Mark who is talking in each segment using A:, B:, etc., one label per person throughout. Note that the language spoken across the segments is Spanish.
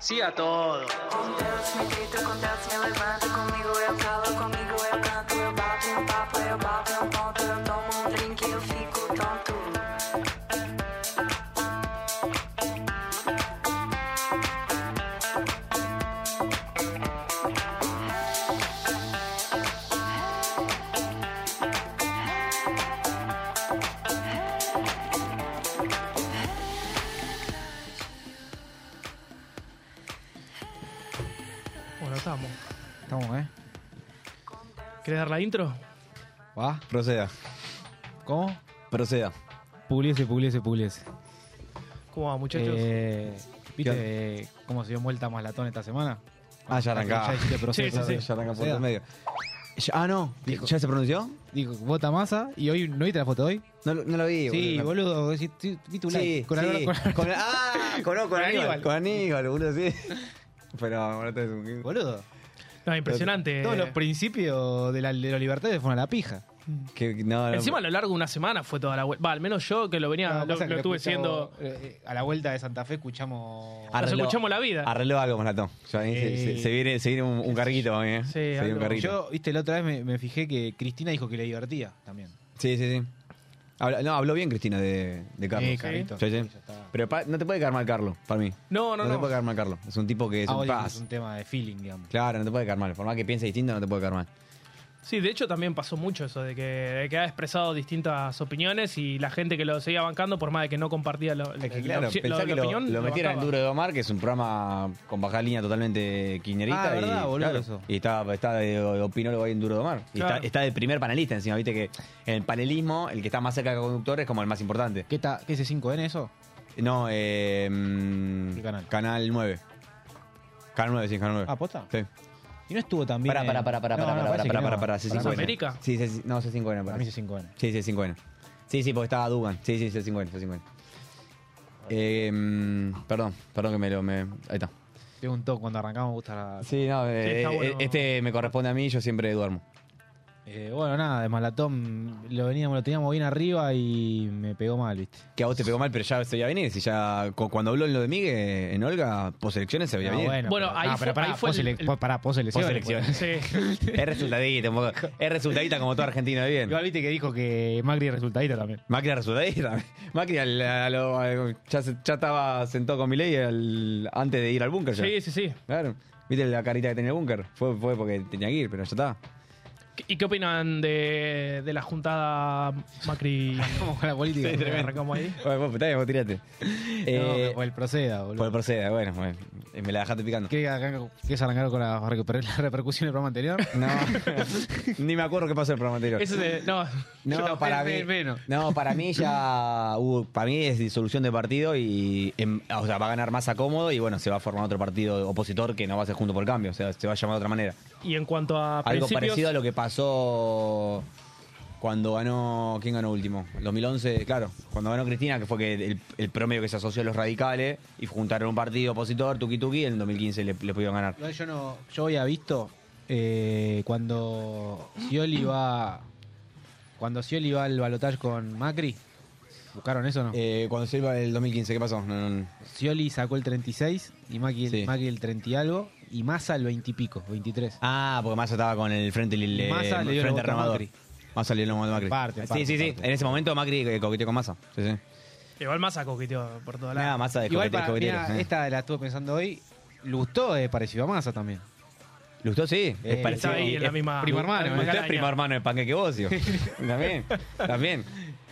A: Sí a todo.
B: Bueno, estamos.
C: Estamos, ¿eh?
B: ¿Querés dar la intro?
C: Va,
D: Proceda.
C: ¿cómo?
D: Proceda.
C: Puliese, puliese, puliese.
B: ¿Cómo va, muchachos?
C: Eh, ¿Viste cómo se dio vuelta Malatón esta semana?
D: Ah, ya arrancaba.
C: Ya hiciste
B: Sí,
C: proceso.
B: sí, sí.
D: Ya arranca por
C: Proceda.
D: el medio. Ya- ah, no.
C: Dijo.
D: ¿Ya se pronunció?
C: Dijo, vota masa y hoy, ¿no viste la foto hoy?
D: No, lo- no lo vi.
C: Sí,
D: boludo.
C: boludo, sí, sí, vi tu
D: Sí,
C: like. Con
D: sí.
C: Alberto- con Alberto-
D: Con- ah, con, no, con
B: Con Aníbal.
D: Aníbal. Con Aníbal, boludo, sí. Pero ahora te
C: Boludo.
B: No, impresionante.
C: Todos los principios de la, de la libertad te fueron a la pija.
D: Que, no, no.
B: Encima a lo largo de una semana fue toda la vuelta. Va, al menos yo que lo venía,
C: No,
B: lo,
C: pasa que
B: lo
C: lo
B: estuve
C: escuchamos,
B: siendo.
C: eh, eh, a la vuelta de Santa Fe escuchamos.
B: Ah, nos escuchamos la vida.
D: Arregló algo, Malatón. Ya ahí se,
C: Eh.
D: se- se viene, se viene un, un carguito para mí, ¿eh?
B: Sí,
D: se viene
B: algo.
D: un carguito.
C: Yo, viste, la otra vez me, me fijé que Cristina dijo que le divertía también.
D: Sí, sí, sí. Habla- no, habló bien Cristina de, de Carlos.
C: Eh, Carlito.
D: Sí, sí.
C: Ya está.
D: Pero pa- no te puede caer mal Carlos, para mí.
B: No, no,
D: No te
B: no.
D: puede caer mal Carlos. Es un tipo que es
C: Ah,
D: un
C: vos decís
D: paz.
C: que es un tema de feeling, digamos.
D: Claro, no te puede caer mal. Por más que piense distinto, no te puede caer mal.
B: Sí, de hecho también pasó mucho eso, de que, de que ha expresado distintas opiniones y la gente que lo seguía bancando, por más de que no compartía lo,
D: Es que,
B: la-
D: claro,
B: la opci-
D: pensá
B: la-
D: que
B: la
D: lo,
B: opinión,
D: lo metieron en
B: bancaba.
D: Duro de Omar, que es un programa con baja línea totalmente quinerita.
C: Ah,
D: y,
C: verdad, boludo, eso.
D: y está, está de opinólogo ahí en Duro de Omar. Y
B: Claro.
D: está, está de primer panelista encima, viste que en el panelismo, el que está más cerca del conductor es como el más importante.
C: ¿Qué, ta- qué es ese 5N eso?
D: No, eh, mm,
C: ¿Qué canal?
D: 9. Canal 9, sí, Canal 9.
C: Ah, ¿posta?
D: Sí.
C: Y no estuvo tan bien.
D: Para, para, para, para,
C: No,
D: para,
C: no,
D: para,
C: parece
D: para,
C: que
D: para,
C: no.
D: para, C5N.
B: América?
D: Sí, sí, sí, no, C5N.
C: Para
D: parece.
C: mí es 5N.
D: Sí, sí, 5N. Sí, sí, porque estaba Dugan. Sí, sí, sí, 5N, sí, 5N. Eh, mm, perdón, perdón que me lo... Me, ahí está.
C: Tengo un toque cuando arrancamos, me gusta la.
D: Sí, no, eh,
B: está
D: eh,
B: bueno.
D: este me corresponde a mí, yo siempre duermo.
C: Eh, bueno, nada, de malatón lo veníamos, lo teníamos bien arriba y me pegó mal, ¿viste?
D: Que a vos te pegó mal, pero ya se veía venir. Si ya, cu- cuando habló en lo de Miguel, en Olga, poselecciones se veía
C: Ah, No,
D: venir.
B: Bueno, ahí fue- ahí fue el- el-
C: para,
D: Poselecciones.
B: Sí.
D: Es resultadita, un poco. Es resultadita como todo argentino, bien.
C: Igual viste que dijo que Magri resultadito también.
D: Macri era resultadita. Macri al- a lo- a- ya, se- ya estaba sentado con Milei al- antes de ir al búnker. ya.
B: sí, sí, sí.
D: Claro. ¿Viste la carita que tenía el búnker? Fue, fue porque tenía que ir, pero ya está.
B: ¿Y qué opinan de, de la juntada Macri?
C: Como con la política.
B: Sí, tremendo. Arrancamos ahí.
D: Bueno, vos, está bien, vos tirate. Eh,
C: o el proceda,
D: pues
C: boludo.
D: proceda, bueno, bueno. Me la dejaste picando.
C: ¿Qué arranca- qué se arrancaron con la, repercusión del programa anterior?
D: No, ni me acuerdo qué pasó en el programa anterior.
B: Ese de- no,
D: No, para mí,
C: ven, ven, ven.
D: no, para mí ya hubo- para mí es disolución de partido y em, o sea, va a ganar más a cómodo y bueno, se va a formar otro partido opositor que no va a ser junto por el cambio, o sea, se va a llamar de otra manera.
B: y en cuanto a
D: Algo
B: principios,
D: parecido a lo que pasó cuando ganó, ¿quién ganó último? El 2011, claro, cuando ganó Cristina, que fue que el, el promedio que se asoció a los radicales y juntaron un partido opositor, tuki tuki, en el 2015 le, le pudieron ganar.
C: Igual yo no, yo había visto eh, cuando Scioli va cuando Scioli va al balotaje con Macri, buscaron eso o no.
D: Eh, cuando se iba el 2015, ¿qué pasó? No, no, no.
C: Scioli sacó el 36 y Macri,
D: Sí.
C: Macri el 30 y algo y Massa el 20 y pico, 23.
D: Ah, porque Massa estaba con el frente le,
C: Massa le dio el voto
D: frente
C: a
D: renovador.
C: Macri.
D: Massa le dio el voto a Macri.
C: Parte, parte,
D: sí, sí, sí.
C: parte.
D: En ese momento Macri eh, coqueteó con Massa. Sí, sí.
B: igual más a coqueteo por toda
D: Nada,
B: la...
D: Massa de
C: Igual
D: coqueteo,
C: para
D: coqueteo.
C: mira,
D: eh.
C: esta la estuve pensando hoy, Lustó es parecido a Massa también.
D: Lustó sí, es
C: Eh,
D: parecido.
B: está ahí en la
D: es-
B: misma-
D: primo
B: la
D: hermano.
B: misma
D: Lustó es
B: calaña.
D: primo hermano de Panqueque Bocio. también, también.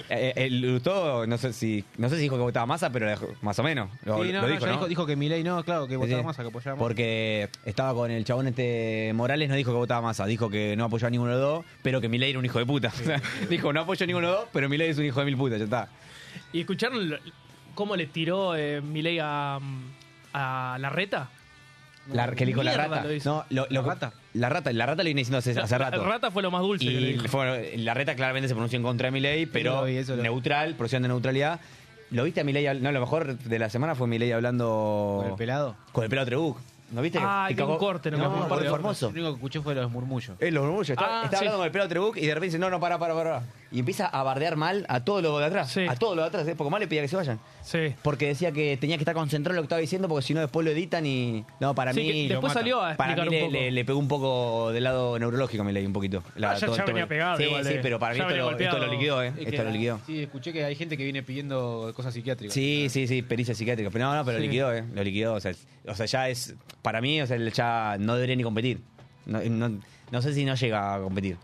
D: Eh, eh, Lustó, no sé si no sé si dijo que votaba Massa, pero la dejó- más o menos. Lo,
C: Sí, no,
D: lo
C: no,
D: dijo,
C: ya
D: ¿no?
C: dijo, dijo que Milei no, claro, que
D: Sí,
C: votaba
D: sí.
C: Massa, que apoyaba Massa.
D: Porque estaba con el chabón este Morales, no dijo que votaba Massa, dijo que no apoyaba a ninguno de los dos, pero que Milei era un hijo de puta. O sea, dijo, no apoyo a ninguno de los dos, pero Milei es un hijo de mil putas, ya está.
B: ¿Y escucharon lo- cómo le tiró eh, Milei a, a la reta?
D: La, que dijo la
B: Mierda
D: rata.
B: lo hizo.
D: no, lo,
C: ¿La
D: lo que-
C: rata?
D: La rata, la rata lo viene diciendo hace, hace rato.
B: Rata fue lo más dulce. que le
D: Y
B: dijo.
D: bueno, la reta claramente se pronunció en contra de Milei, pero
C: lo vi, eso lo vi.
D: neutral, posición de neutralidad. ¿Lo viste a Milei? hab- No, lo mejor de la semana fue Milei hablando...
C: ¿Con el pelado?
D: Con el pelado Trebuch. ¿No viste?
B: Ah,
D: Que
B: que un
D: cagó-
B: corte, no me acuerdo.
D: un corte
B: Lo
C: Lo
D: formoso.
C: único que escuché fue los murmullos.
D: Eh, los murmullos. Está,
B: Ah,
D: está
B: sí.
D: hablando con el pelado Trebuch y de repente dice, no, no, para, para, para. Y empieza a bardear mal a todos los de atrás.
B: Sí.
D: A todos los de atrás, ¿eh? porque más le pedía que se vayan.
B: Sí.
D: Porque decía que tenía que estar concentrado en lo que estaba diciendo porque si no después lo editan y... No, para
B: Sí,
D: mí...
B: que
D: lo
B: después
D: matan.
B: salió a
D: Para mí
B: explicar un
D: le,
B: poco.
D: le- le pegó un poco del lado neurológico, me leí un poquito.
B: Ah, ya- ya venía pegado
D: Sí,
B: igual,
D: sí,
B: eh.
D: pero para mí
B: Ya
D: esto
B: venía
D: lo, esto
B: golpeado.
D: lo liquidó, ¿eh?
C: Es que
D: Esto lo
C: la-
D: liquidó.
C: Sí, escuché que hay gente que viene pidiendo cosas psiquiátricas.
D: Sí, sí, sí, pericia psiquiátrica. Pero no, no, pero
B: Sí.
D: lo liquidó, ¿eh? Lo liquidó. O sea, es- o sea, ya es. Para mí, o sea, él ya no debería ni competir. No, no- no sé si no llega a competir.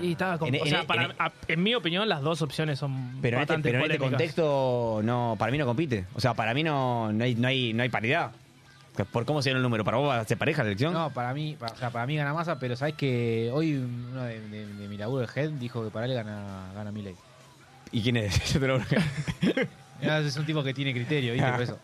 B: Y estaba con-
D: Ah. En- e-
B: o
D: en-
B: sea,
D: en-
B: para- a- en mi opinión, las dos opciones son
D: Pero, en este,
B: bastante
D: pero en este
B: polémicas.
D: contexto, no, para mí no compite. O sea, para mí no, no, hay, no, hay, no hay paridad. O sea, ¿Por cómo se dio el número? ¿Para vos va a ser pareja la elección?
C: No, para mí, pa- o sea, para mí gana masa, pero sabes que hoy uno de, de- de mi laburo de head dijo que para él gana, gana Milei.
D: ¿Y quién es? Yo te lo
C: Ah, Es un tipo que tiene criterio, ¿viste? Por eso.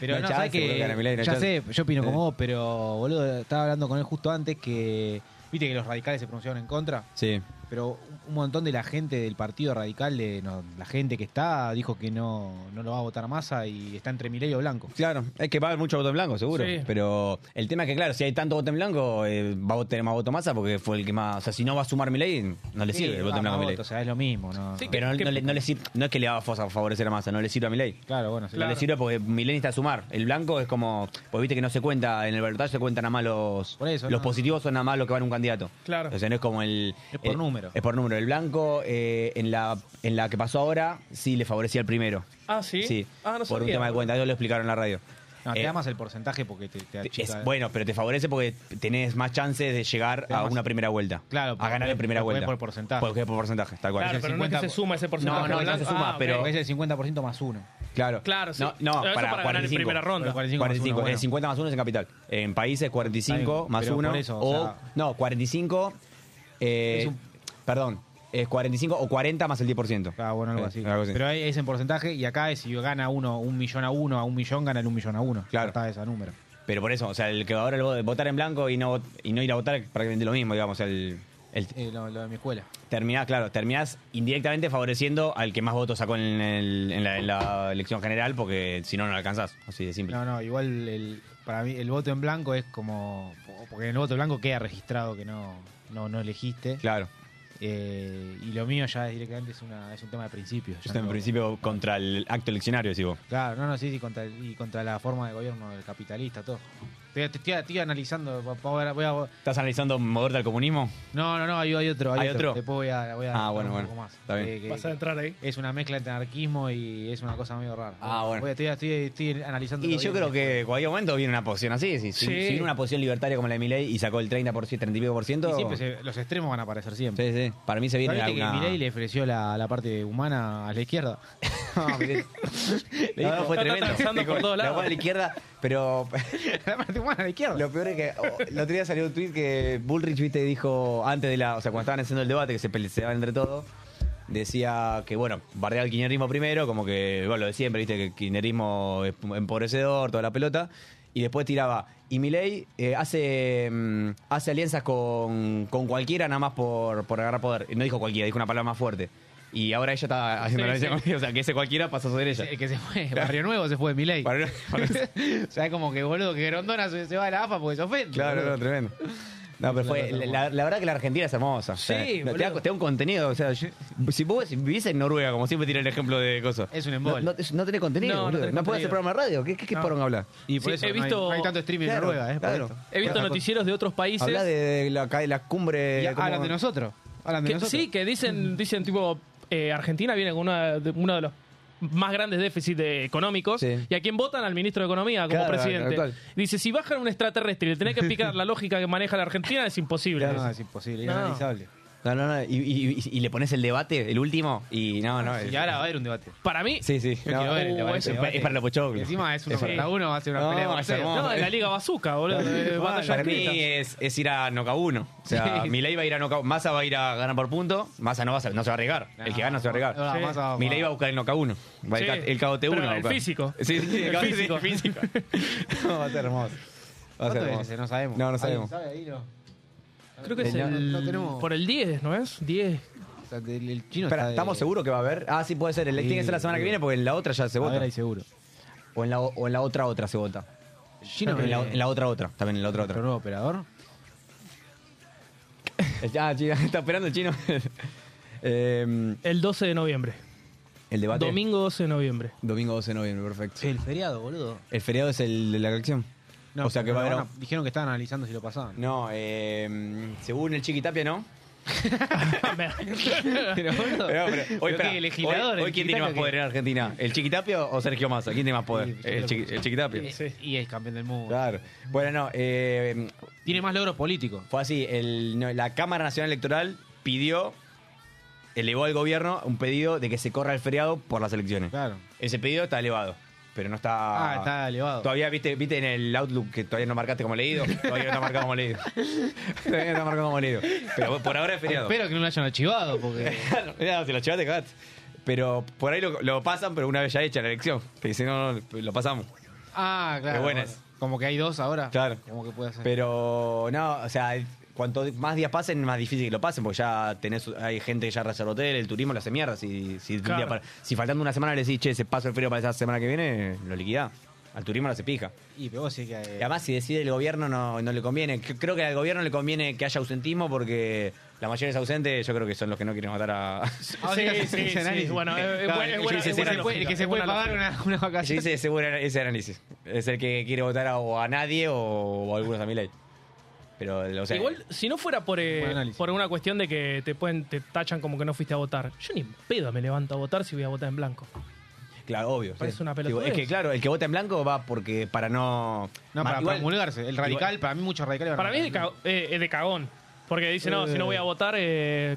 C: Pero
D: No
C: no,
D: hay
C: sabes
D: chance, boludo, que gana Milei,
C: que.
D: no hay
C: ya
D: chance.
C: sé, yo opino
D: Sí.
C: como vos, pero boludo, estaba hablando con él justo antes que. Viste que los radicales se pronunciaron en contra,
D: sí.
C: pero un montón de la gente del partido radical, de, no, la gente que está, dijo que no, no lo va a votar masa y está entre Milei o Blanco.
D: Claro, es que va a haber mucho voto en blanco, seguro.
B: Sí.
D: Pero el tema es que, claro, si hay tanto voto en blanco, eh, va a tener más voto masa porque fue el que más. O sea, si no va a sumar Milei, no le sirve el voto
C: ah,
D: en blanco a
C: voto,
D: Milei.
C: O sea, es lo mismo, ¿no?
B: Sí,
D: Pero no,
B: ¿Qué-
D: no le, no, le sir- no es que le va a fa- favorecer a masa, no le sirve a Milei.
C: Claro, bueno, sí.
B: Claro.
D: No le sirve porque Milei necesita sumar. El blanco es como. Pues viste que no se cuenta, en el balotaje se cuentan nada más los.
C: Por eso,
D: los
C: no.
D: positivos son nada más los que van a un candidato.
B: Claro.
D: O sea, no es como el.
C: Es por
D: el-
C: número.
D: Es por número. El blanco, eh, en, la, en la que pasó ahora, sí le favorecía al primero.
B: Ah, sí. Ah, no
D: por un
B: sabía.
D: tema de cuenta, ellos lo explicaron en la radio.
C: No, te
D: Eh,
C: da más el porcentaje porque te, te
D: es-
C: achica.
D: bueno, pero te favorece porque tenés más chances de llegar
C: Te da
D: a
C: más-
D: una primera vuelta.
C: Claro,
D: a
C: porque-
D: ganar en primera
C: porque
D: vuelta.
C: por porcentaje.
D: Porque es por porcentaje, tal cual.
B: Claro,
C: el
B: pero no es que
C: 50
B: se suma ese porcentaje.
D: No, no, no se
B: Ah,
D: suma,
B: ok.
D: pero-
C: Porque es el 50% más uno.
D: Claro.
B: Claro, sí.
D: No,
B: Pero
D: no,
B: eso
D: para,
B: para ganar en
D: 45.
B: primera ronda.
C: 45 más
D: 45,
C: uno,
D: eh,
C: bueno.
D: 50 más 1 es en capital. En países 45
C: Está bien,
D: más
C: pero
D: 1.
C: por eso,
D: o,
C: o sea-
D: no, 45. eh,
C: Es un-
D: Perdón. Es 45 o 40 más el 10%.
C: Ah, bueno, algo
D: Eh,
C: así.
D: algo así.
C: Pero ahí es en porcentaje y acá es si gana uno un millón a uno, a un millón gana el un millón a uno.
D: Claro.
C: Está ese número.
D: Pero por eso, o sea, el que ahora el vo- votar en blanco y no, vot- y no ir a votar prácticamente lo mismo, digamos. El, el,
C: Eh, lo, lo de mi escuela.
D: Terminás, claro, terminás indirectamente favoreciendo al que más votos sacó en, el- en la, en la elección general, porque si no, no lo alcanzás. Así de simple.
C: No, no, igual el, para mí el voto en blanco es como. Porque en el voto en blanco queda registrado que no, no, no elegiste.
D: Claro.
C: Eh, y lo mío ya es directamente es, una, es un tema de principios. ya
D: Yo en
C: no-
D: principio contra el acto eleccionario, decís vos.
C: Claro, no, no, sí, sí, contra, el- y contra la forma de gobierno del capitalista, todo. Te, te- te- te iba analizando. pa- pa- ahora voy a-
D: ¿Estás analizando moverte al comunismo?
C: no, no, no, hay, hay otro. Hay,
D: ¿Hay otro?
C: Después voy a, voy a
D: Ah,
C: anotar
D: bueno,
C: un
D: bueno,
C: poco más.
D: está bien.
C: Eh, que-
B: Vas a entrar ahí.
C: es una mezcla entre anarquismo y es una cosa medio rara.
D: Ah, bueno.
C: Voy a- estoy, estoy, estoy analizando.
D: Y yo creo que en cualquier momento viene una posición así. Si,
B: Sí.
D: si- si viene una posición libertaria como la de Milei y sacó el 30%, 35%.
C: Y siempre se- los extremos van a aparecer siempre.
D: Sí, sí. Para mí se viene
C: ¿Sabiste
D: alguna...
C: que Milei le ofreció la, la parte humana a la izquierda?
D: No, Milei- Le dijo, fue
B: Está
D: tremendo.
B: transando por
D: Dijo,
B: todos
D: La
B: lados.
D: hueá de la izquierda, pero...
C: la parte humana a la izquierda.
D: Lo peor es que oh, el otro día salió un tweet que Bullrich, viste, dijo antes de la. O sea, cuando estaban haciendo el debate, que se peleaban entre todos, decía que, bueno, bardeaba el kirchnerismo primero, como que, bueno, lo de siempre, viste, que el kirchnerismo es empobrecedor, toda la pelota. Y después tiraba. Y Milei eh, hace, mm, hace alianzas con, con cualquiera, nada más por, por agarrar poder. No dijo cualquiera, dijo una palabra más fuerte. Y ahora ella está haciendo
B: Sí,
D: la alianza
B: sí.
D: con- O sea, que ese cualquiera pasa a ser ella.
C: El que se fue, Barrio Nuevo se fue, Milei.
D: Para- para-
C: o sea, es como que boludo, que Grondona se, se va de la AFA porque se ofende.
D: Claro,
C: boludo.
D: no, tremendo. No, pero fue, la, la- la verdad que la Argentina es hermosa.
B: Sí,
D: te, da,
B: boludo.
D: te da un contenido. O sea, yo- si vos vivís en Noruega, como siempre tiene el ejemplo de cosas.
C: Es un
D: no,
C: embol.
D: no, no tenés contenido,
B: No, no
D: boludo. no,
B: tenés
D: podés
B: contenido.
D: hacer programa de radio. ¿Qué, qué, qué
C: No.
D: poronga hablar?
C: Y por
B: Sí,
C: eso
B: he
C: no hay-
B: visto-
C: no hay, tanto streaming en Noruega, ¿eh? por
D: claro.
C: esto.
B: He visto
D: Claro.
B: noticieros de otros países.
D: Habla de la, ca- la cumbre.
C: Y
D: Eh, ¿cómo?
C: hablan de nosotros. Hablan de
B: Que,
C: nosotros.
B: sí, que dicen, dicen tipo, eh, Argentina viene con una de, uno de los más grandes déficits de- económicos.
D: Sí.
B: ¿Y a quién votan? Al ministro de Economía como
D: Claro,
B: presidente.
D: tal cual.
B: Dice, si bajan un extraterrestre y le tenés que explicar la lógica que maneja la Argentina, es imposible.
C: Claro,
B: Dice.
C: no, es imposible,
B: No.
C: inanalizable.
D: No, no, no. Y, y- y- y le pones el debate, el último. Y no, no. Ah, es-
C: Y Ah, ahora va a haber un debate.
B: Para mí,
D: Sí, sí.
C: Yo
D: No,
C: quiero ver el
D: uh,
C: debate,
D: es,
C: el debate.
D: es para los pochoclos.
C: Encima es uno
B: Sí.
C: contra uno, va a ser una
D: No,
C: pelea de
D: es
C: boxeo.
D: hermoso.
B: no, es la Liga Bazooka, boludo. de
D: No,
B: batalla
D: para mí
B: escrita.
D: Eh, es, es ir a knockout uno. O sea, Milei va a ir a knockout. Massa va a ir a ganar por punto. Masa no, va a, ser- no se va a arriesgar. el que gana no se va a arriesgar.
C: No,
B: Sí.
C: más a-
D: Milei va a buscar el knockout uno. Va
B: Sí,
D: el, ca- el KOT uno.
B: pero
D: va a
B: el
D: buscar.
B: físico.
D: Sí, sí, sí,
B: El
D: el,
B: físico.
D: físico. físico.
C: No, va a ser hermoso.
D: Va a
C: ¿Cuánto
D: ser
C: es
D: hermoso.
C: ese? No sabemos.
D: No, no
C: ¿Alguien
D: sabemos.
C: sabe ahí, no?
B: Creo que es
C: No,
B: el,
C: no tenemos-
B: por el 10, ¿no es? 10.
C: O sea, el, el chino
D: Espera,
C: está de-
D: ¿estamos seguros que va a haber? Ah, sí, puede ser. El-
C: Sí,
D: Tiene que ser la semana que viene porque en la otra ya se
C: A ver,
D: vota.
C: ahí seguro.
D: O en la, o en la otra otra se vota.
C: El chino
D: en, la,
C: eh,
D: en la otra otra. También en la otra
C: nuestro
D: otra.
C: nuevo operador.
D: Ah, chino, está esperando el chino. Eh,
B: El 12 de noviembre.
D: el debate.
B: Domingo 12 de noviembre.
D: Domingo 12 de noviembre, perfecto.
C: El feriado, boludo.
D: ¿El feriado es el de la elección? o sea que va a haber...
C: Dijeron que estaban analizando si lo pasaban.
D: No, eh, según el Chiquitapia, ¿no?
C: Pero, boludo,
D: Pero, pero, hoy,
C: qué
D: espera,
C: legislador,
D: hoy- hoy
C: el
D: ¿quién tiene
C: Chiquitapia
D: más poder en Argentina? ¿El Chiquitapia o Sergio Massa? ¿Quién tiene más poder?
C: Sí,
D: el, Chiqui- el Chiquitapia.
C: que- Y es campeón del mundo.
D: Claro. Bueno, no. eh,
C: Tiene más logros políticos.
D: fue así. el- no, la Cámara Nacional Electoral pidió, elevó al gobierno un pedido de que se corra el feriado por las elecciones.
C: Claro.
D: Ese pedido está elevado, pero no está.
C: Ah, está elevado.
D: Todavía, viste, viste en el Outlook que todavía no marcaste como leído. Todavía no está marcado como leído. todavía no está marcado como leído. Pero por ahora es feriado.
C: Espero que no lo hayan archivado porque.
D: Claro, mirá, si lo llevaste, cagaste. Pero por ahí lo, lo pasan, pero una vez ya hecha la elección. Te dicen, no, no, lo pasamos.
C: Ah, claro.
D: Qué buenas.
C: bueno. Como que hay dos ahora.
D: Claro.
C: Como que puede ser.
D: Pero no, o sea, cuanto más días pasen, más difícil que lo pasen, porque ya tenés, hay gente que ya reserva hotel, el turismo lo hace mierda. Si, si, un
B: Claro.
D: día para- si faltando una semana le decís, che, se paso el frío para esa semana que viene, lo liquidá. Al turismo lo hace pija.
C: y pero vos sí que.
D: Y además, si decide el gobierno, no, no le conviene. C- Creo que al gobierno le conviene que haya ausentismo, porque la mayoría de los ausentes yo creo que son los que no quieren matar a...
C: Ah,
B: Sí, sí,
C: sí, sí,
B: sí,
C: análisis.
B: Bueno, es- es
D: Claro,
B: buena- es
D: yo
B: buena-
D: hice
B: es
D: ese
B: buena
C: el que puede,
B: lógica,
C: el que se
B: es
C: puede
B: buena
C: pagar
B: lógica.
C: una, una
D: Yo
C: vacación.
D: hice ese, buen- ese análisis. Es el que quiere votar a, o a nadie o, o a algunos a Milei. Pero, o sea,
B: Igual, si no fuera por, eh,
C: Buen análisis.
B: por una cuestión de que te pueden te tachan como que no fuiste a votar, yo ni en pedo me levanto a votar si voy a votar en blanco.
D: claro, obvio.
B: Parece una pelotudez.
D: es que, claro, el que vota en blanco va porque para no.
C: No,
D: Ma-
C: para
D: igual-
C: promulgarse. El radical, para mí, muchos radicales van a
B: Para mí es de, ca- eh, es de cagón. Porque dice, no, si no voy a votar, eh,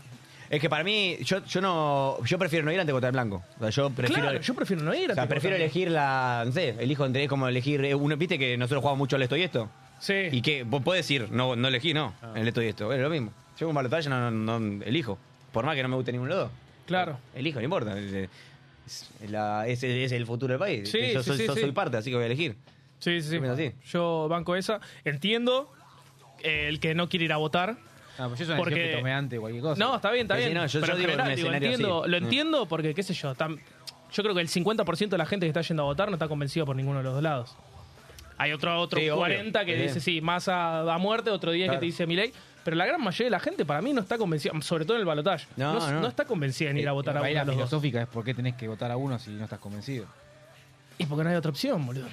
D: Es que para mí, yo, yo no. Yo prefiero no ir antes de votar en blanco. O sea, yo prefiero.
B: claro, yo prefiero no ir.
D: o
B: antes
D: sea,
B: de
D: prefiero
B: votar.
D: elegir la. No sé, elijo entre. Es como elegir. eh, Uno, Viste que nosotros jugamos mucho al esto y esto.
B: Sí.
D: ¿Y qué? Vos podés ir, no, no elegí, no. El esto y esto. Bueno, lo mismo. Yo con balotaje no, no- no elijo. Por más que no me guste ninguno de los dos.
B: Claro.
D: Elijo, no importa. Es, es la- es el- es el futuro del país.
B: Sí,
D: yo
B: sí,
D: soy,
B: sí,
D: yo
B: sí.
D: soy parte, así que voy a elegir.
B: Sí, sí, sí.
D: Yo pienso así.
B: Yo banco esa. Entiendo eh, el que no quiere ir a votar.
C: Ah, pues yo es una
B: Porque-
C: decisión que tomé antes cualquier cosa.
B: No, está bien, está
D: Sí, sí,
B: bien.
D: no, yo-
B: Pero
D: yo
B: en
D: digo en
B: general,
D: un
B: digo,
D: escenario
B: entiendo,
D: así.
B: lo
D: Mm.
B: entiendo porque, qué sé yo, tam- yo creo que el 50% de la gente que está yendo a votar no está convencido por ninguno de los dos lados. Hay otro, otro
D: Sí, obvio.
B: 40 que
D: Sí.
B: dice, sí, más a, muerte, otro 10
D: Claro.
B: que te dice mi ley. Pero la gran mayoría de la gente para mí no está convencida, sobre todo en el balotaje.
D: No, no.
B: está convencida en ir a votar a
C: la
B: uno de
C: idea
B: los dos.
C: filosófica es por qué tenés que votar a uno si no estás convencido.
B: Y porque no hay otra opción, boludo.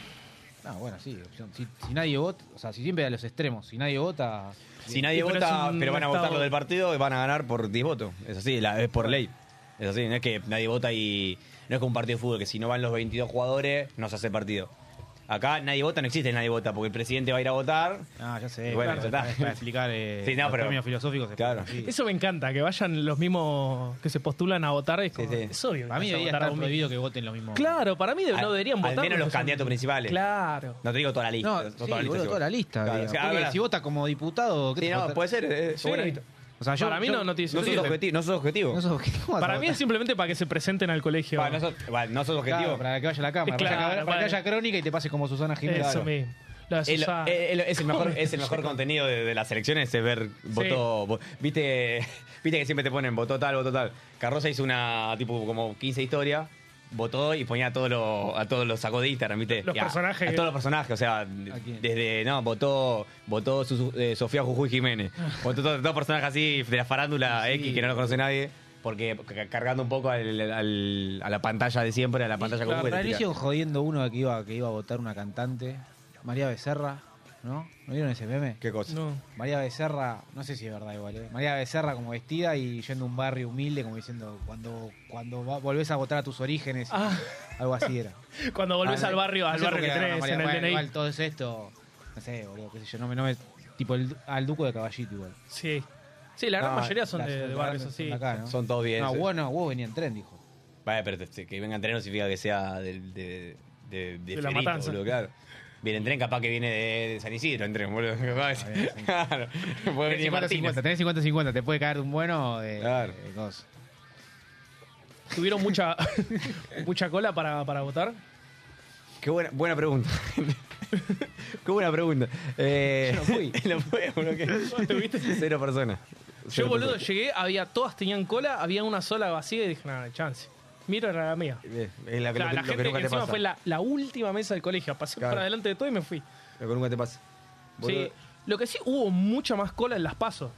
C: Ah, bueno, sí. opción. Si, si nadie vota, o sea, si siempre a los extremos, si nadie vota.
D: Si nadie
B: Y pero
D: vota,
B: es un
D: pero van a votar
B: estado-
D: lo del partido y van a ganar por 10 votos. Es así, la- es por ley. Es así, no es que nadie vota y. No es como un partido de fútbol, que si no van los 22 jugadores, no se hace partido. Acá nadie vota, no existe nadie vota, porque el presidente va a ir a votar.
C: Ah, ya sé.
D: Bueno,
C: claro,
D: ya está.
C: Para, para explicar eh,
D: Sí, no,
C: los
D: pero-
C: términos filosóficos.
D: Claro.
C: Sí.
B: Eso me encanta, que vayan los mismos que se postulan a votar. Es, como,
D: Sí, sí.
B: es obvio.
C: Para mí
B: que vas a
C: debería
B: votar a
C: estar
B: un-
C: prohibido que voten lo mismo.
B: Claro, para mí de-
D: Al-
B: no deberían
D: al
B: votar.
D: menos los
B: que son-
D: candidatos principales.
B: Claro.
D: No te digo toda la lista.
C: No,
D: no
C: sí,
D: toda la lista,
C: boludo,
D: seguro.
C: toda la lista.
D: Claro,
C: digamos.
D: o sea,
C: Porque
D: ahora-
C: si votas como diputado, ¿qué
D: Sí,
C: te
D: no,
C: votas?
D: puede ser. eh,
B: Sí.
D: bueno, listo.
C: O sea, yo,
B: Para mí
C: yo-
B: no, no tiene
D: No sos
B: sentido.
D: objetivo. No sos objetivo.
C: No sos- ¿cómo vas a
B: Para mí
C: votar?
B: es simplemente para que se presenten al colegio.
D: Bueno, no sos- bueno, no sos
C: Claro,
D: objetivo.
C: para que vaya a la cámara.
B: Claro,
C: para, que, para
B: bueno.
C: que haya crónica y te pase como Susana Jiménez.
B: Eso
C: Claro.
B: mismo. Lo de
D: El- eh,
B: Susana.
D: el- el- es el mejor, es el mejor contenido de, de las elecciones, es ver voto, vo- viste, viste que siempre te ponen votó tal, votó tal. Carroza hizo una tipo como 15 historias, votó y ponía a todos los, a todos los sacó de Instagram, viste.
B: Los
D: Y a-
B: personajes.
D: A, todos los personajes, o sea,
C: quién?
D: desde no, votó, votó su- su- eh, Sofía Jujuy Jiménez. Votó todo- todos personajes así de la farándula X que no lo conoce nadie. Porque ca- cargando un poco al- al- a la pantalla de siempre, a la pantalla
C: Claro,
D: común. que
C: para
D: te
C: mí
D: tira.
C: hicieron jodiendo uno que iba, que iba a votar una cantante, María Becerra, ¿no? ¿No vieron ese meme?
D: ¿Qué cosa?
B: No.
C: María Becerra, no sé si es verdad igual, ¿eh? María Becerra como vestida y yendo a un barrio humilde, como diciendo, cuando, cuando va- volvés a votar a tus orígenes,
B: Ah.
C: algo así era.
B: Cuando volvés
C: Ah,
B: al barrio,
C: no
B: al
C: sé por
B: barrio
C: qué
B: que
C: ganó
B: tenés,
C: María-
B: en el
C: bueno,
B: DNI.
C: Igual todo es esto, no sé, boludo, qué sé yo, no me... No me tipo el- al Duco de Caballito igual.
B: Sí. Sí, la gran
D: No,
B: mayoría son
C: La-
B: de, de
C: la-
B: barrios
C: la-
B: así.
C: acá, ¿no?
D: Son todos bien.
C: No,
D: sí.
C: vos no, vos venía en tren, dijo.
D: Vale, pero este, que venga en tren no significa que sea del- de, de, de,
B: De la
D: Fierito,
B: matanza.
D: boludo, claro. Viene en tren, capaz que viene de, de San Isidro en tren, boludo. capaz. Claro. Puede venir de Martínez.
C: 50-50, tenés 50-50, te puede caer de un bueno eh, o de,
D: Claro.
C: de cosa.
B: ¿Tuvieron mucha, mucha cola para, para votar?
D: Qué buena, buena pregunta. Qué buena pregunta. Eh,
C: Yo no fui.
D: no fue, boludo, que- Cero personas.
B: Yo,
D: Cero
B: boludo,
D: personas.
B: llegué, había todas tenían cola, había una sola vacía y dije, nada, no hay chance. Miro era la mía.
D: Eh, Es la,
B: O sea,
D: lo
B: la
D: que- lo que
B: gente
D: nunca
B: que
D: te
B: encima
D: pasa.
B: fue la, la última mesa del colegio. Pasé
D: Claro.
B: por adelante de todo y me fui.
D: Lo que nunca te pasa. Boludo,
B: Sí. Lo que sí hubo mucha más cola en las pasos.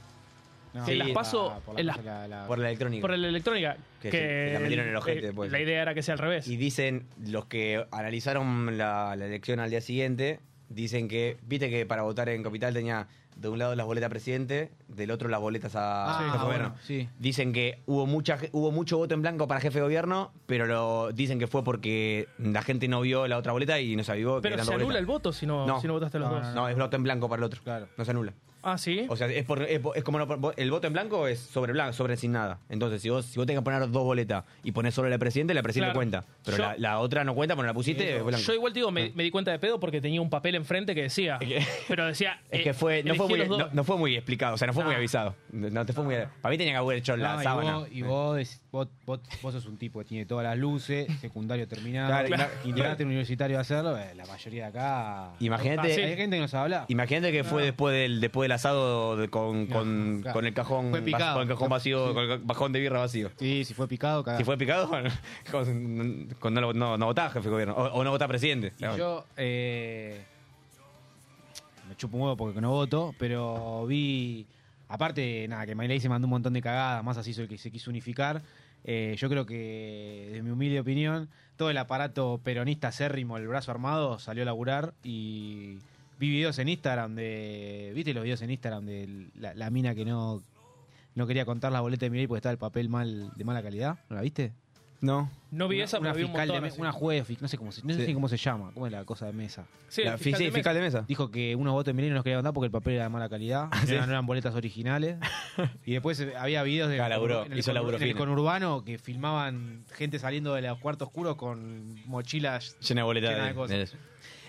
C: No,
D: Sí,
C: por
D: las
B: paso-
C: por la
B: en
C: cosa,
B: las-
C: la- la-
D: Por la electrónica.
B: Por la electrónica.
D: Que
B: Que,
D: sí, que la metieron en el ojete,
B: eh,
D: pues.
B: La idea era que sea al revés.
D: Y dicen, los que analizaron la, la elección al día siguiente, dicen que, viste que para votar en Capital tenía de un lado las boletas a presidente, del otro las boletas a
C: Ah,
D: jefe de
C: bueno,
D: gobierno.
C: sí.
D: Dicen que hubo mucha ge- hubo mucho voto en blanco para jefe de gobierno, pero lo, dicen que fue porque la gente no vio la otra boleta y no se avivó. que
B: Pero se anula
D: eran dos boletas.
B: el voto si no,
D: No.
B: si no votaste los
C: No,
B: dos.
C: no,
D: No, es voto en blanco para el otro.
C: Claro.
D: No se anula.
B: Ah, sí.
D: O sea, es, por- es por- es como no por- el voto en blanco es sobre blanco, sobre sin nada. Entonces, si vos, si vos tenés que poner dos boletas y pones solo la presidente, la presidente
B: Claro.
D: cuenta. Pero
B: Yo- Eh,
D: la, la otra no cuenta, porque no la pusiste es blanco.
B: Yo igual te digo, me, me di cuenta de pedo porque tenía un papel enfrente que decía.
D: que-
B: Pero decía.
D: es
B: eh,
D: que fue, no, fue
B: elegí
D: muy,
B: los dos.
D: no, no fue muy explicado, o sea, no fue muy
B: Ah.
D: avisado. No te fue muy. Para mí tenía que haber hecho la
C: No, Ah, y
D: sábana.
C: vos- Y vos, es- vos, vos, vos sos un tipo que tiene todas las luces, secundario terminado,
D: Claro, claro.
C: internate universitario a hacerlo, eh, la mayoría de acá.
D: Imagínate,
B: Ah, sí.
C: Hay gente que nos habla.
D: imagínate que fue después del, después del asado de- con, con,
C: claro.
D: con el cajón,
C: Fue
D: vas-
C: picado.
D: con el cajón vacío, con el cajón de birra vacío.
C: Sí, si fue picado, cada
D: Si fue picado, con, con- no, lo- no, no votás jefe de gobierno. O, o no votás presidente.
C: Y yo eh, me chupo un huevo porque no voto, pero vi. Aparte, nada, que Milei se mandó un montón de cagadas, más así hizo el que se quiso unificar. Eh, yo creo que, desde mi humilde opinión, todo el aparato peronista acérrimo, el brazo armado, salió a laburar y vi videos en Instagram de. ¿Viste los videos en Instagram de la, la mina que no, no quería contar las boletas de Milei porque estaba el papel mal de mala calidad? ¿No la viste?
D: No.
B: No vi
C: una,
B: esa,
C: una
B: pero vi un
C: fiscal de
B: montón.
C: me-
B: así.
C: una juez, fi- no sé cómo se, no
D: Sí.
C: sé cómo se llama, cómo es la cosa de mesa.
B: Sí, el
D: La- sí,
B: fiscal de mesa.
D: fiscal de mesa.
C: Dijo que unos votos de Milenio no los quería mandar porque el papel era de mala calidad,
D: Ah,
C: no, eran, no eran boletas originales. y después eh, había videos de
D: Ah, laburó,
C: en el,
D: hizo
C: conur-
D: laburo
C: en el
D: fino.
C: conurbano que filmaban gente saliendo de los cuartos oscuros con mochilas
D: Llena de boletas.
C: Llena de
D: de-
C: cosas.
D: de eso.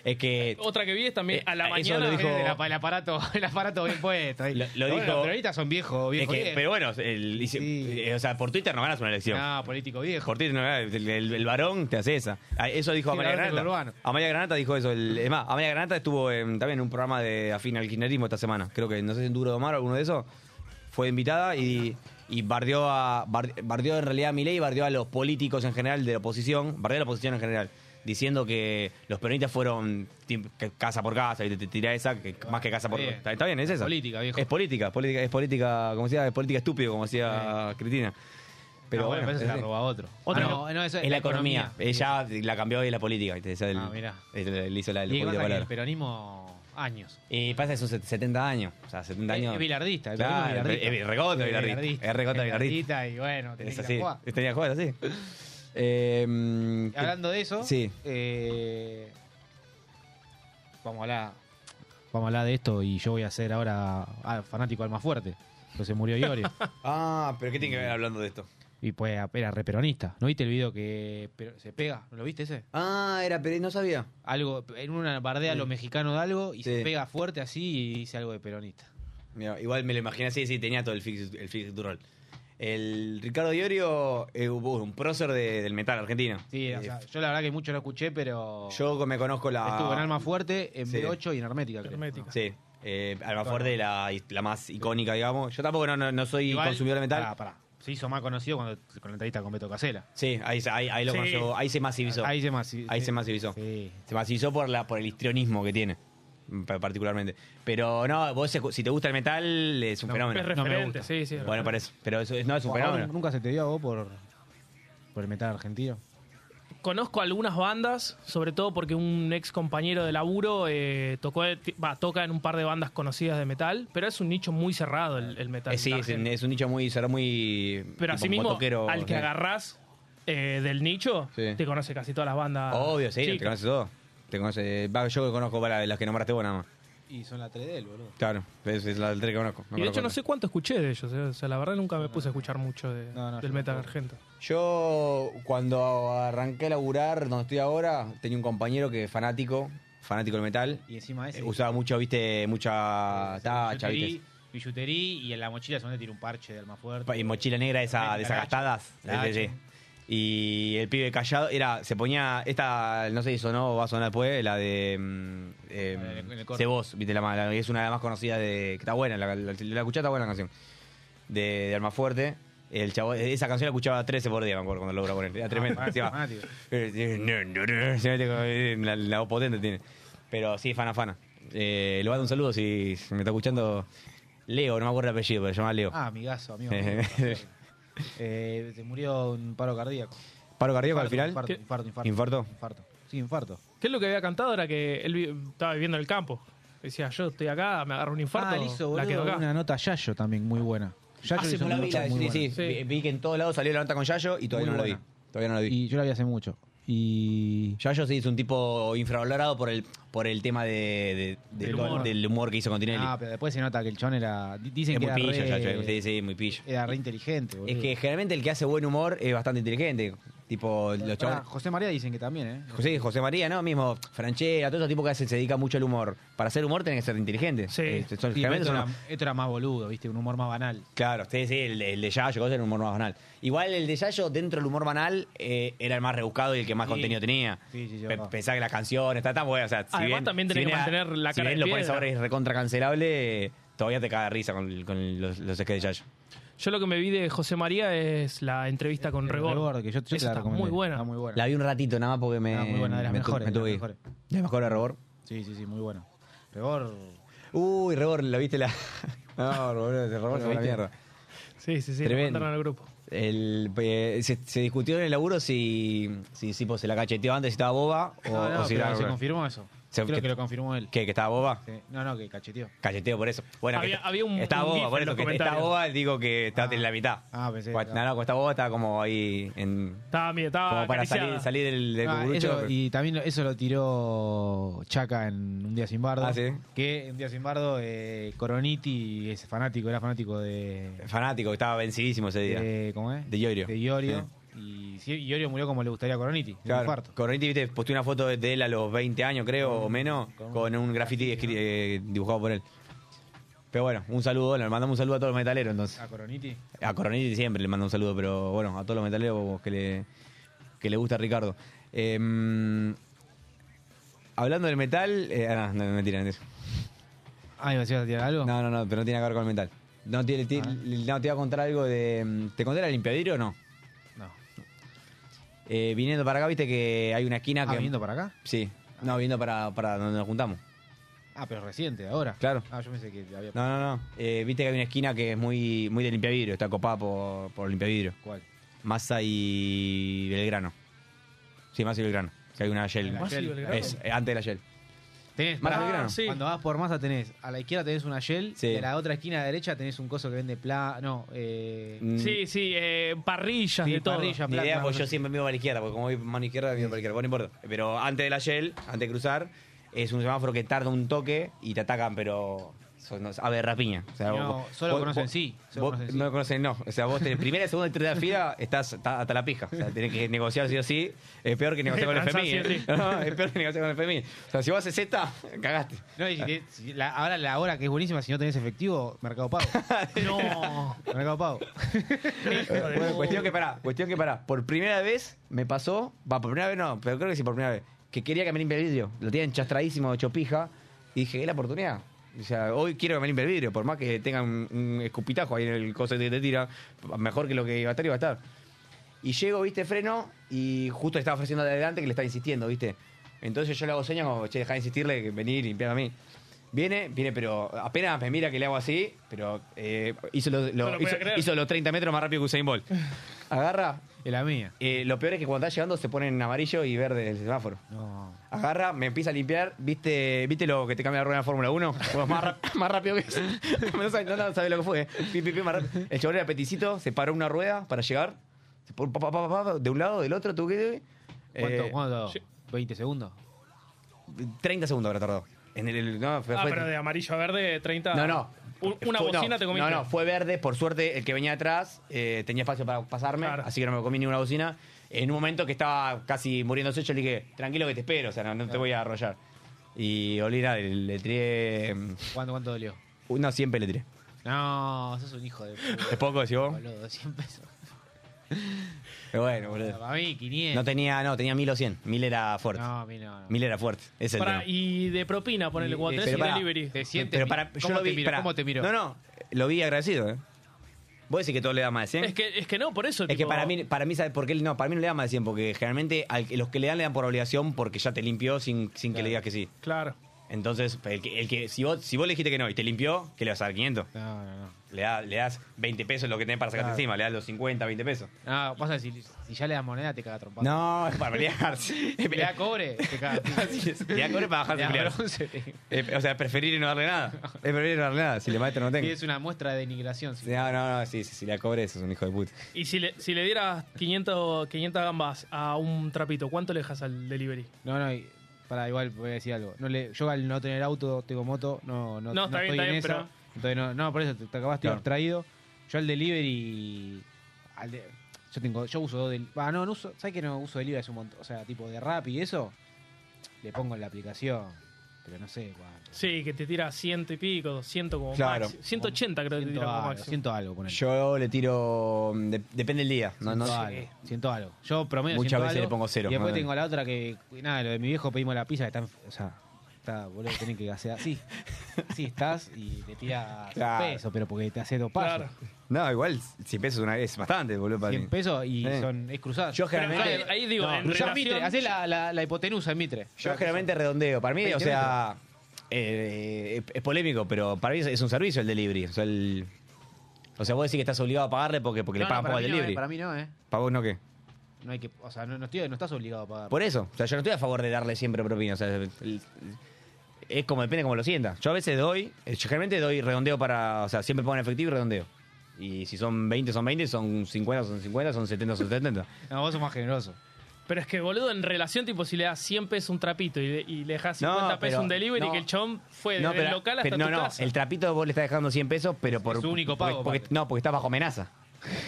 D: Es que.
B: Otra que vi es también
D: Eh,
B: a la
D: eso
B: mañana.
D: lo dijo-
C: eh, del apa- el aparato, el aparato bien puesto. ahí.
D: Lo- lo
C: Bueno,
D: dijo-
C: Pero ahorita son viejos,
D: es
C: viejos.
D: que-
C: viejos.
D: pero bueno, el- dice-
C: Sí.
D: eh, o sea, por Twitter no ganas una elección.
C: No, Ah, político viejo.
D: Por Twitter no ganas. El, el- el varón te hace esa. Ah, Eso dijo
C: Sí,
D: Amalia
C: la verdad es
D: Granata.
C: urbano.
D: Amalia Granata dijo eso. el- es más, Amalia Granata estuvo en- también en un programa de afín al kirchnerismo esta semana. Creo que, no sé si en Duro de Omar o alguno de esos. Fue invitada y, y bardeó, a, bar- bardeó en realidad a Milei y bardeó a los políticos en general de la oposición. Bardeó a la oposición en general. Diciendo que los peronistas fueron tim- que casa por casa y te, te tira esa, que- más que casa por.
C: bien.
D: Está, está bien, es esa.
C: Política, viejo.
D: Es política, política, es política, como decía, es política estúpido, como decía Cristina. Pero
C: Ah,
D: bueno,
C: pero eso se
D: es-
C: la roba a otro.
D: otra
C: Ah, no, no, eso
D: es la economía. Ella la cambió y la política. ¿viste? Esa del-
C: Ah, mirá.
D: es- le hizo la del
C: Y
D: juego
C: pasa que
D: de
C: el
D: palabras.
C: peronismo, años.
D: Y pasa que son set- 70 años. O sea, 70 años.
C: Es bilardista, el
D: Claro,
C: peronismo es
D: es regota bilardista. Es regota bilardista.
C: Y bueno, tenés
D: Es
C: que ir a
D: así.
C: jugar.
D: Tenía que jugar así. Eh, ¿qué-
C: Hablando de eso,
D: Sí.
C: eh, vamos a hablar. Vamos a hablar de esto y yo voy a ser ahora ah, fanático al más fuerte. Entonces murió Iorio.
D: Ah, pero ¿qué tiene que
C: Mm.
D: ver hablando de esto?
C: y pues era re peronista. ¿No viste el video que pero- se pega? ¿No lo viste ese?
D: Ah, era Pérez, no sabía.
C: Algo, en una bardea a los mexicanos de algo y se
D: Sí.
C: pega fuerte así y dice algo de peronista.
D: Mira, igual me lo imaginé así, sí, tenía todo el fix, el fix roll. El Ricardo Diorio es un prócer de- del metal argentino.
C: Sí, o
D: Eh,
C: sea, yo la verdad que mucho lo escuché, pero
D: yo me conozco la.
C: estuvo en Alma Fuerte, en
D: Sí.
C: B8 y en Hermética. creo.
B: Hermética.
D: Sí. Eh, Almafuerte, la, la más icónica, digamos. Yo tampoco no, no, no soy
C: Igual-
D: consumidor de metal.
B: ah.
C: Pará, pará. Se hizo más conocido cuando, con la entrevista con Beto Casela.
D: Sí, ahí, se- ahí, ahí lo
B: Sí.
D: conoció, ahí se masivizó.
C: Ahí
D: Ahí,
C: se masi-
D: se masivizó.
C: Sí.
D: Se masivizó por, la, por el histrionismo que tiene, pa- particularmente. Pero no, vos escu- si te gusta el metal, es un fenómeno.
B: Es
C: No me
B: referente,
C: gusta.
B: sí, sí.
D: Bueno, parece. Pero eso es- no es un
C: Vos,
D: fenómeno.
C: ¿Nunca se te dio a vos por, por el metal argentino?
B: Conozco algunas bandas, sobre todo porque un ex compañero de laburo eh, tocó, va, toca en un par de bandas conocidas de metal, pero es un nicho muy cerrado el, el metal.
D: Eh, sí, es, un-
B: argentino.
D: es un nicho muy. será muy tipo
B: pero asimismo,
D: motoquero,
B: al que
D: sí.
B: agarrás eh, del nicho,
D: Sí.
B: te conoce casi todas las bandas.
D: Obvio, sí, te
B: chicas.
D: conoces todo. Te conoce, va, yo conozco para las que nombraste vos nada más.
C: Y son la 3 d él, boludo.
D: Claro, es, es la del tres que conozco.
B: Y de
D: conozco
B: hecho no
D: otra.
B: sé cuánto escuché de ellos, eh, o sea, la verdad nunca me puse a escuchar mucho de-
C: No, no,
B: del
C: yo
B: metal
C: tampoco.
B: argento.
D: Yo cuando arranqué a laburar donde estoy ahora, tenía un compañero que es fanático, fanático del metal.
C: Y encima ese.
D: Eh, Usaba mucho, viste, mucha tacha,
C: billutería,
D: viste.
C: billutería y en la mochila se donde tiene un parche de alma fuerte.
D: Y mochila negra esa,
C: Venga,
D: de esas
C: gacha.
D: gastadas. Sí, sí, sí. Y el pibe callado era, se ponía, esta, no sé si sonó o va a sonar después, la de mm, eh,
C: La de- en el corte.
D: Cebos, viste la más, la- es una de las más conocidas de, que está buena, la, la, la escuchá, está buena la canción, de, de Almafuerte. El chavo, esa canción la escuchaba 13 por día, me acuerdo, cuando logró poner. Era tremendo.
C: Ah,
D: encima.
C: fanático.
D: Eh, se mete con- eh, la, la voz potente tiene. Pero sí, fana, fana. Eh, le mando un saludo si me está escuchando. Leo, no me acuerdo el apellido, pero se llama Leo.
C: Ah, amigazo, amigo.
D: Eh,
C: Eh, se murió un paro cardíaco.
D: ¿Paro cardíaco al
C: Infarto,
D: final?
C: Infarto,
B: ¿Qué?
C: infarto, infarto.
D: ¿Infarto?
C: Infarto. Sí, infarto.
B: ¿Qué es lo que había cantado? Era que él vi- estaba viviendo en el campo. Decía, yo estoy acá, me agarro un infarto,
C: Ah, le hizo,
B: la
C: boludo,
B: quedo acá.
C: una nota a Yayo también muy buena. Yayo
D: Ah,
C: le
D: sí,
C: hizo
D: no la
C: una
D: vi,
C: nota
D: la-
C: muy
D: sí,
C: buena.
D: sí,
B: buena.
D: vi- Vi que en todos lados salió la nota con Yayo y todavía
C: Muy
D: no la vi.
C: buena.
D: Todavía no la vi.
C: Y yo la vi hace mucho. Y
D: Yayo se hizo un tipo infravalorado por el, por el tema de, de- de-
B: Del
D: del, humor.
B: humor.
D: que hizo con Tinelli.
C: Ah, pero después se nota que el chon era. di- Dicen
D: es
C: que
D: muy
C: era
D: pillo,
C: re,
D: Yayo. Sí, sí, muy pillo.
C: era re inteligente, boludo.
D: Es que generalmente el que hace buen humor es bastante inteligente. Tipo, los
C: Pará,
D: chavales.
C: José María dicen que también, ¿eh?
D: José, José María, ¿no? Mismo, Franchella, todo ese tipo que hace- se dedica mucho al humor. Para hacer humor tenés que ser inteligente.
B: Sí.
D: Eh,
C: Sí,
D: son-
C: pero
D: generalmente
C: esto,
D: son
C: era, esto era más boludo, ¿viste? Un humor más banal.
D: Claro, sí, sí, el, el de Yayo, cosa era un humor más banal. Igual el de Yayo, dentro del humor banal, eh, era el más rebuscado y el que más
C: Sí.
D: contenido tenía.
C: Sí, sí, sí,
D: Pe-
C: verdad.
D: Pensá que las canciones, está tan buena. O sea, si
B: Además,
D: bien,
B: también
D: si
B: tenés que
D: bien a-
B: mantener la
D: si
B: cara
D: bien
B: de
D: lo pones
B: piedra.
D: ahora y es recontra cancelable, eh, todavía te caga de risa con, con los, los sketches de Yayo.
B: Yo lo que me vi de José María es la entrevista con Rebord.
C: Rebord, que yo, yo te
B: Esa
C: la
B: está
C: recomendé.
B: muy buena.
C: Está muy buena.
D: La vi un ratito nada más porque me.
C: Ah, muy buena, de las
D: me tu-
C: mejores,
D: me
C: de las
D: tuve que ir.
C: mejores.
D: ¿De las mejores de Rebor?
C: Sí, sí, sí, muy buena. Rebord.
D: Uy, Rebor, ¿la viste la.? No, Rebor, Rebor
C: ¿La
D: se fue a la
C: viste?
D: mierda.
B: Sí, sí, sí.
D: Tremendo.
B: Tremendo. al grupo.
D: El, eh, se, se discutió en el laburo si, si, si, pues, se la cacheteó antes si estaba boba o,
C: No, no,
D: o si
C: pero
D: era-
C: se confirmó eso.
D: Se-
C: Creo
D: que-
C: que, lo confirmó él.
D: ¿Qué? ¿Que estaba boba?
C: Sí. No, no, que cacheteó.
D: Cacheteo por eso. Bueno,
B: Había-
D: que-
B: había un-
D: estaba
B: un
D: boba,
B: gif
D: por
B: en
D: eso.
B: los
D: Que estaba
B: comentarios.
D: boba, digo que está
C: Ah.
D: en la mitad.
C: Ah, pensé que
D: Cuando-
C: estaba-
D: no, no, estaba boba, estaba como ahí en.
B: Estaba bien, estaba
D: como para salir,
B: acariciada.
D: salir del, del
C: Ah,
D: cucurucho,
C: eso-
D: pero-
C: y también lo- eso lo tiró Chaca en Un Día Sin Bardo.
D: Ah, ¿sí?
C: Que en Un Día Sin Bardo, eh, Coroniti es fanático, era fanático de.
D: Fanático, que estaba vencidísimo ese día.
C: de ¿Cómo es?
D: De Iorio.
C: De Iorio. Y sí, Iorio murió como le gustaría a Coroniti, de un
D: Claro,
C: infarto.
D: Cornetti, viste, posté una foto de él a los 20 años, creo, o menos, con un graffiti escri- eh, dibujado por él. Pero bueno, un saludo, bueno, le mandamos un saludo a todos los metaleros entonces.
C: A Coroniti.
D: A Coronel siempre le mando un saludo, pero bueno, a todos los metaleros que le, que le gusta a Ricardo. Eh, hablando del metal. eh, ah, no, no, mentira, mentira.
C: Ah, ¿y vas a tirar algo?
D: No, no, no, pero no tiene que ver con el metal. No, tiene- ti-
C: Ah.
D: no, te iba a contar algo de. mm, ¿Te conté la limpiadero o no?
C: No.
D: Eh, viniendo para acá, viste que hay una esquina
C: Ah,
D: que.
C: viniendo para acá?
D: Sí, no, viniendo para, para donde nos juntamos.
C: Ah, pero reciente, ahora.
D: Claro.
C: Ah, yo pensé que había.
D: No, no, no. Eh, viste que hay una esquina que es muy, muy de limpiavidrio, está copada por, por limpiavidrio.
C: ¿Cuál?
D: Massa y Belgrano. Sí, Massa y Belgrano. Que hay una Shell.
B: Massa y Belgrano.
D: Es, eh, antes de la Shell.
C: Tenés,
D: Massa
C: pará,
D: y Belgrano.
B: sí.
C: Cuando vas por masa tenés, a la izquierda tenés una Shell,
D: Sí.
C: y a la otra esquina derecha tenés un coso que vende pla... No, eh...
D: Mm,
B: Sí, sí, eh, parrillas
C: Sí,
B: de todo.
C: parrilla.
D: Ni idea,
C: plata,
D: pues
C: no
D: yo
C: sé.
D: siempre me iba a la izquierda, porque como voy mano izquierda, me iba para la izquierda. Bueno, no importa. Pero antes de la Shell, antes de cruzar, es un semáforo que tarda un toque y te atacan, pero son no, ave de rapiña. O sea,
C: No, solo conocen
D: vos-
C: sí, solo
D: vos
C: conocen sí.
D: no conocen no. O sea, vos tenés primera, segunda y tercera fila, estás ta- hasta la pija. O sea, tenés que negociar sí o sí. Es peor que negociar con el
B: Transar
D: FMI.
B: sí o
D: ¿eh?
B: sí.
D: No, no, es peor que negociar con el FMI. O sea, si vos haces esta, cagaste.
C: No, y si te- si la- ahora la hora que es buenísima, si no tenés efectivo, Mercado Pago.
B: No.
C: Mercado Pago.
D: Bueno, cuestión que pará, cuestión que pará. Por primera vez me pasó, va, por primera vez no, pero creo que sí, por primera vez, que quería que me limpie el vidrio. Lo tenían chastradísimo, hecho pija, y dije, es la oportunidad. O sea, hoy quiero que me limpie el vidrio, por más que tenga un, un escupitajo ahí en el coso que te tira, mejor que lo que iba a estar, iba a estar. Y llego, viste, freno, y justo le estaba ofreciendo de adelante que le estaba insistiendo, viste. Entonces yo le hago señas como, che, dejá de insistirle, que vení y limpiame a mí. Viene, viene, pero apenas me mira que le hago así, pero eh, hizo, lo- lo-
B: No lo podía
D: hizo-
B: creer.
D: hizo los 30 metros más rápido que Usain Bolt. Agarra.
C: Es la mía.
D: eh, lo peor es que cuando estás llegando se ponen amarillo y verde el semáforo.
C: No.
D: Agarra, me empieza a limpiar. ¿Viste, ¿viste lo que te cambia la rueda en la Fórmula 1? Bueno, más, ra- más rápido que eso. No sabes no, no sabe lo que fue. eh. Pi, pi, pi, más rápido. El chabón era peticito, se paró una rueda para llegar. Se pone pa, pa, pa, pa, pa, de un lado, del otro, tuve que.
C: ¿Cuánto?
D: eh,
C: ¿Cuánto?
B: sí.
C: ¿20 segundos?
D: 30 segundos habrá tardado. En el, el- no, fue-
B: Ah,
D: fue-
B: pero de amarillo a verde, 30.
D: No, no.
B: Un- Una
D: Fue- no,
B: bocina te comiste.
D: No, no, fue verde. Por suerte, el que venía atrás eh, tenía espacio para pasarme,
B: Claro.
D: así que no me comí ninguna bocina. En un momento que estaba casi muriéndose, yo le dije, tranquilo que te espero, o sea, no, no te voy a arrollar. Y olvida, le, le tiré. mm,
C: ¿Cuánto, cuánto dolió?
D: No, 100 le tiré.
C: No, sos un hijo de
D: ¿Es poco, decís vos?
C: boludo, 100 pesos.
D: Pero bueno, boludo.
C: Para mí, 500.
D: No tenía, no, tenía 1000 o 100. 1000 era fuerte.
C: No, a mí no, no.
D: 1000 era fuerte. Ese es el
B: Pará,
D: tema.
B: y de propina, ponele, cuando tenés
D: pero
B: un
D: pará,
B: delivery.
C: te sientes
D: Pero
C: mi-
D: para, yo
C: ¿cómo
D: lo
C: te
D: vi,
C: miró?
D: pará.
C: ¿Cómo te miró?
D: No, no, lo vi agradecido, ¿eh? Vos decís que todo le da más de 100.
B: Es que, es que no, por eso.
D: Es que
B: tipo,
D: para mí, para mí, ¿sabes por qué? No, para mí no le da más de 100, porque generalmente al- los que le dan le dan por obligación porque ya te limpió sin, sin que le digas que sí.
B: Claro.
D: Entonces, el que, el que- si, vos, si vos le dijiste que no y te limpió, que le vas a dar 500.
C: No, no, no.
D: Le, da- le das 20 pesos lo que tenés para sacarte
C: Claro.
D: encima, le das los 50, 20 pesos.
C: No, pasa que si, si ya le das moneda, te caga trompado.
D: No, es para pelear. Es
C: Le da
D: pelear.
C: cobre, te caga.
D: Así es. Le da cobre para bajarse
C: Le da
D: pelear.
C: bronce, te-
D: Eh, o sea, preferir no darle nada. Es preferir no darle nada. Si le maestro no tengo.
C: Pides una muestra de denigración. sí.
D: No, no, no, sí, sí, si le da cobre, eso es un hijo de puta.
B: Y si le, si le dieras 500, 500 gambas a un trapito, ¿cuánto le dejas al delivery?
C: No, no, y- para igual voy a decir algo. No le, yo al no tener auto, tengo moto, no, no,
B: No, está bien,
C: estoy
B: está
C: en
B: bien,
C: esa.
B: pero-
C: Entonces no, no, por eso te, te acabaste
D: Claro.
C: distraído. Yo al delivery. al de- yo tengo, yo uso dos del. Ah, no, no uso. ¿Sabes que no uso delivery hace un montón? O sea, tipo de rap y eso. Le pongo en la aplicación. Pero no sé cuánto.
B: Sí, que te tira ciento y pico, ciento como
D: Claro.
B: máximo. 180 creo que te
C: Siento
B: tira como
C: algo,
B: máximo.
C: siento algo ponele.
D: Yo le tiro. mm, de- depende del día. No, no
C: siento
D: sé.
C: algo, siento algo. Yo promedio
D: Muchas
C: siento
D: veces
C: algo,
D: le pongo cero,
C: Y después
D: ¿no?
C: tengo la otra que, nada, lo de mi viejo pedimos la pizza que está, en- o sea, está, boludo, tenés que hacer así. Así estás y le tiras 100
D: Claro.
C: pesos, pero porque te hace dos pasos.
B: Claro.
D: No, igual 100 pesos una vez es bastante, boludo. Para
C: 100
D: mí.
C: pesos y
D: Eh.
C: son, es cruzada.
D: Yo
B: Pero
D: generalmente.
B: ahí, ahí digo,
C: No,
B: en
C: cruzás
B: relación,
C: Mitre, hacés la, la, la hipotenusa en Mitre.
D: Yo generalmente redondeo. Para mí, o
C: 20
D: sea, eh, es- es polémico, pero para mí es- es un servicio el delivery. O sea, el- o sea, vos decís que estás obligado a pagarle porque, porque
C: No,
D: le
C: no,
D: pagan
C: para
D: poco
C: mí
D: al
C: no, eh,
D: delivery.
C: Para mí no, ¿eh?
D: ¿Para vos no qué?
C: No hay que, o sea, no, no estoy- no estás obligado a pagar.
D: Por eso. O sea, yo no estoy a favor de darle siempre propina. O sea, el- el- es como depende como lo sienta. Yo a veces doy, eh, yo generalmente doy redondeo para. O sea, siempre pongo en efectivo y redondeo. Y si son 20, son 20, son 50, son 50, son 70, son 70.
C: No, vos sos más generoso.
B: pero es que, boludo, en relación, tipo, si le das 100 pesos un trapito y le, y le dejas
D: No,
B: 50 pesos
D: pero-
B: un delivery,
D: no.
B: que el chon fue
D: No,
B: del
D: pero-
B: local hasta
D: pero
B: tu
D: no, no,
B: casa.
D: el trapito vos le estás dejando 100 pesos, pero por.
C: su único pago,
D: porque- porque-
C: aparte.
D: no, porque estás bajo amenaza.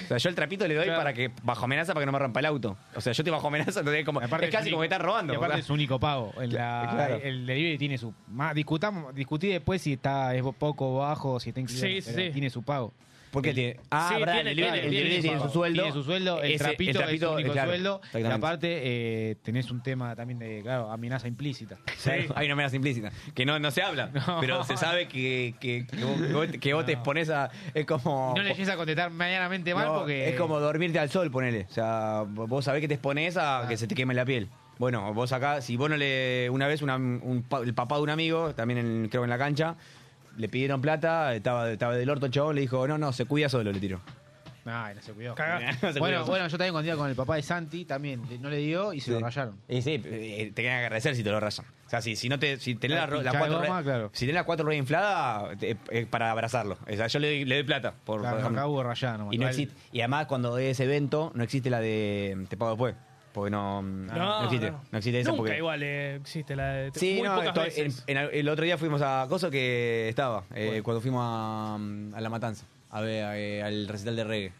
D: O sea, yo el trapito le doy
B: Claro.
D: para que. Bajo amenaza para que no me rompa el auto. O sea, yo te bajo amenaza, entonces como. es casi como que estás robando.
C: Y aparte
D: ¿verdad?
C: es su único pago. El, la-
D: Claro.
C: el delivery tiene su. Más, discutamos, discutí después si está es poco o bajo, si está incluido.
B: Sí,
C: pero
B: sí.
C: Tiene su pago.
D: Porque tiene. Ah,
B: Sí,
D: verdad,
B: tiene-
D: el libre
B: tiene-
D: el libre
B: tiene
D: tiene,
B: su
D: su
B: pago.
D: sueldo.
C: Tiene su sueldo, el,
D: Ese-
C: trapito es su único
D: claro,
C: sueldo. Y
D: exactamente.
C: aparte eh, tenés un tema también de, claro, amenaza implícita.
D: Claro, Hay una amenaza implícita. Que no, no se habla,
C: No.
D: pero se sabe que, que, que vos, que vos te- que vos te expones a. Es como.
C: No le llegues a contestar medianamente mal
D: No,
C: porque.
D: Es como dormirte al sol, ponele. O sea, vos sabés que te expones a que se te queme la piel. Bueno, vos acá, si vos no le. Una vez una- un pa- el papá de un amigo, también en- creo que en la cancha, le pidieron plata, estaba, estaba del orto el chabón, le dijo, no, no, se cuida solo, le tiró.
C: Ay, no se cuidó.
D: Cagaste. No se
C: Bueno,
D: cuidó.
C: bueno, yo también cuando iba con el papá de Santi también le- no le dio y se lo rayaron.
D: Y sí, eh, te quedan que agradecer si te lo rayan. O sea, si, si no te, si tenés
C: La
D: la, ro- la
C: pinchada
D: cuatro
C: de goma,
D: ruedas-
C: claro.
D: si tenés la cuatro ruedas infladas, eh, eh, para abrazarlo. O sea, yo le doy, le doy plata por, por
C: Claro,
D: dejarme-
C: acá hubo rayada nomás.
D: Y, no
C: Igual-
D: existe, y además cuando es evento no existe la de mm, te pago después. Porque no, mm, Ah, no existe. No, existe esa
B: Nunca
D: porque.
B: igual eh, existe la de.
D: Sí,
B: muy
D: no,
B: pocas
D: esto- en-
B: veces.
D: en- el otro día fuimos a Coso que estaba, eh, cuando fuimos a, mm, a La Matanza, a ver, a- eh, al recital de reggae.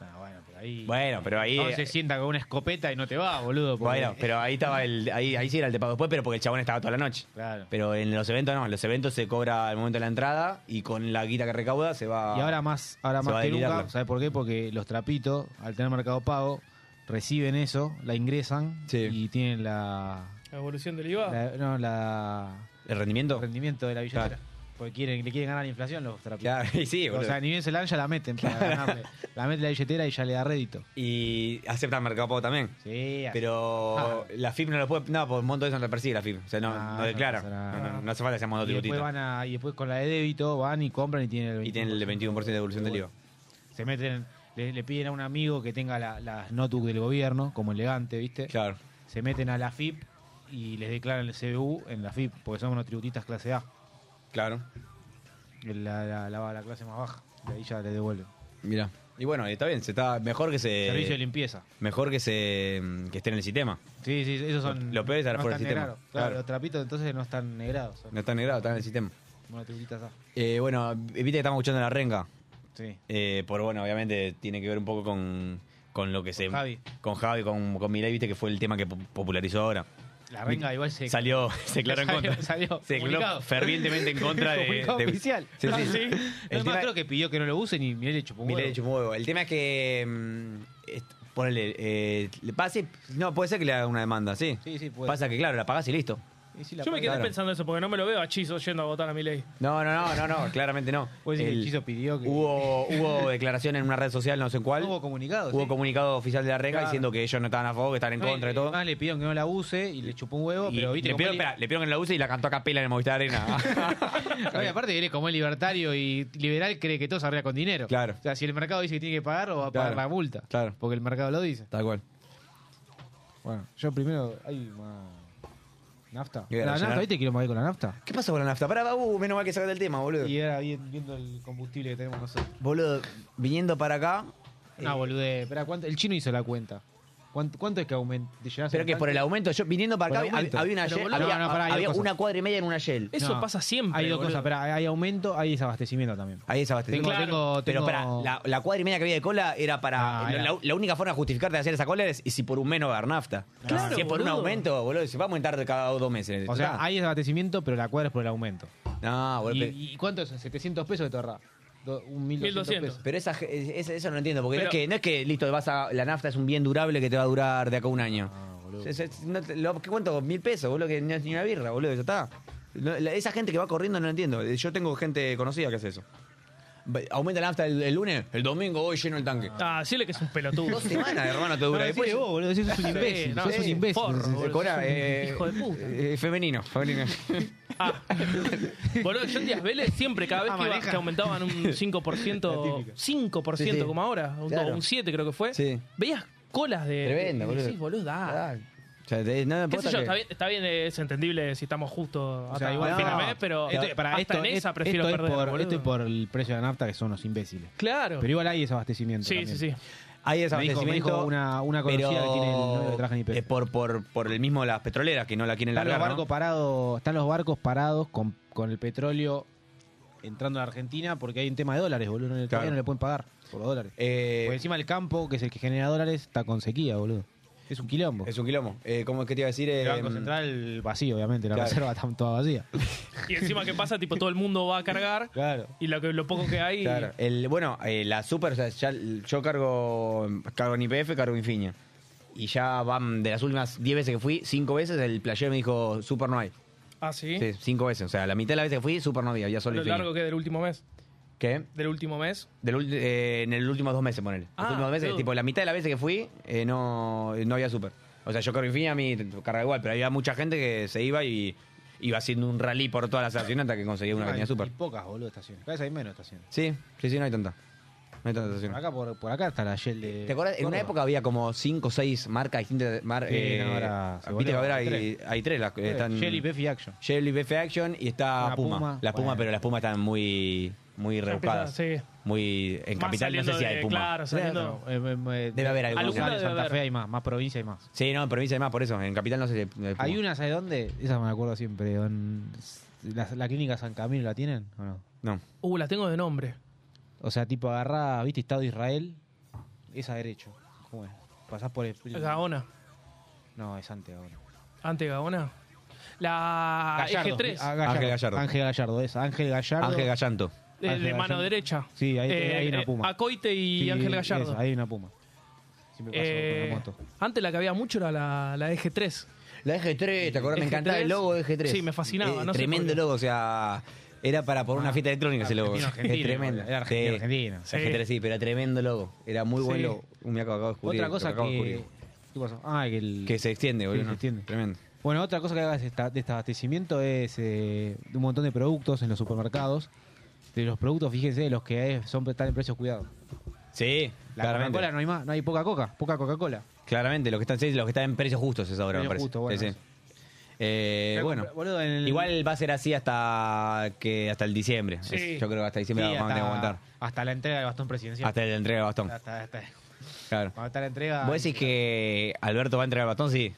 C: No, ah, bueno, pero ahí.
D: Bueno, pero ahí. eh.
C: No se sienta con una escopeta y no te va, boludo. porque-
D: bueno, pero ahí estaba el, ahí, ahí sí era el te pago después, pero porque el chabón estaba toda la noche.
C: Claro.
D: Pero en los eventos no, en los eventos se cobra al momento de la entrada y con la guita que recauda se va.
C: Y ahora más, ahora
D: Se
C: más
D: va a
C: que nunca,
D: debilitarla.
C: ¿sabes por qué? Porque los trapitos, al tener mercado pago, reciben eso, la ingresan
D: Sí.
C: y tienen la,
B: La evolución del IVA.
C: la- no, la
D: ¿El
C: el
D: rendimiento?
C: rendimiento de la billetera.
D: Claro.
C: Porque quieren, le quieren ganar la inflación los trapitos.
D: Claro, y sí,
C: o
D: boludo.
C: sea, ni bien se la dan, ya la meten para ganarle. La meten en la billetera y ya le da rédito.
D: Y aceptan Mercado Pago también.
C: Sí, así.
D: Pero
C: Ah.
D: la FIP no lo puede. No, por un montón de eso no lo persigue la FIP. O sea, no,
C: Ah,
D: no
C: no
D: declara.
C: pasa nada.
D: No, no, no hace falta que sea
C: y después,
D: monotributista.
C: van a, y después con la de débito van y compran y tienen el 21%.
D: Y tienen el 21% de devolución del IVA.
C: Se meten, le, le piden a un amigo que tenga la- las notebook del gobierno, como elegante, ¿viste?
D: Claro.
C: se meten a la FIP y les declaran el CBU en la FIP, porque son unos tributistas clase A,
D: Claro.
C: la, la, la- la clase más baja, y ahí ya les devuelven.
D: Mira. Y bueno, está bien. Se está mejor que se.
C: Servicio de limpieza.
D: Mejor que se. que esté en el sistema.
C: Sí, sí, esos son...
D: Lo peor es estar
C: no
D: fuera
C: están
D: del sistema.
C: negrados. Claro,
D: Claro.
C: los trapitos entonces no están negrados, son
D: No está negrado, está en el sistema.
C: monotributistas A.
D: Eh, bueno, viste que estamos escuchando la renga.
C: Sí.
D: Eh, por bueno, obviamente tiene que ver un poco con, con lo que se.
C: Javi.
D: Con Javi, con, con Milei, viste que fue el tema que po- popularizó ahora.
C: La renga igual se.
D: Salió, se declaró en
C: Salió-
D: contra.
C: salió
D: se declaró
C: comunicado.
D: fervientemente en contra de.
C: Comunicado
D: de-
C: oficial.
D: Sí,
C: Ah,
D: sí.
C: sí.
D: El
C: Además,
D: tema-
C: creo que pidió que no lo usen y Milei le chupó un
D: Milei
C: huevo.
D: chupó un huevo. El tema es que. mm, est- ponele. eh, le- va, sí, no, puede ser que le haga una demanda, sí.
C: Sí, sí, puede.
D: Pasa que, claro, la pagás y listo.
C: Y si la
B: Yo me quedé
C: paga-
D: Claro.
B: pensando eso porque no me lo veo a Chizo yendo a votar a mi ley.
D: No, no, no, no, no, claramente no.
C: Puede decir que
D: El-
C: Chizo pidió que.
D: Hubo, hubo declaración en una red social, no sé en cuál.
C: Hubo comunicados.
D: Hubo
C: sí.
D: comunicado oficial de la RECA
C: Claro.
D: diciendo que ellos no estaban a favor, que estaban en
C: No, y-
D: contra y todo.
C: Además le pidieron que no la use y le chupó un huevo,
D: Y
C: pero viste
D: le,
C: cómo
D: pidieron,
C: él-
D: espera, le pidieron que no la use y la cantó a capela en el Movistar Arena.
C: No, y aparte, él, como es libertario y liberal, cree que todo se arregla con dinero.
D: Claro.
C: O sea, si el mercado dice que tiene que pagar, o va a
D: Claro.
C: pagar la multa.
D: Claro.
C: Porque el mercado lo dice.
D: Tal cual.
C: Bueno, yo primero. Hay más. ¿Nafta?
D: ¿Qué,
C: ¿La
D: rellenar?
C: nafta? ¿Viste? Quiero mover con la nafta.
D: ¿Qué pasó con la nafta? Pará, uh, menos mal que sacaste el tema, boludo.
C: Y ahora bien- viendo el combustible que tenemos nosotros.
D: Boludo, viniendo para acá.
C: No, bolude. Espera, ¿cuánto? El chino hizo la cuenta. ¿Cuánto, cuánto es que aumenta?
D: Pero que por el aumento, yo viniendo
C: Por
D: para
C: el
D: acá, había,
C: aumento.
D: había una,
C: Pero,
D: Shell-
C: boludo,
D: había-
C: no, no, pará, hay dos
D: había
C: cosas.
D: una cuadra y media en una Shell.
B: Eso pasa siempre.
C: Hay dos
B: boludo.
C: cosas, pero hay aumento, hay desabastecimiento también.
D: Ahí esa
C: Tengo, tengo,
D: Pero
C: tengo-
D: para la, la cuadra y media que había de cola era para.
C: Ah,
D: la-
C: era.
D: La, la única forma de justificarte de hacer esa cola es y si por un menos agarrar nafta.
B: Claro,
D: si es por un
B: boludo.
D: aumento, boludo, si va a aumentar de cada dos meses.
C: O sea,
D: Está.
C: hay desabastecimiento, pero la cuadra es por el aumento.
D: No, boludo.
C: ¿Y,
D: pe-
C: y cuánto es? ¿700 pesos que te ahorra? Do- un 1.200
B: 1200.
C: pesos.
D: Pero esa, ge- esa- eso no entiendo, porque no,
B: Pero-
D: es que, no es que, listo, vas a, la nafta es un bien durable que te va a durar de acá a un año. Es- es- no te- lo- ¿Qué cuánto? Mil pesos, boludo, que no es ni una birra, boludo, ya está. No, la- esa gente que va corriendo no entiendo. Yo tengo gente conocida que hace eso. Va- Aumenta la nafta el, el lunes, el domingo hoy lleno el tanque.
B: Ah, decirle que es un pelotudo.
D: Dos semanas, hermano, te
C: No,
D: dura.
C: decile
D: Después,
C: vos, boludo, decís, sos un imbécil.
B: no,
C: sos
B: sí,
C: un imbécil.
B: forro,
C: Sí, sí, sí.
B: boludo.
D: Cora,
B: sos un
D: eh,
B: hijo de puta.
D: eh, femenino, femenino.
B: Ah, boludo, yo en Díaz Vélez siempre, cada vez
C: Ah,
B: que, iba-
C: maneja.
B: que aumentaban un 5%, 5%
D: Sí, sí.
B: como ahora, un,
D: Claro.
B: un 7 creo que fue,
D: Sí.
B: veías colas de...
D: Tremendo,
B: y
D: boludo.
B: Eh, decís, boludo, da.
D: Ah, o sea, te- no,
B: Qué sé
D: posta
B: yo,
D: que-
B: está bien, está bien, es entendible si estamos justo
C: O sea,
B: hasta
C: igual
B: el fin
D: no.
B: de mes, pero
C: Esto- para
B: hasta
C: esto,
B: en
C: es-
B: esa prefiero
C: esto es
B: perder,
C: por,
B: boludo.
C: esto es por el precio de la nafta, que son los imbéciles.
B: Claro.
C: Pero igual hay desabastecimiento.
B: sí, sí,
C: también.
B: sí.
D: Hay
C: dijo- me dijo
D: desabastecimiento.
C: una- una conocida
D: pero
C: que tiene el novio que trabaja en YPF.
D: Es por, por, por el mismo las petroleras que no la quieren
C: Están los
D: largar.
C: barcos
D: ¿no?
C: parados, están los barcos parados con, con el petróleo entrando a la Argentina porque hay un tema de dólares, boludo. No, le-
D: Claro.
C: Todavía no le pueden pagar por los dólares.
D: Eh,
C: Porque encima el campo, que es el que genera dólares, está con sequía, boludo. Es un quilombo. Em,
D: es un quilombo. Eh, ¿Cómo es que te iba a decir?
C: el
D: Eh,
C: Banco Central vacío, obviamente. La
D: claro.
C: reserva está toda vacía.
B: Y encima que pasa, tipo, todo el mundo va a cargar
C: Claro.
B: y lo, que, lo poco que hay...
D: claro. El, bueno, eh, la super, o sea, ya el- yo cargo, cargo en IPF, cargo en Infiña. Y ya van, de las últimas 10 veces que fui, 5 veces, el player me dijo, super no hay.
B: Ah, sí.
D: Sí, 5 veces. O sea, la mitad de las veces que fui, super no había, había solo
B: Lo
D: Infiña.
B: largo que del último mes.
D: ¿Qué?
B: Del último mes.
D: Del ulti- eh, en el último dos meses, ponele. Los
B: Ah,
D: últimos dos meses,
B: boludo.
D: tipo, la mitad de las veces que fui, eh, no, no había súper. O sea, yo corro fin a mí carga igual, pero había mucha gente que se iba y iba haciendo un rally por todas las estaciones hasta que conseguía una que tenía súper.
C: Y pocas, boludo, estaciones. Cada vez hay menos estaciones.
D: Sí, sí, sí, no hay tanta. No hay tanta
C: Por
D: estación.
C: acá, por, por acá está la Shell de.
D: ¿Te acuerdas? En una
C: Córdoba.
D: época había como cinco o seis marcas distintas. Mar,
C: Sí,
D: eh,
C: no, ahora se
D: viste que
C: volvió,
D: ahora
C: hay
D: hay, hay tres. las que
C: Eh,
D: están,
C: Shell y Befi Action.
D: Shelly, BF Action y está
C: Una
D: Puma.
C: Puma,
D: Las Puma,
C: bueno.
D: pero las Pumas están muy, muy rebuscadas.
B: sí.
D: Muy. En
B: Más
D: Capital no sé
B: saliendo
D: si
B: de-
D: hay Puma.
B: claro, saliendo-
C: No, eh, eh, eh,
D: Debe haber alguna.
C: Buenos Aires,
B: Alguna debe
C: Santa Fe
B: haber.
C: hay más, más provincia hay más.
D: Sí, no, en provincia hay más, por eso. En Capital no sé si.
C: Hay una, ¿sabes dónde? Esa me acuerdo siempre. en- la, la clínica San Camilo la tienen o no?
D: No.
B: Uh, las tengo de nombre.
C: O sea, tipo agarrá, viste, Estado de Israel, esa derecho. ¿Cómo es? Pasás por el.
B: Gaona.
C: No, es Santiago.
B: Antes Gaona. La EG3.
C: Ah, Gallardo.
D: Ángel Gallardo.
C: Ángel Gallardo, esa. Ángel Gallardo.
D: Ángel Gallanto.
B: de,
C: Ángel
B: de mano
C: Gallardo.
B: derecha.
C: Sí, ahí-
B: Eh,
C: hay una
B: eh,
C: puma.
B: Acoite y
C: Sí,
B: Ángel Gallardo.
C: esa, hay una puma. Siempre paso
B: Eh,
C: con la moto.
B: antes la que había mucho era la, la EG3.
D: La EG3, ¿te acordás? Me
B: EG3.
D: encantaba el logo de EG3.
B: Sí, me fascinaba, no sé
D: tremendo
B: por qué.
D: logo, o sea. Era para por una fiesta electrónica ese logo.
C: Ah, Argentino, argentino,
D: es tremendo.
C: era argentino,
D: Sí.
C: argentino.
D: La EG3 sí, pero era tremendo logo. Era muy buen
B: Sí.
D: logo. Un me acabo de descubrir.
C: Otra
D: lo
C: cosa
D: acabo de
C: que.
D: descubrir.
C: ¿Qué pasó? Ah, que el.
D: Que se extiende, boludo.
C: se
D: ¿no?
C: extiende.
D: Tremendo.
C: Bueno, otra cosa que hagas esta- de estabastecimiento es eh, un montón de productos en los supermercados. De los productos, fíjense, los que es- son están en precios cuidados.
D: Sí,
C: La
D: claramente. Eh,
C: Coca-Cola no hay más, no hay poca coca, poca Coca-Cola.
D: Claramente, los que están, sí, los que están en precios justos es ahora,
C: Precios
D: me parece.
C: justos, bueno,
D: Sí, sí.
C: eso.
D: Eh,
C: Pero,
D: bueno,
C: boludo, en el-
D: igual va a ser así hasta que hasta el diciembre.
B: Sí.
D: Es- Yo creo que hasta
C: Sí,
D: diciembre vamos a tener que aguantar.
C: hasta la entrega del bastón presidencial.
D: Hasta la entrega de bastón.
C: Hasta- hasta-
D: Claro.
C: cuando está la entrega.
D: ¿Vos decís que Alberto va a entregar el bastón? Sí.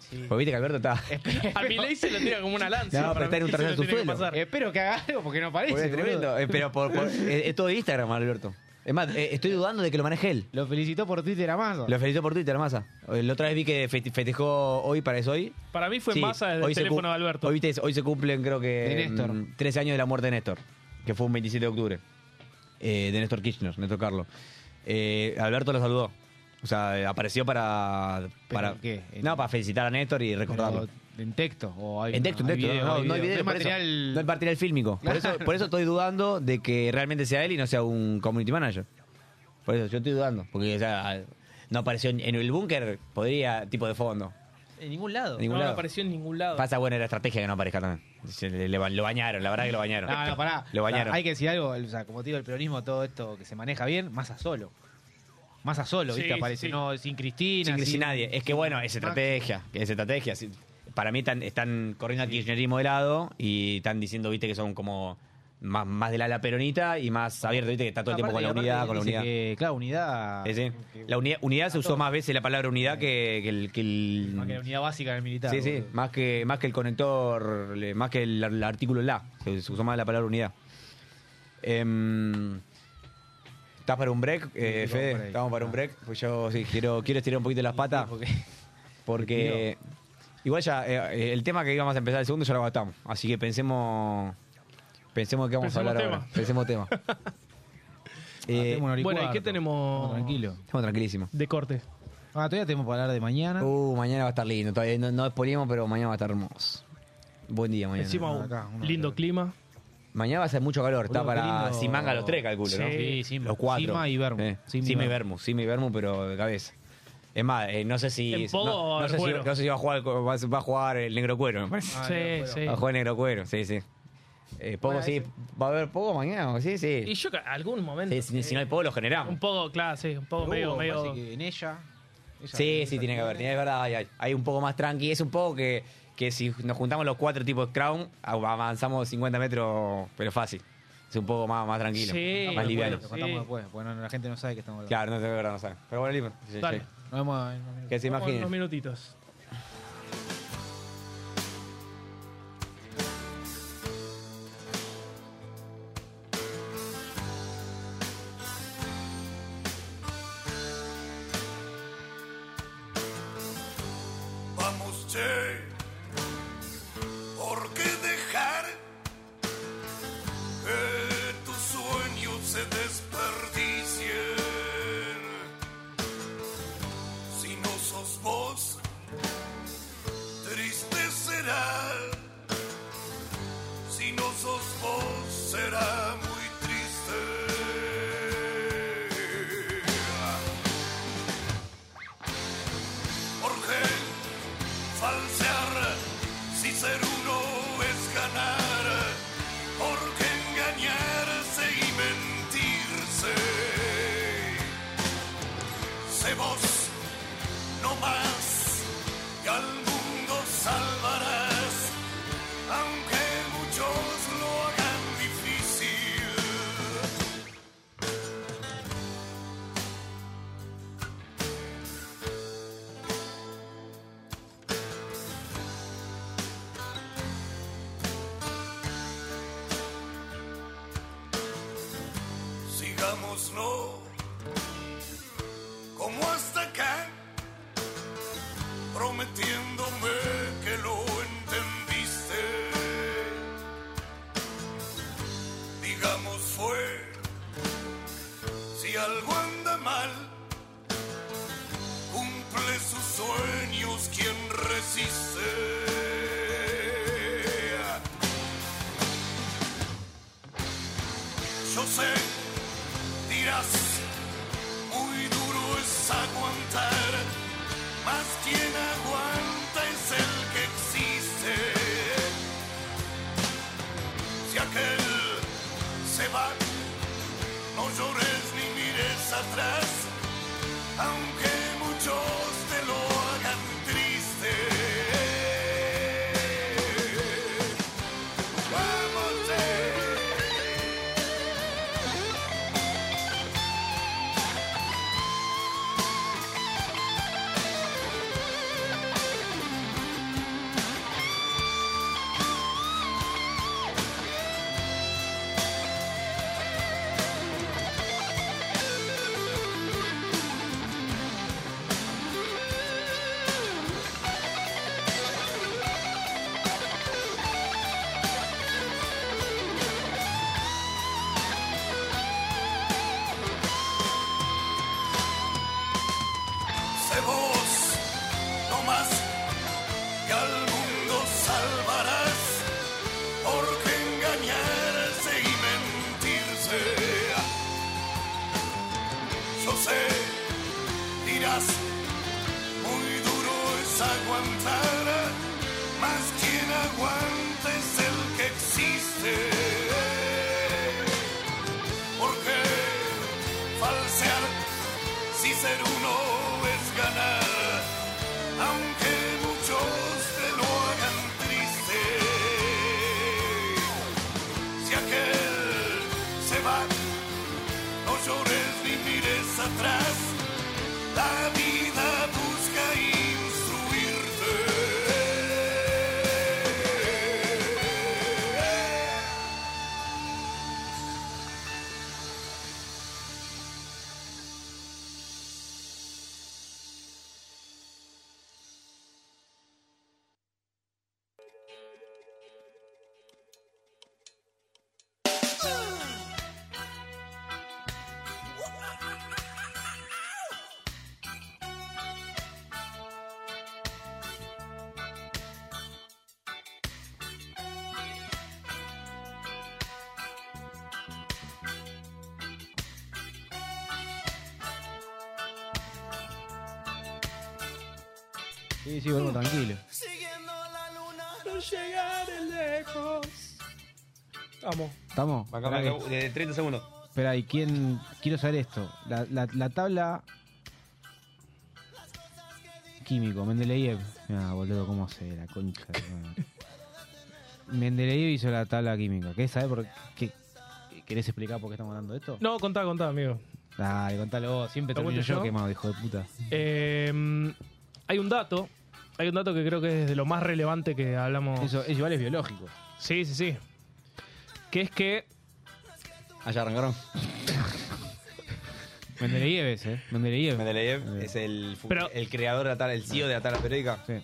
C: Sí.
D: Porque viste que Alberto está.
B: A Milei se lo tira como una lanza.
D: No, pero
B: Para
D: está en
B: mí
D: un
B: se
D: tercer
B: lo tiene que
D: subsuelo.
B: pasar.
C: Espero que haga algo porque no
D: Porque
C: parece.
D: es tremendo. Eh, Pero por, por- es, es todo eh, Instagram, Alberto. Es más, eh, estoy dudando de que lo maneje él.
C: Lo felicitó por Twitter a Massa.
D: Lo felicito por Twitter, Massa. Eh, La otra vez vi que fete- festejó hoy, para eso hoy.
B: Para mí fue
D: Sí,
B: masa desde el
D: se
B: teléfono
D: cum-
B: de Alberto.
D: Hoy, te- hoy se cumplen, creo que.
C: De Néstor.
D: mm, 13 años de la muerte de Néstor, que fue un 27 de octubre. Eh, de Néstor Kirchner, Néstor Carlos. Eh, Alberto lo saludó. O sea, eh, apareció para.
C: ¿Pero
D: para
C: qué? ¿En-
D: No, para felicitar a Néstor y recordarlo.
C: Pero En texto. O hay,
D: En texto, en
C: hay
D: texto.
C: video,
D: no,
C: hay
D: no hay
C: video.
D: video.
C: No hay
D: por eso.
C: material.
D: No hay material fílmico. Por eso, por eso estoy dudando de que realmente sea él y no sea un community manager. Por eso yo estoy dudando. Porque o sea, no apareció en en el búnker, podría, tipo de fondo.
B: En ningún lado.
D: En ningún
B: no,
D: lado.
B: no apareció en ningún lado.
D: Pasa bueno la estrategia que no aparezca también. Se le- le ba- lo bañaron, la verdad que lo bañaron.
C: No, no, pará.
D: Lo bañaron.
C: Hay que decir algo, o sea, como te digo, el peronismo, todo esto que se maneja bien, Massa solo. Massa solo,
B: Sí,
C: ¿viste? Aparece,
B: sí, sí.
C: no, sin Cristina.
D: sin, sin nadie. Es que bueno, es estrategia. Es estrategia. sí. Para mí están, están corriendo al kirchnerismo de lado y están diciendo, viste, que son como más, más del ala peronita y más abierto, viste, que está todo el tiempo con la
C: Aparte-
D: unidad,
C: aparte
D: con la
C: dice
D: unidad.
C: que, claro, unidad.
D: Sí, sí.
C: que-
D: La unidad, unidad se usó más veces la palabra unidad que, que el... que el-
C: Más que la unidad básica del militar.
D: sí, sí,
C: boludo.
D: más que, más que el conector, le- más que el, el artículo la, se, se usó más la palabra unidad. Em, ¿Estás para un break, eh,
C: vamos
D: Fede?
C: para ahí. Ah.
D: Estamos para un break, pues yo sí, quiero, quiero estirar un poquito las patas,
C: Porque-
D: porque igual ya eh, el tema que íbamos a empezar el segundo ya lo gastamos, así que pensemos pensemos que vamos
B: Pensemos
D: a hablar
B: tema.
D: ahora, pensemos tema.
C: Ah,
D: eh,
C: tenemos una hora
B: bueno, ¿y
C: cuarto.
B: qué tenemos?
C: Estamos tranquilo.
D: estamos tranquilísimos.
B: De corte.
C: Ah, todavía tenemos para hablar de mañana.
D: Uh, mañana va a estar lindo. Todavía no, no spoileamos, pero mañana va a estar hermoso. Buen día mañana.
B: Encima,
C: no,
B: un
C: acá, uno
B: lindo
C: acá.
B: clima.
D: Mañana va a ser mucho calor. Está
C: Boludo, qué
D: para
C: lindo.
D: sin manga los tres, calculo, ¿no?
C: Sí, sí,
D: los cuatro.
C: Sima y Vermu.
D: Eh,
C: Sima y
D: Sima y
C: Vermu.
D: Vermu. Sima y Vermu, pero de cabeza. Es más, eh, no sé si.
B: En Pogo va
D: no,
B: a
D: no
B: haber
D: sé si
B: cuero.
D: no sé si va a jugar, va, a- va a jugar el negro cuero, me parece.
C: Ah,
B: sí,
C: no,
B: sí.
D: Va a jugar el negro cuero, sí, sí. Eh, Pogo, sí. ¿Va a haber Pogo mañana? Sí,
B: Y
D: sí.
B: yo, ca- algún momento.
D: Sí, Uh, si, si no hay Pogo, lo generamos.
B: Un poco, claro, sí, un poco
C: Hubo,
B: medio, medio.
C: parece que en ella. ella-
D: Sí,
C: ella
D: sí, tiene que haber. tiene- Es verdad, hay, hay- hay un poco más tranqui. Es un poco que, que si nos juntamos los cuatro tipos Crown, avanzamos 50 metros, pero fácil. Es un poco más, más tranquilo,
B: Sí,
D: más
C: Lo
D: liviano.
C: contamos
B: Sí.
C: después, porque no- la gente no sabe que estamos hablando.
D: Claro, no sé, es verdad, no sé. Pero bueno, libre. Sí,
B: Dale.
D: sí.
C: Nos vemos en unos minutos.
D: Que se
B: Vamos en
D: imaginen.
B: Unos minutitos.
E: Vamos, che. ¿Por qué dejar que tus sueños se desperdicien? Si no sos vos, triste será. Si no sos vos, será muy triste. ¿Por qué? falsear si ser uno es ganar porque engañarse y mentirse sé vos no más y al mundo salvarás aunque muchos lo hagan difícil sigámoslo como hasta acá, prometiéndome que lo entendiste. Digamos fue, si algo anda mal, cumple sus sueños quien resiste. Yo sé, dirás, muy duro es aguantar, mas quien aguanta es el que existe. Si aquel se va, no llores ni mires atrás, aunque muchos te lo hagan triste. Vamos, eh.
F: lo sé. Dirás, muy duro es aguantar, más quien aguanta es el que existe. Porque falsear si ser uno es ganar, aunque muchos te lo hagan triste. Si aquel se va, no llores ni mires atrás. La vida busca instruirte.
C: Sí, sí, vuelvo tranquilo.
B: Vamos.
C: ¿Estamos? Pará que-
D: de 30 Eh, segundos.
C: Espera, ¿y quién? Quiero saber esto. La, la- la tabla. Químico, Mendeleev. Ah, boludo, ¿cómo se la concha? de la madre. Mendeleev hizo la tabla química. ¿Qué sabes por qué? ¿Querés explicar por qué estamos hablando de esto?
B: No, contá, contá, amigo.
C: Dale, contalo vos. Siempre
B: ¿Lo
C: termino
B: cuento
C: yo,
B: yo?
C: quemado, hijo de puta.
B: Eh, hay un dato. Hay un dato que creo que es de lo más relevante que hablamos.
C: Eso, es igual es biológico.
B: Sí, sí, sí. Que es que. Ah,
D: Allá arrancaron.
C: Mendeleev es, ¿eh? Mendeleev.
D: Mendeleev es el, fu-
B: Pero-
D: el creador de la tabla, el CEO de la tabla periódica.
C: Sí.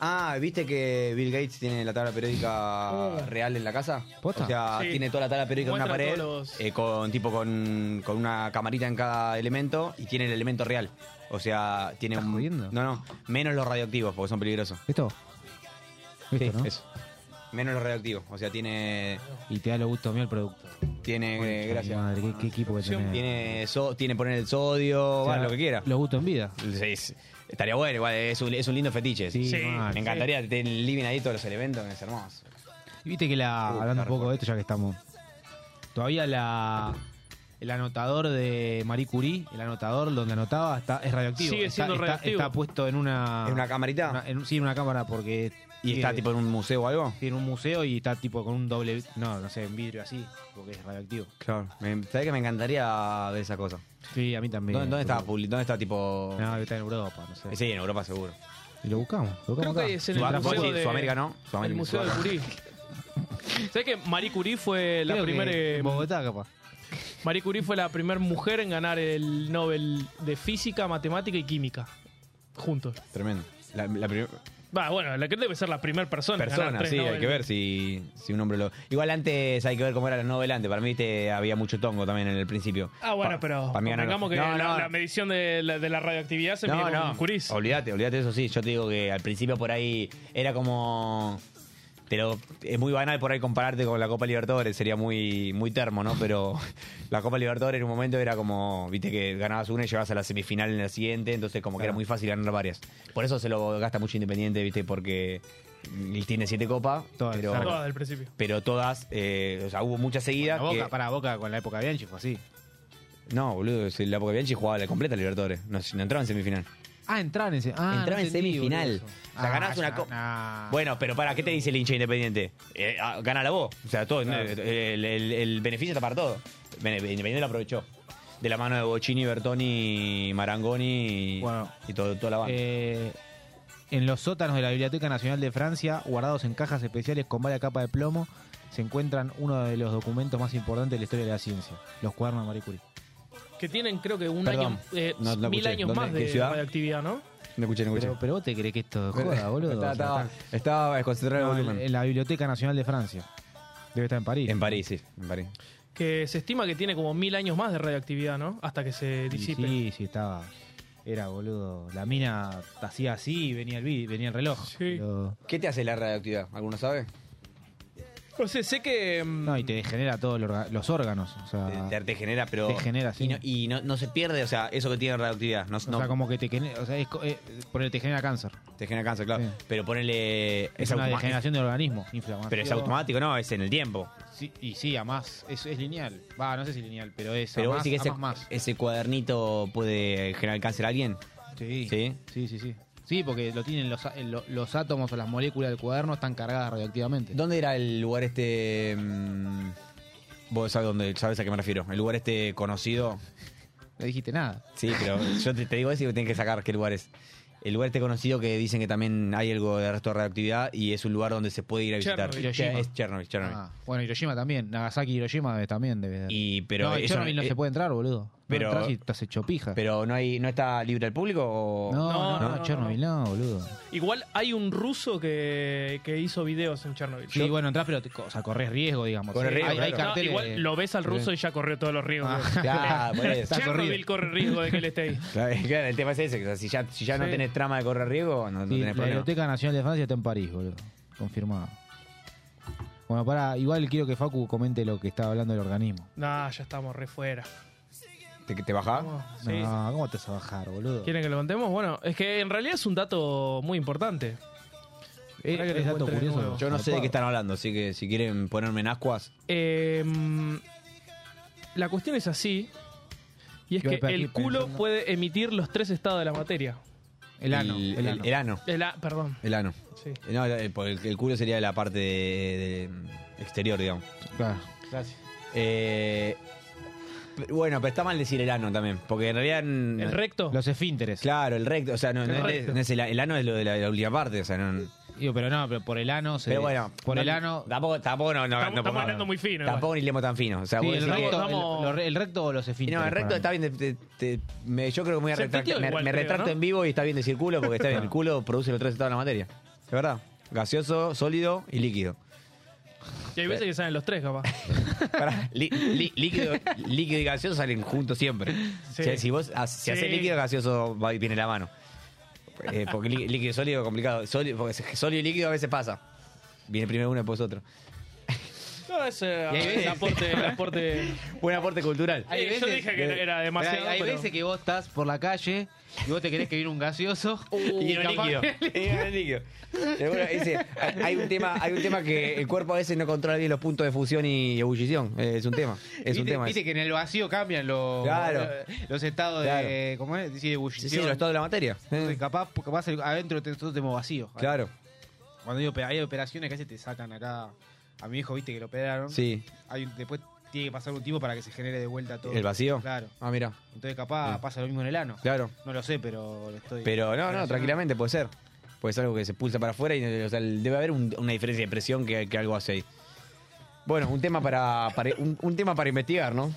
D: Ah, ¿viste que Bill Gates tiene la tabla periódica real en la casa?
C: ¿Posta?
D: O sea,
B: Oh. Sí.
D: tiene toda la tabla periódica en una
B: Muestra
D: pared,
B: todos los-
D: eh, con tipo con, con una camarita en cada elemento y tiene el elemento real. O sea, tiene
C: ¿Estás
D: un.
C: jodiendo?
D: No, no, menos los radioactivos porque son peligrosos.
C: ¿Esto?
D: Sí,
C: ¿Esto, no?
D: eso. Menos los radioactivos. O sea, tiene.
C: Y te da lo gusto mío el producto.
D: Tiene. eh,
C: Concha de
D: gracias.
C: Madre, qué, qué equipo que tenés.
D: Tiene, so- tiene poner el sodio,
C: O sea,
D: va, lo que quiera.
C: Lo gusto en vida.
D: Sí, sí. estaría bueno, igual, es un, es un lindo fetiche.
B: Sí.
C: mal.
D: Me encantaría tener el living ahí todos los elementos, es hermoso.
C: Y Viste que la.
D: Uh,
C: hablando un
D: está
C: poco de esto, ya que estamos. Todavía la. El anotador de Marie Curie, el anotador donde anotaba, está, es radioactivo.
B: Sigue
C: Está-
B: siendo
C: está,
B: radioactivo.
C: Está, puesto en una.
D: ¿En una camarita?
C: una- en un- sí, en una cámara, porque.
D: ¿Y está tipo en un museo o algo?
C: Tiene un museo y está tipo con un doble. No, no sé, en vidrio así, porque es radioactivo.
D: Claro. ¿Sabes que me encantaría ver esa cosa?
C: Sí, a mí también.
D: ¿Dónde, dónde está,
C: Porque-
D: publi- ¿Dónde está tipo.?
C: No, está en Europa, no sé.
D: Sí, en Europa seguro.
C: Y lo buscamos. Lo buscamos
B: Creo que
C: acá.
B: es en el
C: Mientras
D: Sudá-
B: museo
C: pueda-
D: sí,
B: de,
D: Sudamérica, ¿no?
B: El
D: Sudamérica,
B: museo de Curie. ¿Sabes que Marie Curie fue la
C: creo que
B: primera eh,
C: en Bogotá, capaz.
B: Marie Curie fue la primera mujer en ganar el Nobel de física, matemática y química juntos.
D: Tremendo. La, la prim-
B: Va, bueno, la que debe ser la primera persona. en ganar
D: persona,
B: tres
D: sí, hay
B: Nobel.
D: que ver si, si un hombre lo. Igual antes hay que ver cómo era la novela antes. Para mí viste, había mucho tongo también en el principio.
B: Ah, bueno,
D: Pa-
B: pero
D: para mí ganaron-
B: convengamos que
D: No,
B: la,
D: no,
B: la medición de la, de la radioactividad se mide con Curie.
D: Olvídate, olvídate eso sí. Yo te digo que al principio por ahí era como. Te lo- es muy banal por ahí compararte con la Copa Libertadores, sería muy, muy termo, ¿no? Pero la Copa Libertadores en un momento era como, viste que ganabas una y llegabas a la semifinal en la siguiente, entonces como que era muy fácil ganar varias. Por eso se lo gasta mucho Independiente, viste, porque él tiene siete copas,
C: Todas,
D: pero,
C: exacto.
B: Todas del principio.
D: pero todas, eh, o sea, hubo muchas seguidas.
C: Bueno, Boca,
D: que-
C: para Boca con la época de Bianchi fue así.
D: No, boludo, es la época de Bianchi jugaba la completa Libertadores, no, no entraba en semifinal.
C: Ah, entraban en, se- ah,
D: Entraban
C: no
D: en
C: entendí,
D: semifinal.
C: boludo, eso. Ah,
D: O sea, ganás
C: ya,
D: una co-
C: nah.
D: Bueno, pero para, ¿qué te dice el hincha independiente? Eh, ah, gana la voz. O sea, todo, eh, el, el- el beneficio está para todo. Bene- Independiente lo aprovechó. De la mano de Bocini, Bertoni, Marangoni y,
C: Bueno.
D: y todo- toda la banda.
C: Eh, en los sótanos de la Biblioteca Nacional de Francia, guardados en cajas especiales con varias capas de plomo, se encuentran uno de los documentos más importantes de la historia de la ciencia, los cuadernos de Marie Curie.
B: Que tienen, creo que un
D: Perdón,
B: año, eh,
D: no- no
B: mil
D: escuché.
B: años
D: ¿Dónde?
B: más
D: ¿Qué
B: de
D: ciudad?
B: radioactividad, ¿no?
D: no escuché, no
C: Pero,
D: escuché.
C: pero vos te crees que esto es joda, boludo.
D: estaba,
C: O sea,
D: estaba,
C: está-
D: estaba desconcentrado
C: No,
D: el
C: en-
D: volumen.
C: en la Biblioteca Nacional de Francia. Debe estar en París.
D: En París, sí, en París.
B: Que se estima que tiene como mil años más de radioactividad, ¿no? Hasta que se
C: Y
B: disipe.
C: sí, sí, estaba. Era, boludo. La mina hacía así y venía el, vi- venía el reloj.
B: Sí.
C: Pero-
D: ¿Qué te hace la radioactividad? ¿Alguno sabe?
B: No sé, sé que. mm,
C: No, y te degenera todos los orga- los órganos. O sea,
D: Te, te genera, pero.
C: Te genera, sí.
D: Y, no, y no- no se pierde, o sea, eso que tiene radioactividad. No,
C: o
D: no-
C: sea, como que te genera, o sea, es co- eh, por el te genera cáncer.
D: Te genera cáncer, claro.
C: Sí.
D: Pero ponele.
C: Es, una
D: automa-
C: degeneración del organismo, inflamación.
D: Pero es automático, no, es en el tiempo.
C: Sí, y sí, además, es, es lineal. Va, no sé si lineal, pero es
D: Pero
C: a
D: vos
C: más,
D: decís que
C: a
D: ese,
C: más, más.
D: ese cuadernito puede generar cáncer a alguien.
C: Sí.
D: ¿Sí?
C: Sí, sí, sí. Sí, porque lo tienen los, a- eh, lo- los átomos o las moléculas del cuaderno están cargadas radioactivamente.
D: ¿Dónde era el lugar este. mm, vos sabés dónde, sabes a qué me refiero. El lugar este conocido.
C: No dijiste nada.
D: Sí, pero yo te, te digo eso y tenés que sacar qué lugar es. El lugar este conocido que dicen que también hay algo de resto de radioactividad y es un lugar donde se puede ir a visitar.
B: Chernobyl.
D: Che- Es Chernobyl, Chernobyl.
C: Ah, bueno, Hiroshima también. Nagasaki y Hiroshima debe- también debe ser.
D: Y, pero,
C: no, en
D: eso-
C: Chernobyl no
D: eh,
C: se puede entrar, boludo. No
D: pero-
C: entras y estás hecho pija.
D: pero no hay, no está libre al público o.
C: no, no,
B: No,
C: no,
B: no, no,
C: Chernobyl no, boludo.
B: Igual hay un ruso que, que hizo videos en Chernobyl.
C: Sí, bueno, entras, pero te, co- o sea, corres riesgo, digamos.
D: Corres
C: Sí,
D: riesgo,
C: hay, hay
D: claro.
B: No,
C: carteles. Ah,
B: igual lo ves al ruso
C: Sí.
B: y ya corrió todos los riesgos.
D: Claro, por eso.
B: Chernobyl corre riesgo de que él esté ahí.
D: Claro, claro, el tema es ese, que, o sea, si ya, si ya no
B: Sí.
D: tenés trama de correr riesgo, no, no
C: Sí,
D: tenés
C: la
D: problema.
C: Biblioteca Nacional de Francia está en París, boludo. Confirmado. Bueno, para, igual quiero que Facu comente lo que estaba hablando del organismo.
B: No, ya estamos re fuera.
D: ¿Te, te bajás?
B: Sí.
C: No, ¿cómo te vas a bajar, boludo?
B: ¿Quieren que lo contemos? Bueno, es que en realidad es un dato muy importante.
C: Eh,
B: Ahora que lo
C: es dato
B: encuentre de
C: curioso.
B: nuevo.
D: Yo no sé de qué están hablando, así que si quieren ponerme en ascuas,
B: Eh, la cuestión es así. Y es
C: Yo
B: que
C: aquí
B: el culo
C: pensando.
B: puede emitir los tres estados de la materia.
C: El ano. El,
D: El, el-
C: ano.
D: el ano.
B: El a- perdón,
D: El ano. Eh,
B: sí.
D: No, el, el- el- el culo sería la parte de- de- exterior, digamos.
C: Claro.
D: Eh, pero bueno, pero está mal decir el ano también, porque en realidad...
B: El recto.
C: Los esfínteres.
D: Claro, el recto, o sea, no, no es-
B: Correcto.
D: no es el, el ano es lo de la, la última parte, o sea, no...
C: Digo, pero no, pero por el ano. Se,
D: Pero bueno,
C: Por el
D: no-
C: ano.
D: Tampoco, tampoco no, no,
B: Estamos-
D: no
B: estamos
D: podemos-
B: hablando muy fino, igual.
D: Tampoco ni leemos tan fino. O sea,
C: Sí,
D: vos
C: el,
D: decís que-
C: recto,
B: Estamos-
C: el- lo- el recto o los esfínteres.
D: No, el recto está
C: para mí.
D: bien. de- te- te- me- yo creo que me voy a
B: Se
D: retractar.
B: entendió
D: Me,
B: igual,
D: me
B: creo,
D: retracto
B: ¿no?
D: en vivo y está bien decir culo porque está bien. El
C: Claro.
D: culo produce los tres estados de la materia. Es verdad. Gaseoso, sólido y líquido.
B: Y hay veces que salen los tres, capaz.
D: Pará, li- li- líquido, líquido y gaseoso salen juntos siempre.
B: Sí.
D: O sea, si vos ha- si haces
B: Sí.
D: líquido, gaseoso va y viene la mano. Eh, porque lí- líquido y sólido es complicado. Sólido, porque se- sólido y líquido a veces pasa. Viene primero uno y después otro.
B: No, es eh,
C: Y hay veces-
B: el aporte. el aporte-
D: Buen aporte cultural.
B: Hay veces- Yo dije que era demasiado,
C: Hay, hay
B: pero-
C: veces que vos estás por la calle y vos te querés que viene un gaseoso.
B: Uh,
C: y
D: Viene
C: capaz-
D: líquido. Viene líquido. Pero bueno, ese, hay- hay un tema, hay un tema que el cuerpo a veces no controla bien los puntos de fusión y ebullición. Eh, Es un tema. Es un
C: Viste-
D: tema.
C: Viste
D: ese.
C: que en el vacío cambian los,
D: Claro.
C: los estados de.
D: Claro.
C: ¿Cómo es? Sí, de
D: Sí,
C: ebullición.
D: sí, los estados de la materia.
C: Entonces,
D: Eh,
C: capaz, capaz el- adentro te- nosotros tenemos vacío.
D: Claro.
C: Cuando digo, hay operaciones que a veces te sacan acá. A mi hijo, viste que lo operaron.
D: Sí.
C: Hay un- después tiene que pasar un tiempo para que se genere de vuelta todo.
D: ¿El vacío?
C: Claro.
D: Ah, mira.
C: Entonces, capaz
D: Sí.
C: pasa lo mismo en el ano.
D: Claro.
C: No lo sé, pero lo estoy.
D: Pero no, no,
C: relacionando.
D: tranquilamente puede ser. Puede ser algo que se pulsa para afuera y o sea, debe haber un- una diferencia de presión que, que algo hace ahí. Bueno, un tema para, para- un, un tema para investigar, ¿no?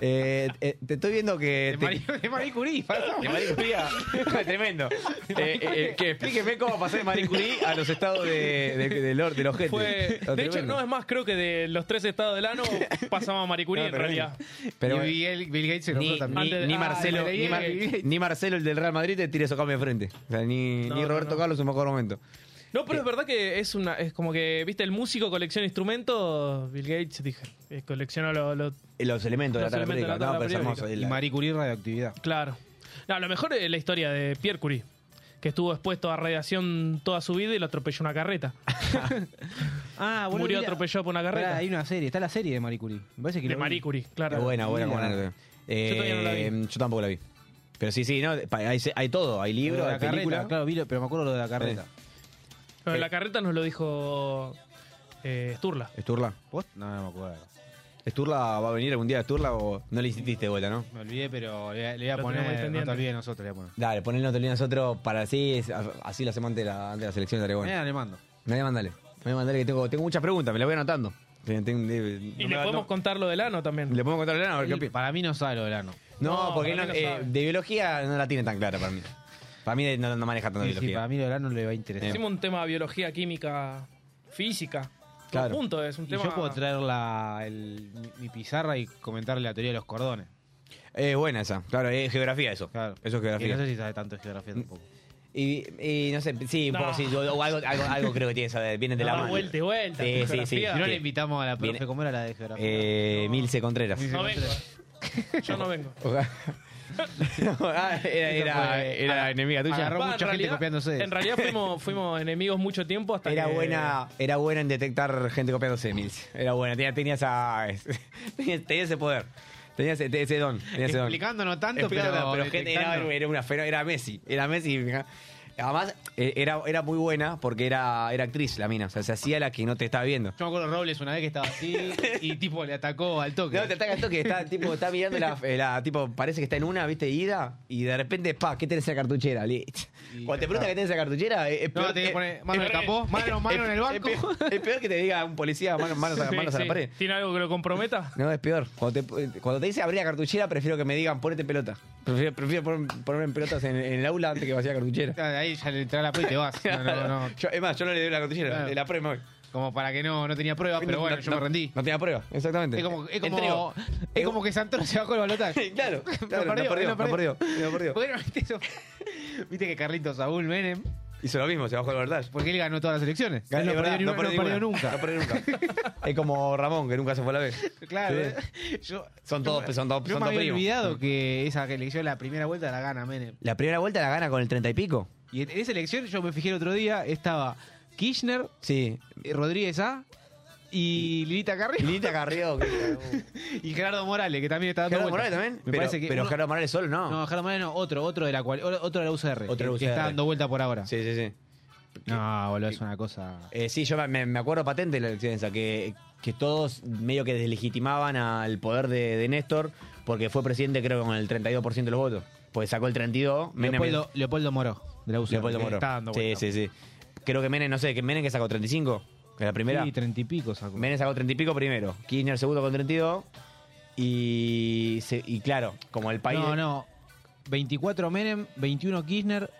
D: Eh, eh, te estoy viendo que.
C: De
D: te-
C: Marie, de Marie Curie, pasamos.
D: De Marie Curie, tremendo. Eh, eh, que explíqueme cómo pasé de Marie Curie a los estados de, de, de, los- de los gente.
B: Fue,
D: Está
B: de hecho,
D: tremendo.
B: no es más, creo que de los tres estados del ano pasamos a Marie Curie
D: No,
B: en
D: tremendo.
B: realidad.
D: Pero
C: y Bill, Bill Gates se
D: ni,
C: compró
D: ni-
C: también.
B: Antes de-
D: ni
B: ah,
D: Marcelo,
C: me leí
D: ni, Mar-
C: el-
D: ni Marcelo, el del Real Madrid, te tira esos cambios de frente. O sea, ni,
B: No,
D: ni
B: no,
D: Roberto
B: no.
D: Carlos en su mejor momento.
B: No, pero es verdad que es una es como que, viste, el músico colecciona instrumentos. Bill Gates, dije, eh, colecciona los. Lo,
D: Eh, Los elementos
B: Los
D: de la
B: elementos
D: tabla
B: de la
D: periódica.
B: tabla
D: No, pero es
B: periódica.
D: hermoso.
C: Y
D: El-
C: Marie Curie, radioactividad.
B: claro. No, a lo mejor es la historia de Pierre Curie, que estuvo expuesto a radiación toda su vida y lo atropelló una carreta.
C: Ah,
B: Murió atropellado por una carreta.
C: hay una serie, está la serie de Marie Curie. Me parece que
B: de
C: lo vi.
B: Marie Curie,
D: Qué
B: claro.
D: buena, buena,
C: Mira.
D: buena.
B: Yo todavía no la vi.
D: Yo tampoco la vi. Pero sí, sí, no, pa- hay, hay todo. Hay
C: Lo de
D: libros,
C: la
D: hay películas. Eh.
C: carreta, claro, vi lo- pero me acuerdo lo de la carreta.
B: Pero la carreta nos lo dijo eh, Sturla.
D: Esturla.
C: ¿Vos? No, no me acuerdo.
D: ¿Esturla va a venir algún día Esturla o no le hiciste de vuelta, no?
C: Me olvidé, pero le, le voy a
B: Lo tenemos ahí
C: poner. No
B: pendiente.
C: te olvides de nosotros, le voy a poner.
D: Dale, ponelo también nosotros para así, es- así la hacemos antes de la, antes de la selección de Aragón.
C: Mañana le mando.
D: Me voy a mandarle. Me voy a mandarle que tengo, tengo muchas preguntas, me las voy anotando. Tengo- tengo-
B: Y
D: no
B: le
D: me-
B: podemos
D: no-
B: contar lo del ano también.
D: ¿Le podemos contar a Elena? A ver qué opina.
C: Para mí no sabe lo del ano.
D: No,
B: No,
D: porque
B: para
D: él no-
B: mí no
D: eh,
B: sabe.
D: de biología no la tiene tan clara para mí. Para mí no, no maneja tanto
C: Sí, sí,
D: biología.
C: para mí lo del ano le va a interesar.
B: Hicimos un tema de biología, química, física.
D: Claro.
B: Todo junto, es un
C: Y
B: tema.
C: yo puedo traer la, el- mi, mi pizarra y comentarle la teoría de los cordones.
D: Eh, buena esa. Claro, es geografía eso.
C: Claro.
D: Eso es
C: Que no
D: geografía. Mm.
C: sé si sabe tanto de geografía tampoco.
D: Y, y no sé, sí, un
B: No.
D: poco, sí, o- o algo, algo, algo creo que tiene que saber. Vienen de
B: No,
D: la mano.
B: vuelta y vuelta,
D: Sí, sí, sí.
B: geografía.
C: Si no le invitamos a la profe,
D: Viene-
C: ¿cómo era la de geografía?
D: Eh, Milce Contreras.
C: Milce
B: No vengo. Yo no vengo.
D: Ah, era era,
C: fue-
D: era
C: ah,
D: enemiga tuya.
C: agarró-
B: Va, en
C: mucha gente copiándose.
B: En realidad fuimos, fuimos enemigos mucho tiempo hasta
D: Era
B: que-
D: buena, era buena en detectar gente copiándose, Milce. Era buena, tenía, tenía, esa, tenía, tenía ese poder. Tenía ese, ese don. Tenía ese don.
C: Explicándonos tanto,
D: Explicando,
C: pero,
D: pero gente, era,
C: detectando.
D: era una fera- era Messi, era Messi. fija. Además, eh, era, era muy buena porque era, era actriz la mina, o sea, se hacía la que no te estaba viendo.
C: Yo me acuerdo Robles una vez que estaba así y tipo le atacó al toque.
D: No, te ataca el toque, está, tipo, está mirando la, eh, la- tipo, parece que está en una, viste, ida, y de repente, pa, ¿qué tenés en la cartuchera? Le-
C: Y
D: Cuando te preguntan qué tenés en la cartuchera, es, es
C: No,
D: peor.
C: tenés que
D: eh,
C: poner mano
D: es-
C: en el capó, mano, mano en el
D: es- es
C: banco.
D: peor- Es peor que te diga un policía, mano- manos, a,
B: Sí,
D: manos a la
B: sí.
D: pared.
B: ¿Tiene algo que lo comprometa?
D: No, es peor. Cuando te, cuando te dice abrir la cartuchera, prefiero que me digan ponete en pelota. Prefiero, prefiero pon- ponerme en pelotas en, en el aula antes que vacía la cartuchera.
C: Ahí ya le entra la prueba y te vas. No, no, no.
D: Yo- es más, yo no le doy la cartuchera,
C: Claro.
D: le la prueba y me voy.
C: Como para que no, no tenía pruebas, pero
D: No-
C: bueno,
D: no-
C: yo
D: no-
C: me rendí.
D: No tenía prueba, exactamente.
C: Es como, es como,
D: Entrego.
C: es como que Santoro se bajó el balotaje.
D: Claro, claro, no perdió, no perdió, no perdió.
C: eh, Bueno, viste eso. Viste que Carlitos Saúl Menem,
D: Hizo lo mismo, se bajó la verdad.
C: porque él ganó todas las elecciones.
D: Ganó,
C: Él no,
D: es
C: perdió,
D: verdad,
C: ni una- no perdió
D: ninguna.
C: nunca.
D: No perdió nunca. es como Ramón, que nunca se fue a la vez.
C: Claro,
D: Sí.
C: ¿eh? yo,
D: Son todos- son todos-
C: yo me
D: son todos
C: había
D: primos.
C: olvidado que esa elección, la primera vuelta, la gana Menem.
D: La primera vuelta la gana con el treinta y pico.
C: Y en en esa elección, yo me fijé el otro día, estaba Kirchner,
D: Sí.
C: eh, Rodríguez A y Lilita Carrillo.
D: Lita Carrió.
C: Y Gerardo Morales, que también está dando
D: Gerardo
C: vueltas.
D: Morales también.
C: Me
D: pero
C: parece que
D: pero
C: uno-
D: Gerardo Morales solo no.
C: No, Gerardo Morales no, otro, otro de la, cual, otro de la UCR.
D: Otro de la
C: que- Que
D: UCR.
C: está dando vuelta por ahora.
D: Sí, sí, sí.
C: No, boludo, es una cosa.
D: Eh, sí, yo me, me acuerdo patente de la elección esa, que, que todos medio que deslegitimaban al poder de, de Néstor porque fue presidente creo con el 32% de los votos. Pues sacó el 32, Menem...
C: Leopoldo, Leopoldo Moro, de la UCR.
D: Leopoldo
C: que
D: Moro.
C: Está dando
D: sí,
C: vuelta.
D: sí, sí. Creo que Menem, no sé, que Menem que sacó 35, que la primera.
C: Sí, treinta y pico sacó.
D: Menem sacó 30 y pico primero, Kirchner segundo con 32 y, se- y claro, como el país...
C: No, no. 24 Menem, 21 Kirchner,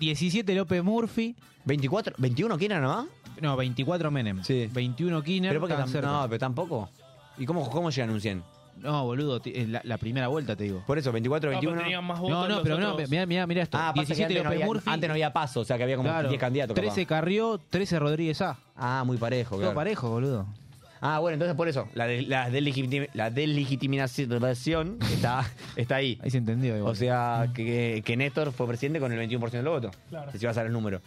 C: 17 López Murphy.
D: 24, 21 Kirchner nomás.
C: No, 24 Menem.
D: Sí.
C: 21 Kirchner.
D: Pero porque
C: tan
D: tam-
C: cerca.
D: no, pero tampoco. ¿Y cómo, cómo llegan a un 100?
C: No, boludo, ti- eh, la, la primera vuelta te digo.
D: Por eso, 24,
B: No, pero
D: 21...
B: tenían más votos
C: No, no,
B: los
C: pero no,
B: otros.
C: mirá, mirá, mirá esto.
D: Ah, pasa que
C: 17
D: antes, no
C: López
D: había,
C: Murphy.
D: antes no había paso, o sea que había como
C: claro,
D: 10 candidatos. capaz.
C: 13 Carrió, 13 Rodríguez A.
D: Ah, muy parejo,
C: Todo
D: claro.
C: parejo, boludo.
D: Ah, bueno, entonces por eso, la, de- la, deslegitimi- la deslegitimización está, está ahí.
C: Ahí se entendió. igual.
D: O sea, que, que Néstor fue presidente con el 21% del voto.
B: Claro.
D: Si vas a dar el número.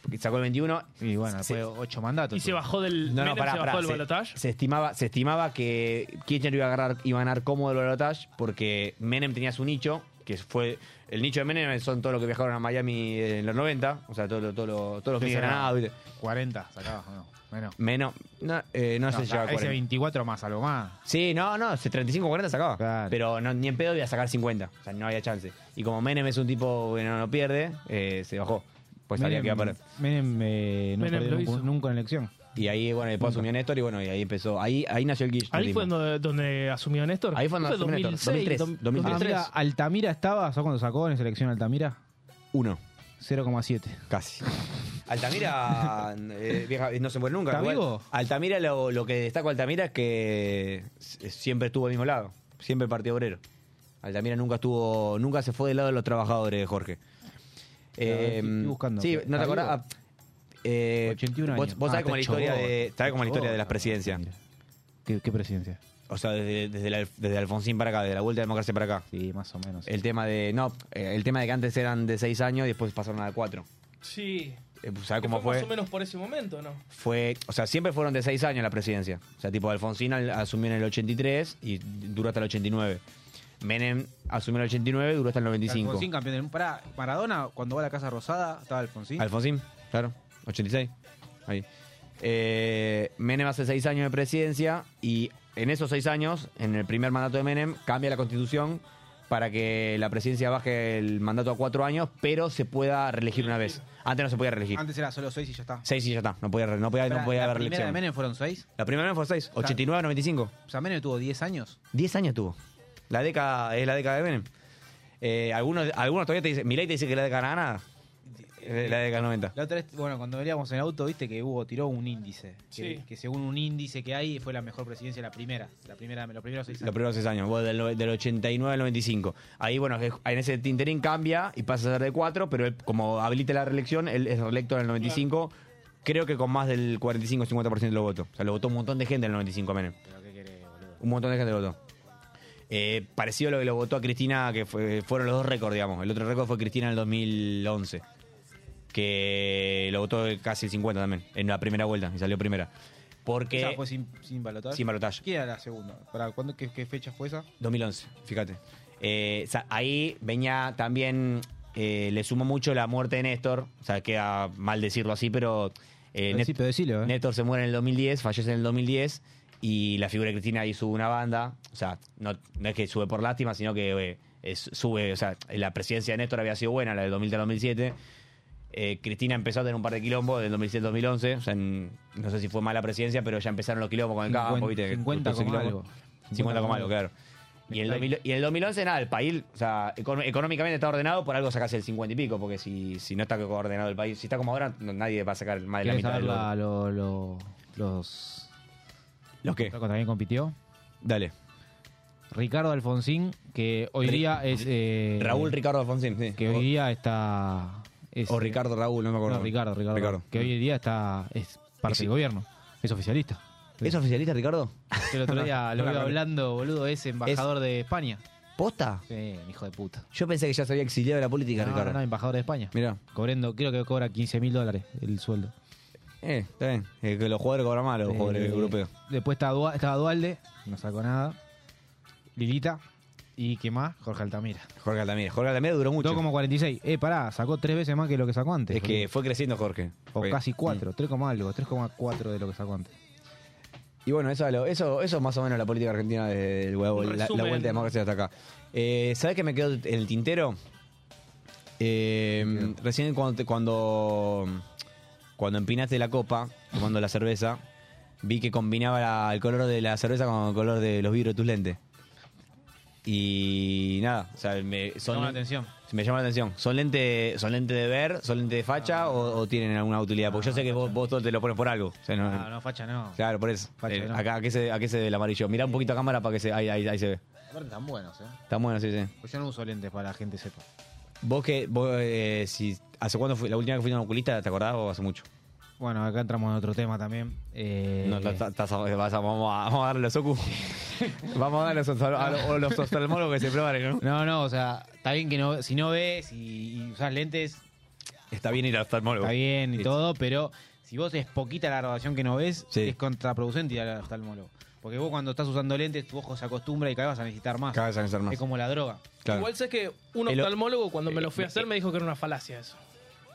D: Porque sacó el 21.
C: y bueno,
D: se-
C: después 8 mandatos.
B: Y se
C: tuvo.
B: bajó del.
D: No, no,
B: Menem
D: pará,
B: se bajó
D: pará.
B: del balotaje.
D: Se, se estimaba, se estimaba que Kirchner iba a, agarrar, iba a ganar cómodo el balotaje porque Menem tenía su nicho, que fue. El nicho de Menem son todos los que viajaron a Miami en los 90, o sea, todos los- todos los- todos los que
C: Ese era
D: ganados. ¿viste?
C: 40 sacaba, no. Menos.
D: Menos. No, eh,
C: No,
D: no, se llegaba a
C: ese
D: 40.
C: 24 más, algo más.
D: Sí, no, no, ese 35 40 sacaba.
C: Claro.
D: Pero no, ni en pedo iba a sacar 50. O sea, no había chance. Y como Menem es un tipo que no, no pierde, eh, se bajó. Pues sabía que iba a perder.
C: Menem, eh, no
B: Menem
C: perdió
B: lo
C: nunca-
B: hizo.
C: nunca en elección.
D: Y ahí, bueno, después asumió Néstor y bueno, y ahí empezó. Ahí, ahí nació el Kirchner.
B: Ahí fue donde, donde asumió Néstor.
D: Ahí fue donde asumió Néstor.
B: 2006,
D: 2003,
B: dom-
D: 2003.
C: Ah,
B: 2003.
C: mira, Altamira estaba, ¿sabes cuando sacó en selección Altamira?
D: Uno,
C: 0,7.
D: casi. Altamira eh, vieja, no se muere nunca.
C: ¿Está
D: Igual,
C: vivo?
D: Altamira, lo, lo que destaco a Altamira es que s- eh, siempre estuvo al mismo lado. Siempre partido obrero. Altamira nunca estuvo, nunca se fue del lado de los trabajadores, Jorge.
C: estoy-
D: Eh,
C: estoy buscando.
D: Sí, ¿no te
C: ¿Está
D: acordás?
C: vivo?
D: Ah, eh,
C: 81
D: vos,
C: años.
D: vos
C: Ah,
D: sabés como la
C: está
D: historia
C: choto,
D: de,
C: está
D: sabés como la historia de las
C: choto,
D: presidencias.
C: mira. ¿Qué, qué presidencia?
D: O sea, desde, desde, la- desde Alfonsín para acá, desde la vuelta de la democracia para acá.
C: Sí, más o menos.
D: El tema de, no, eh, el tema de que antes eran de 6 años y después pasaron a 4.
B: Sí.
D: ¿Sabés cómo
B: Que
D: fue?
B: Más o menos por ese momento, ¿no?
D: fue, o sea, siempre fueron de seis años la presidencia. O sea, tipo, Alfonsín al- asumió en el 83 y duró hasta el 89. Menem asumió en el 89 y duró hasta el 95.
C: Alfonsín campeón del mundo. Pará, Maradona, cuando va a la Casa Rosada, estaba Alfonsín.
D: Alfonsín, claro, 86. Ahí. Eh, Menem hace seis años de presidencia y en esos seis años, en el primer mandato de Menem, cambia la constitución para que la presidencia baje el mandato a cuatro años, pero se pueda reelegir una vez. Antes no se podía reelegir.
C: Antes era solo 6 y ya está.
D: Seis y ya está, no podía, re- no podía, no
C: Pará,
D: podía
C: la
D: haber
C: primera de
D: reelección.
C: Menem fueron 6.
D: La primera vez fue seis, 89 95.
C: O sea, Menem tuvo 10 años.
D: 10 años tuvo. La década es la década de Menem. Eh, algunos, algunos todavía te dicen, Milei te dice que la década nada. de la década del 90.
G: La otra vez, bueno, cuando veníamos en auto, viste que Hugo tiró un índice. Que,
B: Sí.
G: que según un índice que hay, fue la mejor presidencia, la primera. La primera los primeros seis años.
D: Los primeros seis años, vos, del, no- del 89 al 95. Ahí, bueno, es- en ese tinterín cambia y pasa a ser de cuatro, pero él, como habilita la reelección, él es reelecto en el 95, creo que con más del 45-50% de los votos. O sea, lo votó un montón de gente en el 95, a Menem.
G: Pero qué querés, boludo.
D: Un montón de gente lo votó. Eh, parecido a lo que lo votó a Cristina, que fue- fueron los dos récords, digamos. El otro récord fue Cristina en el 2011, que lo votó casi el 50 también, en la primera vuelta, y salió primera. Porque...
G: ¿Esa fue sin, sin balotaje?
D: Sin balotaje. Eh,
G: ¿Quién era la segunda? ¿Para cuándo, qué, qué fecha fue esa?
D: 2011, fíjate. Eh, o sea, ahí venía también, eh, le sumó mucho la muerte de Néstor, o sea, queda mal decirlo así, pero... eh, Nét-
G: Principio de siglo, ¿eh?
D: Néstor se muere en el 2010, fallece en el 2010 y la figura de Cristina ahí sube una banda. O sea, no, no es que sube por lástima, sino que eh, es- sube. O sea, la presidencia de Néstor había sido buena, la del 2003 al 2007. Eh, Cristina empezó a tener un par de quilombos del 2007 al 2011. O sea, en- no sé si fue mala presidencia, pero ya empezaron los quilombos con el campo.
G: 50,
D: ¿viste?
G: 50
D: Ese
G: como
D: quilombo.
G: algo.
D: 50 como algo, claro. Y el, 2000 y el 2011, nada, el país, o sea, econo- económicamente está ordenado, por algo sacás el 50 y pico, porque si, si no está ordenado el país, si está como ahora, no- nadie va a sacar más de la
C: ¿Querés
D: mitad
C: saber
D: del voto.
C: la- lo- lo- los.
D: ¿Los qué?
C: ¿Contra quién compitió?
D: Dale.
C: Ricardo Alfonsín, que hoy
D: Ri-
C: día es. eh,
D: Raúl Ricardo Alfonsín, sí.
C: Que
D: o,
C: hoy día está. es-
D: o Ricardo Raúl, no me acuerdo.
C: No, Ricardo, Ricardo. Que hoy día está. Es parte
D: Exi-
C: del gobierno. Es oficialista.
D: ¿Es oficialista Ricardo?
C: Yo el otro día lo veo hablando, boludo. Es embajador de España.
D: ¿Posta?
C: Sí, un hijo de puta.
D: Yo pensé que ya se había exiliado de la política,
C: No,
D: Ricardo.
C: no, no, embajador de España.
D: Mirá.
C: Cobrando, creo que cobra 15 mil dólares el sueldo.
D: Eh, está bien. Eh, que los jugadores cobran mal, los jugadores
C: Eh,
D: europeos.
C: Después estaba, Dua- estaba Dualde, no sacó nada. Lilita. ¿Y qué más? Jorge Altamira.
D: Jorge Altamira. Jorge Altamira duró mucho.
C: 2,46. Eh, pará, sacó tres veces más que lo que sacó antes.
D: Es que fue creciendo Jorge.
C: O
D: Fue-
C: casi 4, 3, algo, 3,4 de lo que sacó antes.
D: Y bueno, eso, eso, eso es más o menos la política argentina desde el huevo,
B: Un
D: la, la
B: resumen.
D: vuelta de democracia hasta acá. Eh, ¿Sabes qué me quedó en el tintero? Eh, recién cuando, te- cuando, cuando empinaste la copa, tomando la cerveza, vi que combinaba la- el color de la cerveza con el color de los vidrios de tus lentes. Y nada, o sea, me, son,
G: Toma atención.
D: me llama la atención. ¿Son lentes son lente de ver, son lentes de facha o, o tienen alguna utilidad? Porque yo sé que vos, vos todo te lo pones por algo. O sea, no-
G: Ah, No, no, facha, no.
D: Claro, por eso.
G: Facha,
D: Eh,
G: ¿no?
D: acá, ¿a qué, se, ¿A qué se ve el amarillo? Mirá un poquito a cámara para que se. Ahí, ahí, ahí se ve.
C: Aparte están buenos, eh.
D: Está bueno, sí, sí.
C: Pues yo no uso lentes para la gente sepa.
D: Vos que. Vos, eh, si, ¿Hace cuándo fue la última vez que fuiste a un oculista? ¿Te acordás o hace mucho?
C: Bueno, acá entramos en otro tema también. Eh,
D: No, no, ta- ta- ta- vas a- vamos, a, vamos a darle los ocu. vamos a darle los, oftal- a los- o los oftalmólogos que se prueben, ¿no?
C: no, no, o sea, está bien que no, si no ves y, y usas lentes,
D: Está bien ir al oftalmólogo.
C: está bien y
D: Sí.
C: todo, pero si vos es poquita la graduación que no ves,
D: Sí.
C: es contraproducente ir al oftalmólogo. Porque vos cuando estás usando lentes, tu ojo se acostumbra y cada vez vas a necesitar más.
D: Cada vez van a ser más.
C: Es como la droga.
D: Claro.
B: Igual sé que un
D: El o- eh,
B: oftalmólogo cuando me lo fui a hacer me dijo que era una falacia eso.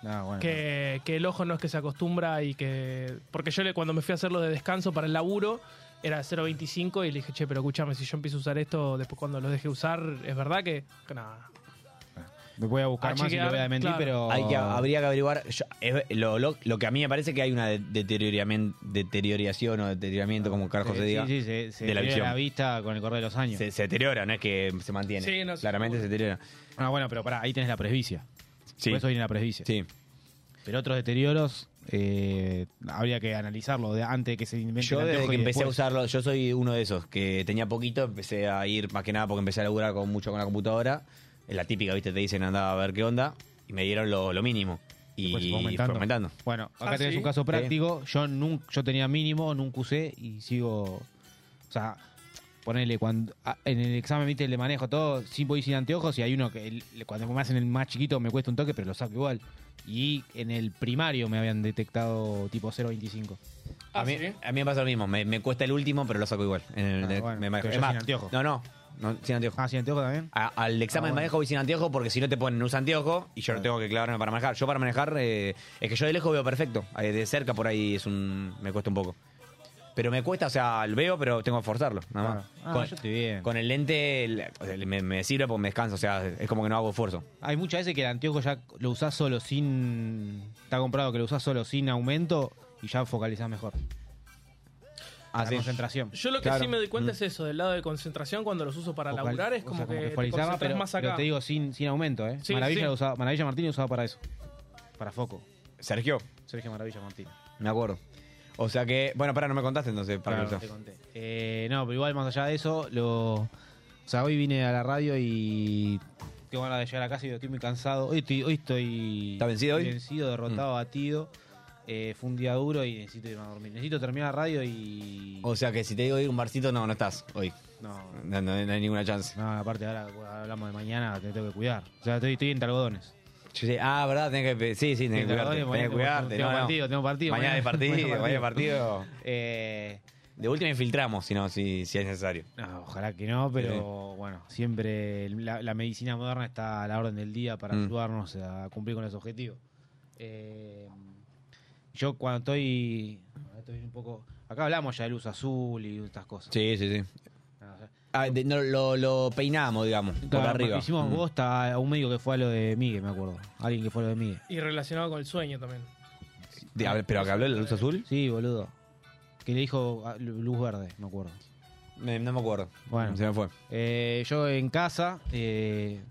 C: No, bueno.
B: Que, que el ojo no es que se acostumbra y que... Porque yo le, cuando me fui a hacerlo de descanso para el laburo era de 0.25 y le dije, che, pero escúchame, si yo empiezo a usar esto, después cuando lo deje usar, es verdad que... que nada.
C: Me voy a buscar
B: A
C: más y
B: chequear,
C: lo voy a mentir,
B: claro.
C: pero.
D: Hay que, habría que averiguar. yo- es- lo, lo- lo que a mí me parece que hay una de- deterioramiento, deterioración o deterioramiento, como carajo se
C: Sí,
D: diga.
C: Sí, sí, se, se
D: de la
C: pierde
D: visión.
C: la vista con el correr de los años.
D: Se, se deteriora, no es que se mantiene.
B: Sí, no, sí,
D: Claramente se deteriora.
C: Ah, bueno, pero pará, ahí tenés la presbicia.
D: Sí.
C: Por eso viene la presbicia.
D: Sí.
C: Pero otros deterioros eh, habría que analizarlo de antes de que se invente
D: Yo
C: el
D: desde
C: anteojo
D: que
C: y
D: empecé a
C: después.
D: usarlo, yo soy uno de esos que tenía poquito, empecé a ir más que nada porque empecé a laburar con, mucho con la computadora. Es la típica, ¿viste? Te dicen andaba a ver qué onda y me dieron lo, lo mínimo. Y
C: Después
D: fue
C: Pues fue
D: aumentando.
C: aumentando. Bueno, acá
B: Ah,
C: tenés
B: ¿sí?
C: un caso práctico. Yo nunca, yo tenía mínimo, nunca usé y sigo. O sea, ponele cuando a- en el examen viste el de manejo todo, sí voy sin anteojos y hay uno que el- cuando me hacen el más chiquito me cuesta un toque, pero lo saco igual. Y en el primario me habían detectado tipo 0.25.
D: a,
B: Ah,
D: mí,
B: ¿sí?
D: a mí me pasa lo mismo, me, me cuesta el último, pero lo saco igual. En el-
C: Ah,
D: de-
C: bueno,
D: me manejo.
C: pero
D: Es
C: yo
D: más,
C: sin anteojo.
D: No, no, no, sin anteojo.
C: Ah, sin anteojos también.
D: A- al examen
C: Ah, bueno.
D: de manejo voy sin anteojo porque si no te ponen un anteojo y yo no tengo que clavarme para manejar. Yo para manejar, eh, es que yo de lejos veo perfecto. eh, De cerca por ahí es un me cuesta un poco. Pero me cuesta, o sea, lo veo, pero tengo que forzarlo, nada más.
C: Ah,
D: con,
C: yo estoy bien.
D: con el lente el- o sea, me, me sirve porque me descanso, o sea, es como que no hago esfuerzo.
C: Hay muchas veces que el anteojo ya lo usás solo sin. Está comprado que lo usás solo sin aumento y ya focalizás mejor.
D: Ah,
C: la
D: sí.
C: concentración.
B: Yo lo que
D: Claro.
B: sí me doy cuenta es eso, del lado de concentración, cuando los uso para
C: Focal-
B: laburar es
C: o
B: como,
C: sea,
B: que, te
C: focalizaba,
B: concentras
C: pero,
B: más acá.
C: pero te digo sin, sin aumento, ¿eh?
B: Sí,
C: Maravilla,
B: sí.
C: usaba- Maravilla Martínez usaba para eso. para Foco.
D: Sergio,
C: Sergio Maravilla Martínez.
D: me acuerdo. O sea que, bueno, para no me contaste entonces. Para
C: Claro, te conté. Eh, no, pero igual más allá de eso, lo, o sea, hoy vine a la radio y tengo ganas de llegar a casa y digo, estoy muy cansado. Hoy estoy, hoy estoy
D: ¿Estás vencido hoy? Mm.
C: vencido, derrotado, batido. Eh, fue un día duro y necesito irme a dormir. Necesito terminar la radio y
D: O sea que si te digo ir a un barcito, no, no estás hoy.
C: no,
D: No, no- no hay ninguna chance.
C: no, aparte ahora bueno, hablamos de mañana, te tengo que cuidar. O sea, estoy, estoy en Targodones.
D: Yo sé, ah, verdad, tenés que. Sí, sí, tenés que cuidarte.
C: Targodones,
D: Tenés
C: mañana
D: que cuidarte.
C: tengo
D: no, no.
C: partido, tengo partido,
D: Mañana hay
C: mañana-
D: partido,
C: mañana
D: mañana hay partido.
C: Eh,
D: De última infiltramos, si no, si, si es necesario.
C: No, Ah, ojalá que no, pero bueno, siempre el- la, la medicina moderna está a la orden del día para
D: Mm.
C: ayudarnos a cumplir con los objetivos. Eh, yo cuando estoy, estoy un poco... Acá hablamos ya de luz azul y estas cosas.
D: Sí, sí, sí.
C: Ah, o sea,
D: Ah, de- no, lo, lo peinamos, digamos, por
C: claro,
D: arriba.
C: Hicimos
D: Mm.
C: bosta a un médico que fue a lo de Miguel, me acuerdo. Alguien que fue a lo de Miguel.
B: Y relacionado con el sueño también.
D: De- a ver, ¿Pero que habló de la luz azul?
C: Sí, boludo. Que le dijo ah, lu- luz verde, me acuerdo.
D: Me- no me acuerdo.
C: Bueno.
D: Se me fue.
C: Eh, yo en casa, eh,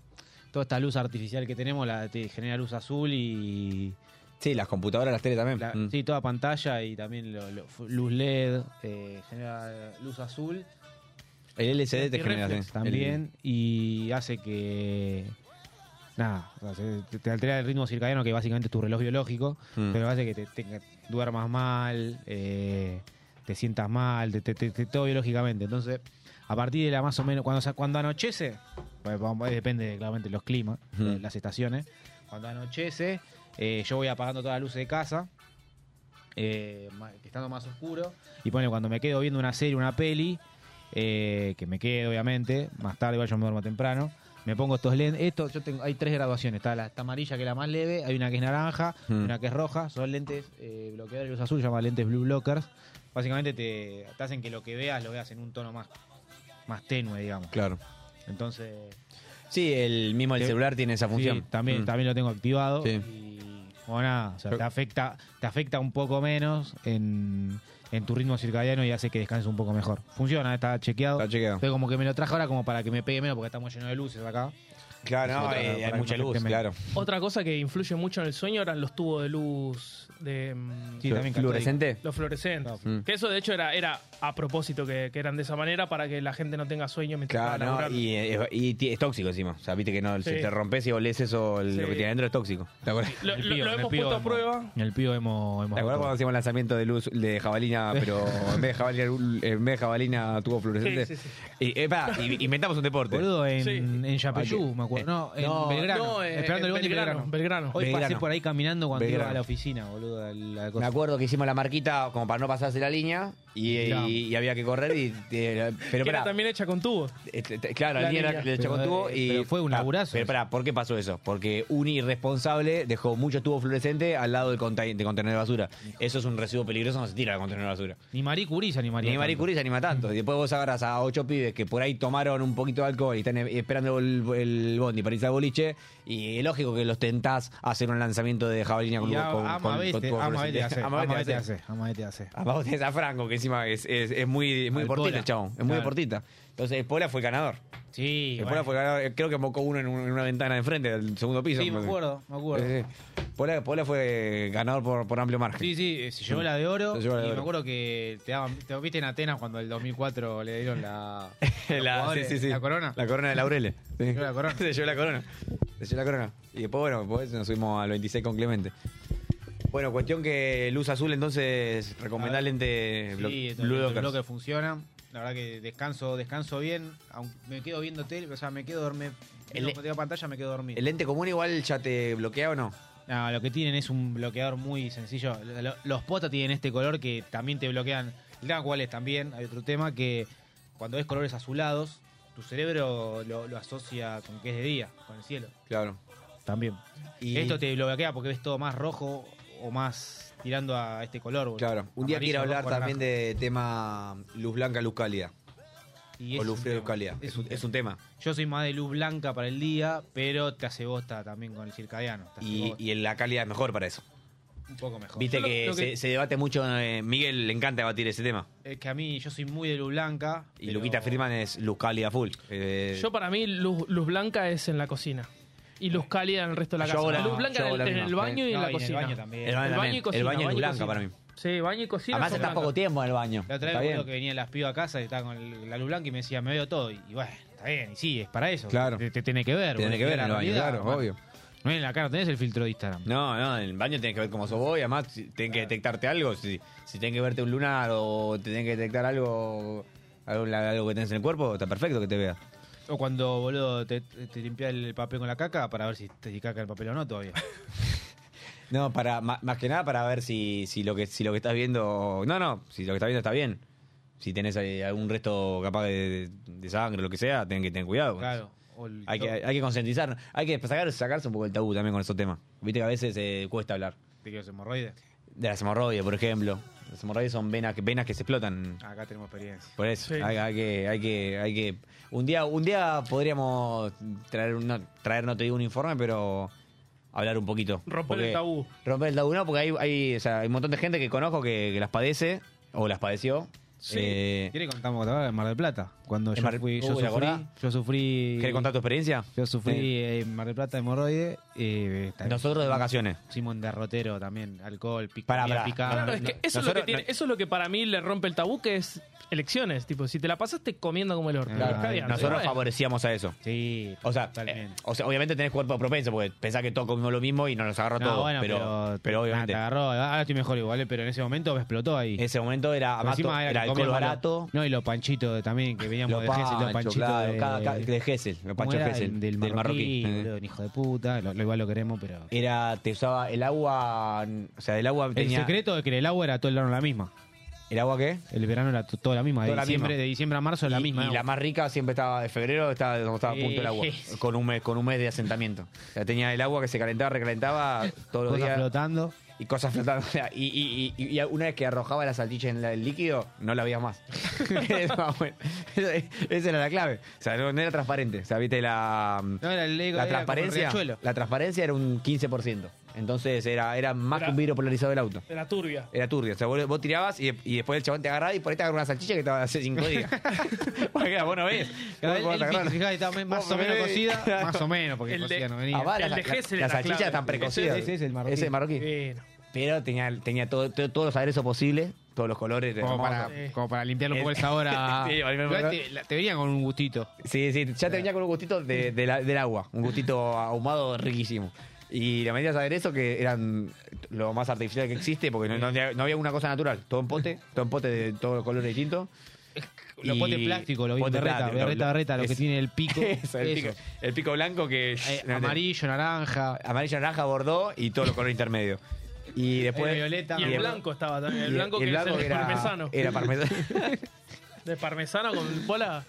C: toda esta luz artificial que tenemos la, te genera luz azul y...
D: Sí, las computadoras, las tele también.
C: La-
D: Mm.
C: Sí, toda pantalla y también lo- lo- fu- luz LED, eh, genera luz azul
D: El LCD te
B: Y
D: genera.
B: reflex
D: sí.
C: también y hace que... Nada, o sea, se- te- te altera el ritmo circadiano que básicamente es tu reloj biológico,
D: Mm.
C: pero hace que te, te- duermas mal, eh, te sientas mal, te, te- te- te- todo biológicamente. Entonces, a partir de la más o menos, cuando, se- cuando anochece, pues, vamos, eh, depende claramente de los climas,
D: Mm.
C: de las estaciones, cuando anochece, eh, yo voy apagando todas las luces de casa, eh, ma- estando más oscuro, y ponele, cuando me quedo viendo una serie, una peli, eh, que me quedo obviamente, más tarde igual yo me duermo temprano, me pongo estos lentes, esto, yo tengo, hay tres graduaciones, está la está amarilla que es la más leve, hay una que es naranja,
D: Mm.
C: una que es roja, son lentes eh, bloqueadores de luz azul, se llama lentes blue blockers, básicamente te, te hacen que lo que veas lo veas en un tono más, más tenue, digamos.
D: Claro.
C: Entonces,
D: Sí, el mismo el
C: Sí.
D: celular tiene esa función.
C: sí, también,
D: Mm.
C: también lo tengo activado.
D: Sí.
C: Y bueno, nada, o sea,
D: Pero-
C: te afecta, te afecta un poco menos en, en tu ritmo circadiano y hace que descanses un poco mejor. Funciona, está chequeado.
D: Está chequeado.
C: Entonces, como que me lo traje ahora como para que me pegue menos porque estamos llenos de luces acá.
D: Claro, no,
C: Otra,
D: eh,
C: para
D: hay
C: que
D: mucha
C: no
D: luz,
C: afecte
D: claro.
C: menos.
B: Otra cosa que influye mucho en el sueño eran los tubos de luz de mm,
C: Sí, también
D: ¿Fluorescente?
B: los fluorescentes.
D: Mm.
B: Que eso de hecho era, era a propósito que, que eran de esa manera para que la gente no tenga sueño mientras
D: Claro,
B: estaba
D: no,
B: laburando.
D: y, eh, y ti- es tóxico encima. O sea, viste que no, si
B: Sí.
D: te rompes y olés eso, el- lo
B: Sí.
D: que tiene adentro es tóxico. ¿Te acuerdas?
B: Lo,
C: En el
B: lo-
C: pío,
B: lo
C: en el
B: hemos
C: pío
B: puesto a
C: hemos-
B: prueba.
C: En el pío hemos... hemos
D: ¿Te acuerdas cuando
C: roto.
D: hacíamos lanzamiento de luz de jabalina, pero en vez de jabalina, en vez de jabalina tuvo fluorescente?
B: Sí, sí, sí.
D: Y, eh, pará, y- inventamos un deporte.
C: Boludo, en,
B: Sí.
C: en Yapeyú,
D: Aquí.
C: me acuerdo. No, en
D: No,
C: Belgrano.
B: no, eh,
C: esperando el
B: en
C: bondi en
B: Belgrano,
C: Belgrano.
B: Belgrano.
C: Hoy pasé
D: Belgrano.
C: por ahí caminando cuando iba
D: Belgrano.
C: a la oficina, boludo. a la cosa.
D: Me acuerdo que hicimos la marquita como para no pasarse la línea y, y-
C: Claro.
D: y había que correr y... eh, pero
B: Que era
D: pará,
B: también hecha con tubos.
D: este, este, claro,
B: la
D: la línea
B: línea.
D: le echó con
C: Pero,
D: tubo
C: eh,
D: y...
C: pero fue un
D: pará,
C: laburazo
D: Pero
C: eso.
D: pará, ¿por qué pasó eso? Porque un irresponsable dejó muchos tubos fluorescentes al lado del contain- del contenedor de basura. Eso es un residuo peligroso, no se tira al contenedor de basura.
C: Ni Marie Curie se animaría.
D: Ni Marie
C: tanto.
D: Curie se anima tanto. Y después vos agarras a ocho pibes que por ahí tomaron un poquito de alcohol y están eh, esperando el, el bondi para irse al boliche. Y es lógico que los tentás a hacer un lanzamiento de jabalina con
C: Y a-
D: con-
C: ama
D: con-
C: vete,
D: con-
C: ama vete, hace. Ama vete,
D: hace.
C: hace. Ama vete, hace.
D: Ah, vos tenés a Franco, que encima es, es, es muy, es muy
C: Al
D: deportista,
C: Pola.
D: el chabón. Es muy
C: Claro.
D: deportista. Entonces, el Pola fue el ganador.
C: Sí,
D: el Pola fue el ganador. Creo que mocó uno en, un- en una ventana de enfrente, del segundo piso.
C: Sí, me acuerdo, me acuerdo.
D: Sí, sí. Pola, Pola fue ganador por, por amplio margen.
C: Sí, sí, eh, se llevó la de oro.
D: Se llevó la de
C: y
D: oro.
C: me acuerdo que te daban, te viste en Atenas cuando el 2004 le dieron la, los
D: la,
C: jugadores,
D: sí, sí, sí.
C: la corona.
D: La corona de Laureles. Sí.
C: llevó la corona.
D: Se llevó la corona. Se llevó la corona. Y después, bueno, después nos subimos al 26 con Clemente. Bueno, cuestión que luz azul, entonces, recomendar lente blo-
C: sí,
D: blue
C: los
D: blockers.
C: bloques funcionan. La verdad que descanso, descanso bien. aunque me quedo viendo tele, o sea, me quedo dormir.
D: El- e-
C: Viendo contenido de pantalla me quedo dormido.
D: ¿El lente común igual ya te bloquea o no?
C: No, lo que tienen es un bloqueador muy sencillo. Lo- Los potas tienen este color que también te bloquean. El tema cuál es también, hay otro tema que cuando ves colores azulados, tu cerebro lo, lo asocia con que es de día, con el cielo.
D: Claro.
C: También.
D: Y,
C: Esto te bloquea porque ves todo más rojo o más tirando a este color. boludo.
D: Claro. Un día
C: Amarillo,
D: quiero hablar
C: rojo,
D: también
C: naranja.
D: de tema luz blanca, luz cálida.
C: Y
D: o
C: es
D: luz
C: un
D: fría, luz
C: tema,
D: cálida.
C: es
D: Es
C: un
D: un, es
C: tema.
D: un tema.
C: Yo soy más de luz blanca para el día, pero te hace bosta también con el circadiano. Te hace
D: Y,
C: bosta.
D: y la cálida es mejor para eso.
C: un poco mejor.
D: Viste
B: Yo lo-
D: que,
B: lo que-
D: Se, se debate mucho. eh, Miguel le encanta debatir ese tema.
C: Es que a mí yo soy muy de luz blanca.
D: Y
C: pero-
D: Luquita Firman es luz cálida full. Eh,
B: Yo para mí luz, luz blanca es en la cocina. y luz cálida en el resto de la
D: Yo
B: casa.
D: hago la-
B: luz blanca
D: yo
B: en
D: hago
B: el,
D: la
B: en
D: misma.
B: el baño y en
C: No,
B: la
C: y en el
B: cocina.
C: baño también.
B: El
D: El baño,
B: baño y
D: también.
B: cocina,
D: El baño es
B: baño y
D: blanca
B: cocina.
D: para mí.
B: Sí, baño y cocina.
D: Además,
B: son
D: está
B: blancas.
D: poco tiempo en el baño.
C: La otra
D: Está
C: vez me acuerdo
D: bien.
C: que venían las pibas a casa y estaba con el- la luz blanca y me decía, me veo todo. Y, y bueno, está bien, y sí, es para eso.
D: Claro.
C: Te, te tiene que ver.
D: Tiene
C: boludo,
D: que ver
C: la
D: en el baño,
C: realidad,
D: claro,
C: bueno.
D: obvio.
C: No, en la cara tenés el filtro de Instagram.
D: No, no, en el baño tenés que ver cómo sos vos y además si- tienen que detectarte algo. Si, si tienen que verte un lunar o te tienen que detectar algo, algo, algo que tenés en el cuerpo, está perfecto que te vea.
C: O cuando, boludo, te, te limpias el papel con la caca para ver si te caca el papel o no todavía.
D: No, para, ma- más que nada para ver si, si, lo que, si lo que estás viendo. No, no, si lo que estás viendo está bien. Si tenés eh, algún resto capaz de, de sangre o lo que sea, tienen que tener cuidado. con
C: claro.
D: eso.
C: O el-
D: Hay que, hay que concientizar, hay que sacar, sacarse un poco el tabú también con esos temas. Viste que a veces eh, cuesta hablar.
C: ¿Te quiero hemorroides?
D: De las hemorroides, por ejemplo. Las hemorroides son venas que, venas que se explotan.
C: Acá tenemos experiencia.
D: Por eso,
B: Sí.
D: hay, hay que, hay que, hay que. Un día, un día podríamos traer una, traer, no te digo un informe, pero hablar un poquito.
B: Romper
D: Porque-
B: el tabú.
D: Romper el tabú, no, porque hay, hay, o sea, hay un montón de gente que conozco que, que las padece, o las padeció. Eh,
C: ¿Quieres contamos otra vez de Mar del Plata? Cuando
D: En
C: yo,
D: Mar-
C: fui, yo
D: Uy, ¿te
C: sufrí,
D: acordás?
C: yo sufrí...
D: ¿Querés contar tu experiencia?
C: Yo sufrí
D: Sí.
C: eh, en Mar del Plata hemorroides. Eh, también.
D: Nosotros de vacaciones.
C: Simón derrotero también, alcohol, pic-
D: Pará,
C: comida
D: pará.
C: picada.
B: Claro, es
C: No-
B: que eso, es lo que
D: nosotros-
B: tiene-
D: no-
B: eso es lo que para mí le rompe el tabú, que es elecciones. Tipo, si te la pasaste comiendo como el orto.
C: Claro,
B: está bien,
D: Nosotros
B: bueno.
D: favorecíamos a eso.
C: Sí,
D: O sea, eh,
C: totalmente.
D: o sea, obviamente tenés cuerpo propenso, porque pensás que todos comimos lo mismo y nos agarró
C: No,
D: todo.
C: bueno,
D: pero, pero, obviamente.
C: Nah, te agarró, ahora estoy mejor igual, eh, pero en ese momento me explotó ahí.
D: en ese momento era,
C: Pero
D: además,
C: encima
D: era,
C: era que
D: alcohol
C: comíamos lo-
D: barato.
C: No, y los panchitos de- también que veníamos
D: Los
C: de Gessel, los
D: panchos,
C: panchitos
D: claro,
C: de,
D: cada- cada- de Gessel, los
C: eh, ¿cómo
D: panchos
C: era?
D: Gessel,
C: El
D: del
C: del marroquí,
D: marroquí, Eh.
C: boludo, un hijo de puta, lo, lo igual lo queremos, pero...
D: Era, te usaba el agua, o sea, el agua
C: El
D: tenía...
C: secreto es que el agua era todo el verano la misma.
D: ¿El agua qué?
C: El verano era to- toda la misma, de,
D: Toda la
C: diciembre,
D: misma.
C: de diciembre a marzo la
D: Y-
C: misma.
D: Y, la
C: agua.
D: más rica siempre estaba, de febrero estaba donde estaba a punto el agua,
C: Sí.
D: con un mes, con un mes de asentamiento. O sea, tenía el agua que se calentaba, recalentaba todos los
C: Cosas
D: días.
C: flotando.
D: Y cosas flotando. O sea, y, y- y- y una vez que arrojaba la salchicha en la- el líquido, no la veías más. Era más bueno. Esa- Esa era la clave. O sea, no, no era transparente. O sea, viste la... mm,
C: No, era el Lego,
D: la
C: era como el
D: transparencia
C: riachuelo.
D: la transparencia era un 15%. Entonces era, era más
B: Era-
D: que un vidrio polarizado del auto.
B: De la turbia.
D: Era turbia. O sea, vos, vos tirabas y, y después el chabón te agarraba y por ahí te agarraba una salchicha que estaba hace cinco días. Porque vos no ves.
C: Claro,
D: Vos- vos
C: él-
D: te
C: él
D: agarrás.
C: fijate, estaba más
D: Vos
C: o menos
D: ves.
C: cocida, más o menos, porque
B: El de-
C: cocida no venía.
D: Ah, va,
B: El
D: las-
B: de
D: las-
B: Gessel
D: las
B: era
D: salchichas
B: clave.
D: están precocidas.
C: Ese- ese es el marroquí.
D: Ese es el marroquí.
B: Bueno.
D: Pero tenía, tenía todo, todo- todos los aderezos posibles, todos los colores.
C: Como
D: hermosos.
C: para, como para limpiarle un poco el sabor a...
D: Sí, para limpiar-
C: Igual te, la- te venía con un gustito.
D: Sí, sí, ya te venía con un gustito de- de la- del agua, un gustito ahumado riquísimo. Y la medida de aderezo que eran lo más artificial que existe, porque no, no había- no había una cosa natural, todo en pote, todo en pote de todos los colores distintos.
C: Los
D: Y-
C: potes plásticos, los
D: pote
C: berreta,
D: plástico,
C: berreta,
D: lo-
C: berreta, lo que
D: es-
C: tiene el pico.
D: eso, el,
C: eso.
D: pico, el pico blanco que
C: Eh, amarillo, naranja.
D: amarillo, naranja, bordó y todos los colores intermedios. Y después
C: El violeta.
B: Y el
D: después-
B: blanco estaba también. El
D: y
B: blanco que
D: blanco
B: es el
D: era-
B: parmesano.
D: Era parmesano.
B: De parmesano con bola.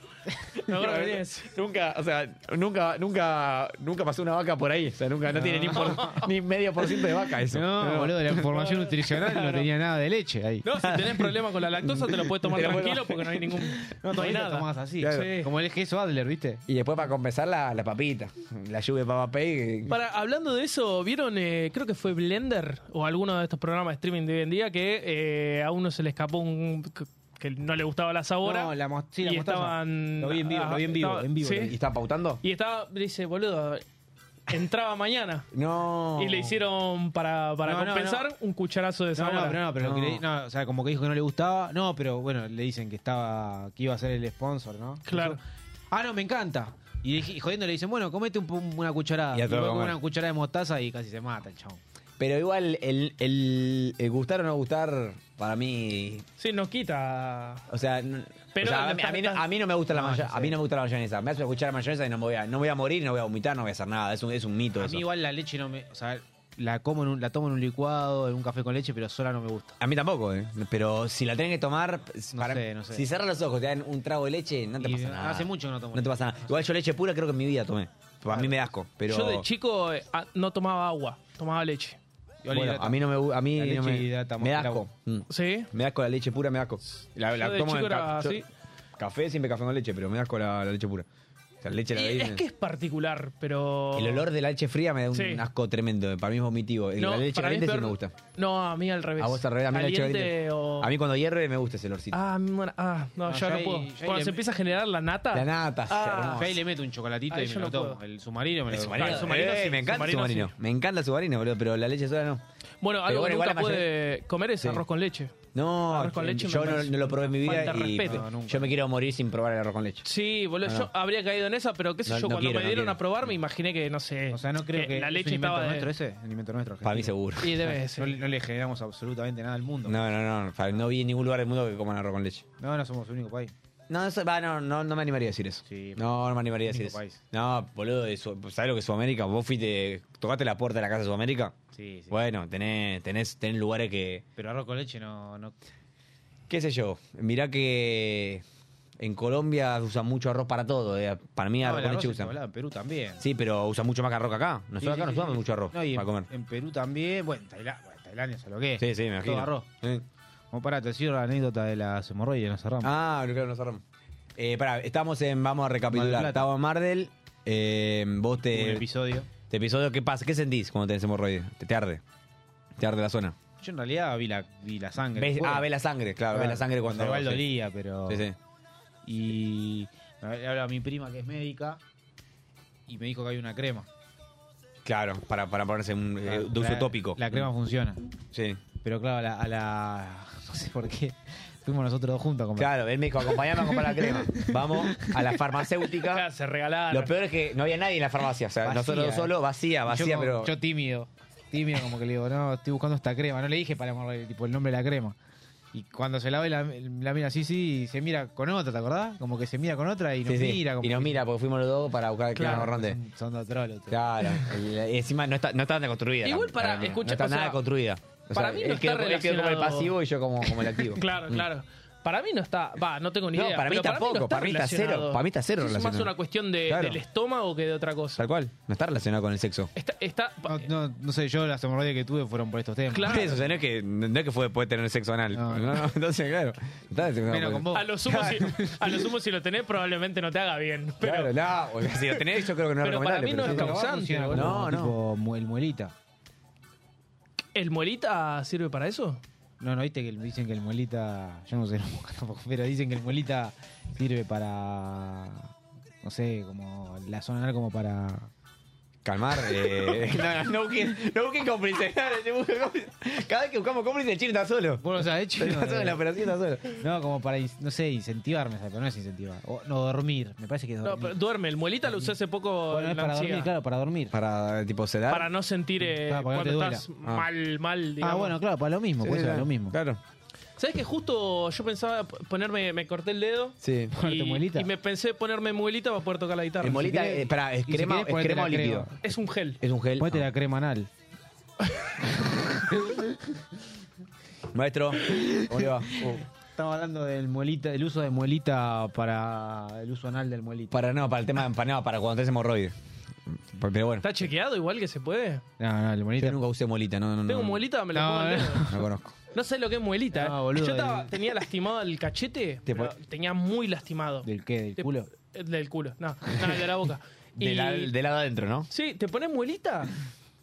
B: Me acuerdo que tenía ese.
D: eh, Nunca, o sea, nunca, nunca, nunca pasó una vaca por ahí. O sea, nunca, no, tiene ni, por- ni medio por ciento de vaca eso.
C: No, boludo, la información nutricional no, tenía nada de leche ahí.
B: No, si tenés problemas con la lactosa, te lo puedes tomar
D: Te lo puedes
B: tranquilo porque no hay ningún. No, hay
C: todavía lo
B: nada.
C: tomabas así.
D: Claro.
B: eh.
C: Sí. Como el queso Adler, ¿viste?
D: Y después para compensar la, la papita, la lluvia de Papa eh. Pay. que-
B: Para, hablando de eso, ¿vieron? eh, creo que fue Blender o alguno de estos programas de streaming de hoy en día que eh, a uno se le escapó un. que- que no le gustaba la sabora.
C: No, la mos- sí, la
B: y
C: mostaza.
B: estaban.
C: Lo vi en vivo,
B: ajá,
C: lo vi en vivo,
B: estaba-
C: en vivo
B: sí.
C: lo
D: ¿Y están pautando?
B: Y estaba, dice, boludo, entraba mañana.
D: No.
B: Y le hicieron para, para
C: No, no,
B: compensar
C: no.
B: un cucharazo de
C: No,
B: sabor.
C: no, pero no, pero lo que
D: No.
C: le- no, o sea, como que dijo que no le gustaba. No, pero bueno, le dicen que estaba, que iba a ser el sponsor, ¿no?
B: Claro.
C: Ah, no, me encanta. Y, dije- y jodiendo le dicen, bueno, comete un, pu- una cucharada.
D: Y
C: Y
D: a
C: va
D: todo
C: a
D: comer.
C: comer una cucharada de mostaza y casi se mata el chabón.
D: Pero igual, el, el- el gustar o no gustar, para mí.
B: Sí, no quita.
D: O sea, n-
B: Pero
D: o sea, a, mí,
B: está-
D: a mí no, a mí no me gusta la
C: No,
D: mayo-
C: ya sé.
D: a mí no me gusta la mayonesa. Me hace escuchar la mayonesa y no me voy a, no voy a morir, no voy a vomitar, no voy a hacer nada. Es un, es un mito
C: A
D: eso.
C: mí igual la leche no me, o sea, la como en un- la tomo en un licuado, en un café con leche, pero sola no me gusta.
D: A mí tampoco, ¿eh? Pero si la tienen que tomar, pues,
C: No
D: para-
C: sé, no sé.
D: si cerras los ojos, te dan un trago de leche, no te
C: Y
D: pasa
C: no-
D: nada.
C: hace mucho que no tomo
D: No te
C: leche.
D: pasa nada. Igual yo leche pura creo que en mi vida tomé. A mí me da asco, pero...
B: Yo de chico eh, ah, no tomaba agua, tomaba leche.
C: Igual
D: Bueno,
C: hidrata.
D: a mí no me... gu- A mí
C: La
D: no
C: leche
D: me,
C: hidrata más
D: me da
C: que el
D: asco.
C: agua.
D: Mm.
B: ¿Sí?
D: Me da asco la leche pura, me da asco. La,
B: Yo
D: la
B: de
D: tomo
B: chico
D: en ca-
B: era
D: yo-
B: así.
D: Café, siempre café con leche, pero me da asco la, la leche pura. sea, leche la
B: Y
D: bebí-
B: es que es particular, pero.
D: El olor de la leche fría me da un
B: Sí.
D: asco tremendo. Para mí es vomitivo. El-
B: No,
D: la leche
B: para mí es
D: caliente sí
B: peor-
D: me gusta.
B: No, a mí al revés.
D: A vos al revés, a mí la leche
B: Caliente
D: caliente.
B: o-
D: A mí cuando hierve me gusta ese olorcito.
B: Ah, bueno, ah, no,
C: No,
B: yo
C: yo
B: no
C: ahí-
B: puedo.
C: yo ahí
B: Cuando
C: le-
B: se empieza a generar em- la nata.
D: la nata, es
B: Ah.
D: hermosa.
C: Yo ahí le meto un chocolatito
B: Ahí
C: y me
B: yo
C: lo
B: no
C: tomo.
B: puedo.
C: El submarino me lo
B: submarino.
C: Ah,
B: el submarino
D: Eh,
B: sí,
D: me encanta el
B: submarino
D: submarino.
B: sí.
D: Me encanta el submarino, boludo, pero la leche sola no.
B: Bueno, algo
D: bueno,
B: que
D: igual
B: nunca
D: la mayoría-
B: puede comer es
D: Sí.
B: arroz con leche.
D: No,
B: Arroz con leche
D: yo
B: me
D: no,
B: parece
D: no lo probé en mi
B: una
D: vida
B: falta de
D: y
B: respeto.
C: No, nunca.
D: yo me quiero morir sin probar el arroz con leche.
B: Sí, boludo,
D: No,
B: yo
D: no.
B: habría caído en esa, pero qué sé
D: No,
B: yo,
D: no
B: cuando
D: quiero,
B: me
D: no
B: dieron
D: quiero.
B: a probar me imaginé que, no sé.
C: O sea, no creo que,
B: Eh, la
C: es
B: leche
C: un invento
B: estaba de-
C: nuestro ese, un invento nuestro.
D: Para mí
C: argentino.
D: seguro.
B: Y debe
C: No,
B: ser.
C: le- no le generamos absolutamente nada al mundo. No,
D: No, no, no. para- No vi en ningún lugar del mundo que coman arroz con leche.
C: no, somos el único país.
D: No, eso- va, no, no, no me animaría a decir eso.
C: Sí.
D: no, no me animaría a decir
C: Único
D: eso.
C: país.
D: No, boludo, de Su- ¿sabés lo que es Sudamérica? Vos fuiste, tocaste la puerta de la casa de Sudamérica.
C: Sí, sí.
D: Bueno, tenés, tenés, tenés lugares que,
C: Pero arroz con leche no. no
D: qué sé yo, mirá que en Colombia usan mucho arroz para todo. eh. Para mí
C: No,
D: arroz
C: el
D: con
C: arroz
D: leche
C: es
D: usan.
C: igual, En Perú también.
D: Sí, pero usan mucho más que arroz que acá. Nosotros
C: Sí,
D: acá
C: sí,
D: no
C: sí,
D: usamos
C: sí.
D: mucho arroz
C: No, y
D: para
C: en,
D: comer.
C: En Perú también. Bueno, en Tailandia, bueno, Tailandia se lo que es.
D: Sí, sí, me imagino.
C: Todo arroz.
D: Eh.
C: Como para, te decir la anécdota de las hemorroides, nos cerramos.
D: Ah, claro, nos cerramos. Eh, pará, estamos en, vamos a
C: Mar del
D: recapitular.
C: Plata.
D: Estábamos en Mardel. eh, vos
C: un
D: te,
C: episodio.
D: Este episodio, ¿qué pasa? ¿Qué sentís cuando tenés hemorroides? Te, te arde. Te arde la zona.
C: Yo en realidad vi la, vi la sangre.
D: ¿Ves?
C: Bueno,
D: Ah, ves la sangre, claro, ves la sangre cuando.
C: o sea, Igual
D: sí.
C: dolía, pero.
D: Sí, sí.
C: Y le hablo a mi prima que es médica y me dijo que hay una crema.
D: Claro, para, para ponerse un, eh, de uso
C: La-
D: tópico.
C: La crema funciona.
D: Sí.
C: Pero claro, a la, a la- No sé por qué. Fuimos nosotros dos juntos a comprar.
D: Claro, él me dijo, acompañame a comprar la crema. Vamos a la farmacéutica.
B: Ah, se regalaron.
D: Lo peor es que no había nadie en la farmacia. O sea,
C: Vacía.
D: nosotros solo, vacía,
C: Y yo
D: vacía,
C: como-
D: pero.
C: Yo tímido. Tímido, como que le digo, no, estoy buscando esta crema. No le dije para morrer, tipo, el nombre de la crema. Y cuando se la ve, la, la mira así, sí, y se mira con otra, ¿te acordás? Como que se mira con otra y nos
D: Sí, sí.
C: mira. Como
D: y nos
C: que-
D: mira, porque fuimos los dos para buscar el crema
B: Claro,
D: borrón de-
C: Son, son dos trolos. tú.
D: Claro, y y encima no está, no está nada construida.
B: Igual
D: la-
B: para-
D: la crema.
B: escucha,
D: no está
B: o sea,
D: nada construida. O
B: para
D: sea,
B: mí no
D: él quedó-
B: está
D: él quedó como el
B: relacionado-
D: pasivo y yo como, como el activo.
B: Claro, claro. Para mí no está. Va, no tengo ni
D: No,
B: idea.
D: para mí
B: pero
D: tampoco,
B: está
D: para mí está cero,
B: relacionado.
D: para mí está cero
B: Es más
D: relacionado.
B: una cuestión de-
D: Claro.
B: del estómago que de otra cosa.
D: Tal cual, no está relacionado con el sexo.
B: Está. está-
C: No, no, no sé, yo las hemorroides que tuve fueron por estos temas.
B: Claro.
D: Por eso, o sea, no es que, no es que fue después de tener sexo anal.
C: No.
D: No, no, entonces, claro. Está desexuado
C: Menos
D: por
C: con
D: eso.
C: vos.
B: A lo, sumo, si, a lo sumo, si lo tenés, probablemente no te haga bien. Pero,
D: Claro, no, o sea, si lo tenés, yo creo que no es
B: pero para
D: recomendable.
B: mí no
D: pero
B: es
D: sí.
C: Pero va,
B: causante.
C: funciona
B: boludo.
C: como
D: No, no.
C: tipo mu- el muelita.
B: ¿El molita sirve para eso?
C: No, no, viste que el- dicen que el muelita. Yo no sé tampoco, pero dicen que el muelita sirve para. No sé, como la zona anal como para.
D: Calmar. Eh, no, no, no busquen, no busquen cómplices. claro, se busca cómplices. Cada vez que buscamos cómplices, el chino está solo.
C: ¿Vos lo sabés, hecho?
D: Está solo, la operación está solo.
C: No, como para, in- no sé, incentivarme, ¿sabes? pero no es incentivar. O, no, dormir, me parece que es
B: No,
C: dormir.
B: pero duerme. El muelita lo usé hace poco
C: Bueno,
B: en
C: es
B: la
C: para
B: encía.
C: dormir, claro, para dormir. Ah,
D: Para, tipo, sedar.
B: Para no sentir eh,
C: Claro, para que no
B: cuando
C: te
B: estás
D: Ah.
B: mal, mal, digamos.
C: ah, bueno, claro, para lo mismo,
D: Sí,
C: puede ser
D: claro,
C: lo mismo.
D: Claro.
B: ¿Sabes que justo yo pensaba p- ponerme, me corté el dedo?
D: Sí.
C: Ponerte
B: y,
C: muelita.
B: y me pensé ponerme muelita para poder tocar la guitarra.
D: El molita,
C: querés-
D: eh, pará, es
C: y si
D: crema,
C: querés,
D: es
C: ponete
D: crema o
C: la
D: líquido.
C: crema.
B: Es un gel.
D: Es un gel.
C: Ponete
D: Ah.
C: la crema anal.
D: Maestro, ¿cómo le va? Oh.
C: Estamos hablando del muelita, del uso de muelita para el uso anal del muelita.
D: Para no, para el tema de empanado, para cuando tenés hemorroides. Pero bueno.
B: ¿Está chequeado igual que se puede?
C: No, no, el muelita.
D: Yo nunca usé molita, no, no, no.
B: Tengo muelita, me la
C: No,
B: pongo al
C: eh.
B: dedo.
D: No conozco.
B: No sé lo que es muelita.
C: No,
B: eh.
C: boludo,
B: Yo estaba-
C: el-
B: tenía lastimado el cachete,
D: Te
B: pero
D: pon-
B: tenía muy lastimado.
C: ¿Del qué? ¿Del
B: Te-
C: culo?
B: eh, Del culo, no, no, el de la boca.
D: De,
B: Y-
D: la- de lado adentro, ¿no?
B: Sí, te pones muelita.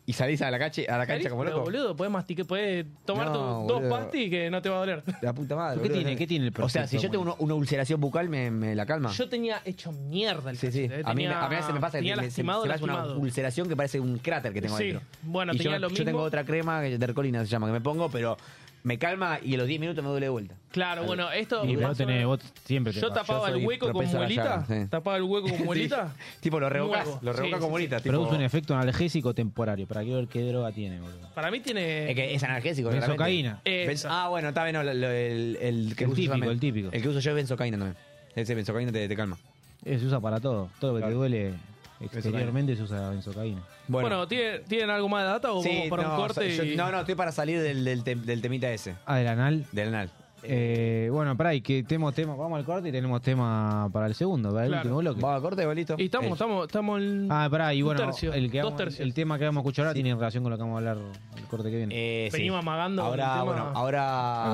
D: Y salís a la, calle, a la cancha
B: Pero,
D: como loco.
B: boludo, puedes masticar, puedes tomar
D: No,
B: tus dos
D: boludo.
B: pastis que no te va a doler.
D: La puta madre.
C: ¿Qué
D: boludo.
C: tiene- qué tiene el
D: O sea, si yo
C: prospecto,
D: tengo una, una ulceración bucal, me, me la calma.
B: Yo tenía hecho mierda el
D: Ah. sí, sí.
B: cachete. eh.
D: a, mí, me-
B: Tenía-
D: a veces me pasa que
B: tenía
D: me- se-
B: lastimado,
D: se me hace una
B: lastimado.
D: ulceración que parece un cráter que tengo
B: Sí,
D: adentro.
B: bueno,
D: Y
B: tenía
D: yo,
B: lo
D: yo
B: mismo.
D: tengo otra crema, que de ercolina se llama, que me pongo, pero me calma y a los 10 minutos me duele de vuelta.
B: Claro, bueno, esto.
C: Y vos
B: más o
C: tenés,
B: menos-
C: vos siempre te
B: yo
C: pasa.
B: tapaba
D: Ah, yo
B: el
D: soy
B: hueco con
D: propenso a la
B: muelita.
D: llaga, sí.
B: Tapaba el hueco con muelita.
D: Tipo, lo rebocas,
B: Nuevo.
D: lo
B: Sí,
D: rebocas
B: sí,
D: con
B: sí.
D: bolitas. tipo-
C: Produce un efecto analgésico temporario, para que ver qué droga tiene, boludo.
B: Para mí tiene.
D: Es que es analgésico. claramente.
C: Benzocaína.
B: Eh,
D: Benz-
B: exacto.
D: Ah, bueno, está bien. no, lo- lo- el, el que
C: El
D: uso yo
C: típico,
D: también.
C: el típico.
D: El que uso yo es benzocaína también. Ese benzocaína te, te calma.
C: Eh, Se usa para todo. Todo lo que te duele exteriormente se usa benzocaína.
B: bueno, ¿tienen, ¿tienen algo más de data o vamos para
D: no,
B: un corte?
D: yo-
B: y-
D: no, no, estoy para salir del, del, tem- del temita ese,
C: Ah, del anal.
D: del anal.
C: Eh, bueno, para ahí, que tenemos tema. Vamos al corte y tenemos tema para el segundo, para el
B: Claro.
C: último bloque.
D: ¿Vamos al corte, bolito?
B: Y estamos,
D: Eh,
B: estamos, estamos en-
C: Ah, pará, y
B: Un
C: bueno,
B: tercio,
C: el, que
B: dos
C: vamos-
B: tercios.
C: el tema que vamos a escuchar ahora tiene relación con lo que vamos a hablar el corte que viene.
D: eh, sí.
B: Venimos amagando
D: Ahora,
B: con el tema.
D: bueno, ahora.
C: Mm.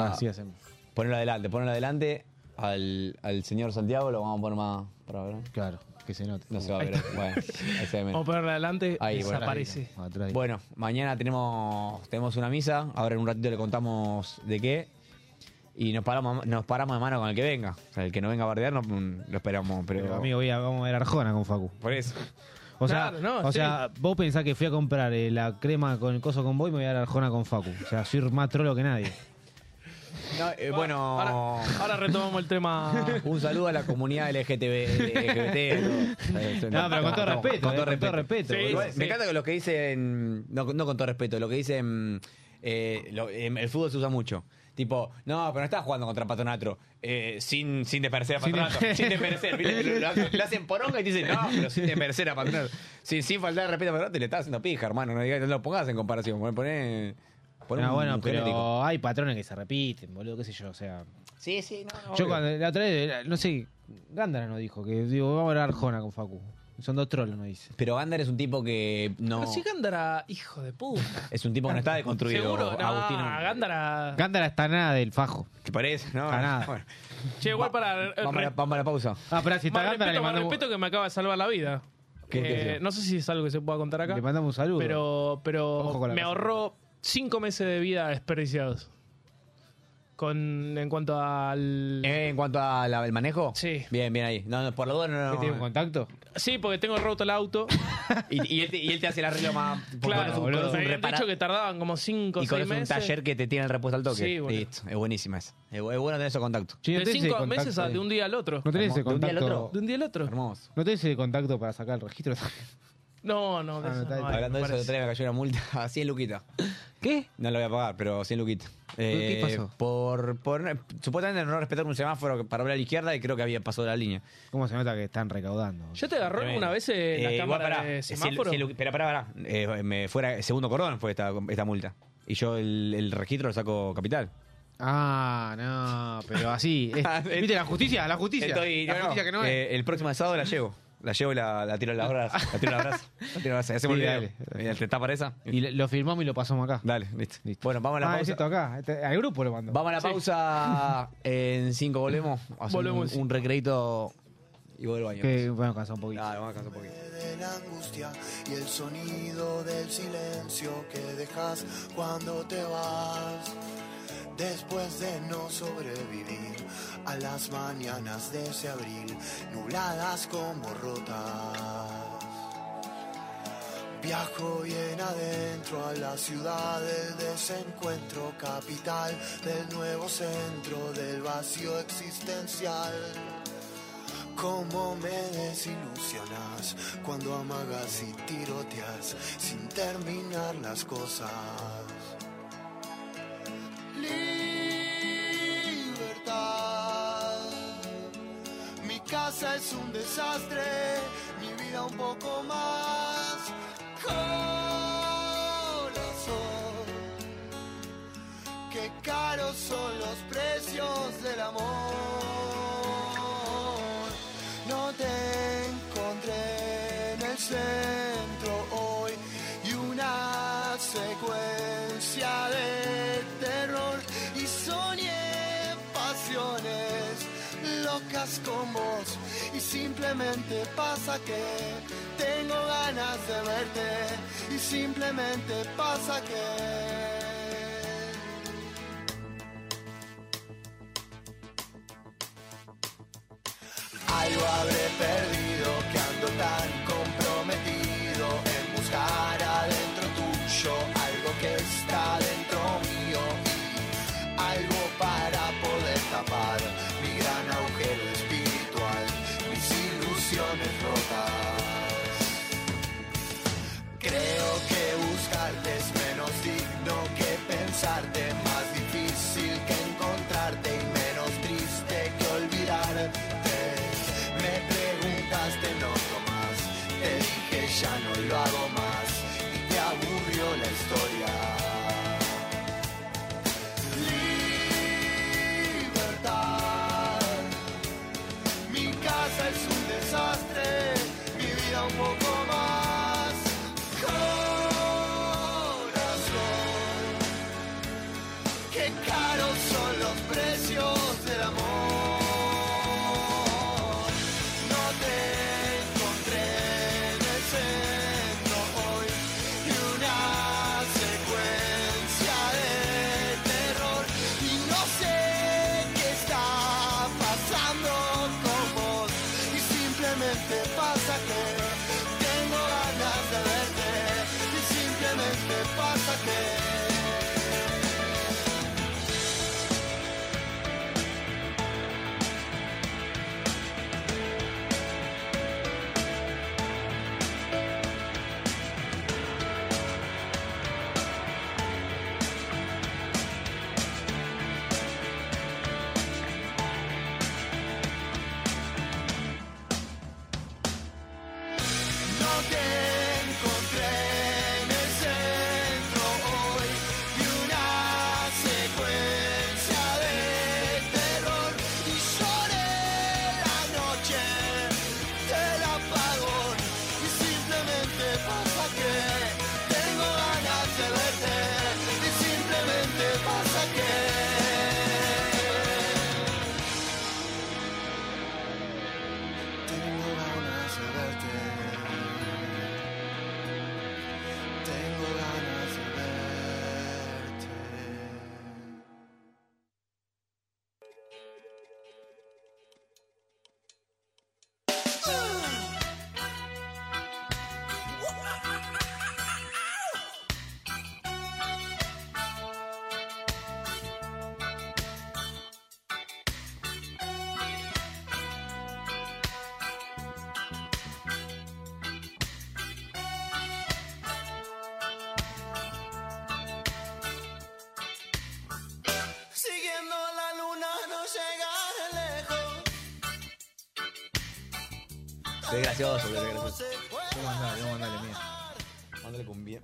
C: Ah, Así hacemos.
D: Ponelo adelante, ponelo adelante. Al, al señor Santiago lo vamos a poner más para ver.
C: Claro. que se note.
D: No se va a ver. Bueno, ahí se ve menos.
B: Vamos a ponerla adelante.
D: Ahí, bueno,
B: desaparece.
C: Atrás.
D: Bueno, mañana tenemos, tenemos una misa. Ahora en un ratito le contamos de qué. Y nos paramos, nos paramos de mano con el que venga. O sea, el que no venga a bardear no, mm, lo esperamos. Pero,
C: Pero, amigo, voy a- vamos a ver Arjona con Facu.
D: Por eso.
C: O sea,
B: Claro, no,
C: o
B: sí.
C: sea, vos pensás que fui a comprar eh, la crema con el coso con vos y me voy a dar Arjona con Facu. O sea, soy más trolo que nadie.
D: No, eh, bueno.
B: Ahora, ahora retomamos el tema.
D: Un saludo a la comunidad LGBT.
C: No, pero con todo respeto.
D: Con todo
C: eh,
D: respeto.
B: Sí,
C: respeto, boludo.
D: Igual, Me encanta que los que dicen, no, no con todo respeto, lo que dicen, eh, lo- em, el fútbol se usa mucho. Tipo, no, pero no estás jugando contra Patronato eh, sin, sin desmerecer a Patronato. Sin desmerecer. ¿viste? Lo, lo hacen- lo hacen poronga y te dicen, no, pero sin desmerecer a Patronato. Sin, sin faltar de respeto a Patronato, le estás haciendo pija, hermano. No, digas, no lo pongas en comparación. Poné, poné, poné
B: Ah,
C: No,
D: un-
C: bueno,
D: un
C: pero
D: genérico.
C: hay patrones que se repiten, boludo, qué sé yo, o sea.
D: Sí, sí, no.
C: Yo
D: obvio.
C: cuando la otra vez, la- no sé, Gándara nos dijo que digo, vamos a ver Arjona con Facu. Son dos trolos, nos dice.
D: Pero Gander es un tipo que no.
B: Pero si Gándara, hijo de puta.
D: Es un tipo que no está deconstruido.
B: Seguro, no,
D: Agustín.
B: Gándara.
C: Gándara está nada del fajo.
D: ¿Te parece? No,
C: Para nada.
D: Bueno,
B: Che, igual para. eh,
D: vamos, a la,
B: re-
D: vamos a la pausa.
C: Ah, pero si está
B: más
C: Gándara le
B: respeto, más
C: mandamos,
B: respeto que me acaba de salvar la vida.
D: ¿Qué
B: Eh,
D: te digo?
B: no sé si es algo que se pueda contar acá.
C: le mandamos un saludo.
B: Pero,
C: Ojo
B: pero
C: con la
B: me
C: cosa.
B: ahorró cinco meses de vida desperdiciados. Con, en cuanto al.
D: Eh, en cuanto al manejo,
B: Sí.
D: Bien, bien ahí. No, no, por la duda no, no,
C: ¿Qué
D: no.
C: tiene un contacto?
B: Sí, porque tengo roto el auto.
D: Y, y él te, y él te hace el arreglo más. porque
B: claro,
D: conoce un-
B: boludo.
D: conoce
B: Me
D: un
B: habían
D: repara-
B: dicho que tardaban como cinco o
D: Y
B: seis
D: conoce un
B: meses.
D: taller que te tiene el repuesto al toque.
B: Sí, boludo.
D: Listo. Es buenísima esa. Es, bu- es bueno tener esos contactos.
C: Che,
B: de
C: tenés ese
B: cinco
C: contacto
B: meses a-
C: ahí.
B: de un día al otro.
C: ¿No tenés ese
D: ¿De un día al otro?
C: contacto?
B: De un día al otro.
D: Hermoso.
C: ¿No tenés ese contacto para sacar el registro?
B: No, no, de
C: Ah,
B: eso
C: no, está
B: no
C: ahí.
B: hay, me
D: Hablando de eso, el
B: parece.
D: otro día me cayó una multa a 100 luquitas.
C: ¿Qué?
D: No la voy a pagar, pero 100 luquitas.
C: ¿Qué
D: Eh,
C: pasó?
D: Por, por- supuestamente no respetar un semáforo que paró a la izquierda y creo que había pasado la línea.
C: ¿Cómo se nota que están recaudando?
B: ¿Ya te agarró
D: Tremendo.
B: alguna vez eh, la
D: Eh, igual,
B: cámara
D: pará,
B: de
D: cien-
B: semáforo?
D: cien lu- Espera, pará, pará. Eh, me fuera, segundo cordón fue esta, esta multa. Y yo el, el registro lo saco capital.
C: Ah, no, pero así. es- ¿Viste la justicia? La justicia.
D: Estoy-
C: la
D: no, no.
C: justicia que no es.
D: Eh, el próximo sábado la llevo. La llevo y la, la tiro a la brasa. La tiro a la brasa. La tiro a la brasa. Hacemos
C: Sí,
D: el video.
C: dale.
D: Mira, ¿Te está para esa?
C: y le- lo firmamos y lo pasamos acá.
D: Dale, listo.
C: Listo.
D: Bueno, vamos a la
C: ah, es esto
D: pausa.
C: acá. este- al grupo lo mando.
D: Vamos a la
B: Sí.
D: pausa. En 5 volvemos. Hacemos
B: Volvemos.
D: Un, un recreito y vuelvo al baño.
C: Que bueno, cansar un poquito.
D: Dale, vamos a descansar un poquito.
E: de la angustia y el sonido del silencio que dejas cuando te vas. Después de no sobrevivir a las mañanas de ese abril, nubladas como rotas. Viajo bien adentro a la ciudad del desencuentro, capital del nuevo centro del vacío existencial. Cómo me desilusionas cuando amagas y tiroteas sin terminar las cosas. Libertad. Mi casa es un desastre, mi vida un poco más. Corazón. Qué caros son los precios del amor. No te encontré en el centro hoy y una secuencia de terror y soñé pasiones locas con vos y simplemente pasa que tengo ganas de verte y simplemente pasa que Algo habré perdido que ando tan comprometido en buscar adentro tuyo algo que está dentro mío. Algo para poder tapar mi gran agujero espiritual, mis ilusiones rotas. Creo que buscarte es menos digno que pensarte, más difícil que encontrarte y menos triste que olvidarte. Me preguntaste no más, te dije ya no lo hago más y te aburrió la historia. Libertad, mi casa es un desastre, mi vida un poco más. Corazón,
D: Se ve gracioso, se ve gracioso.
C: Vos mandale, vos mandale, mía.
D: Mándale con bien.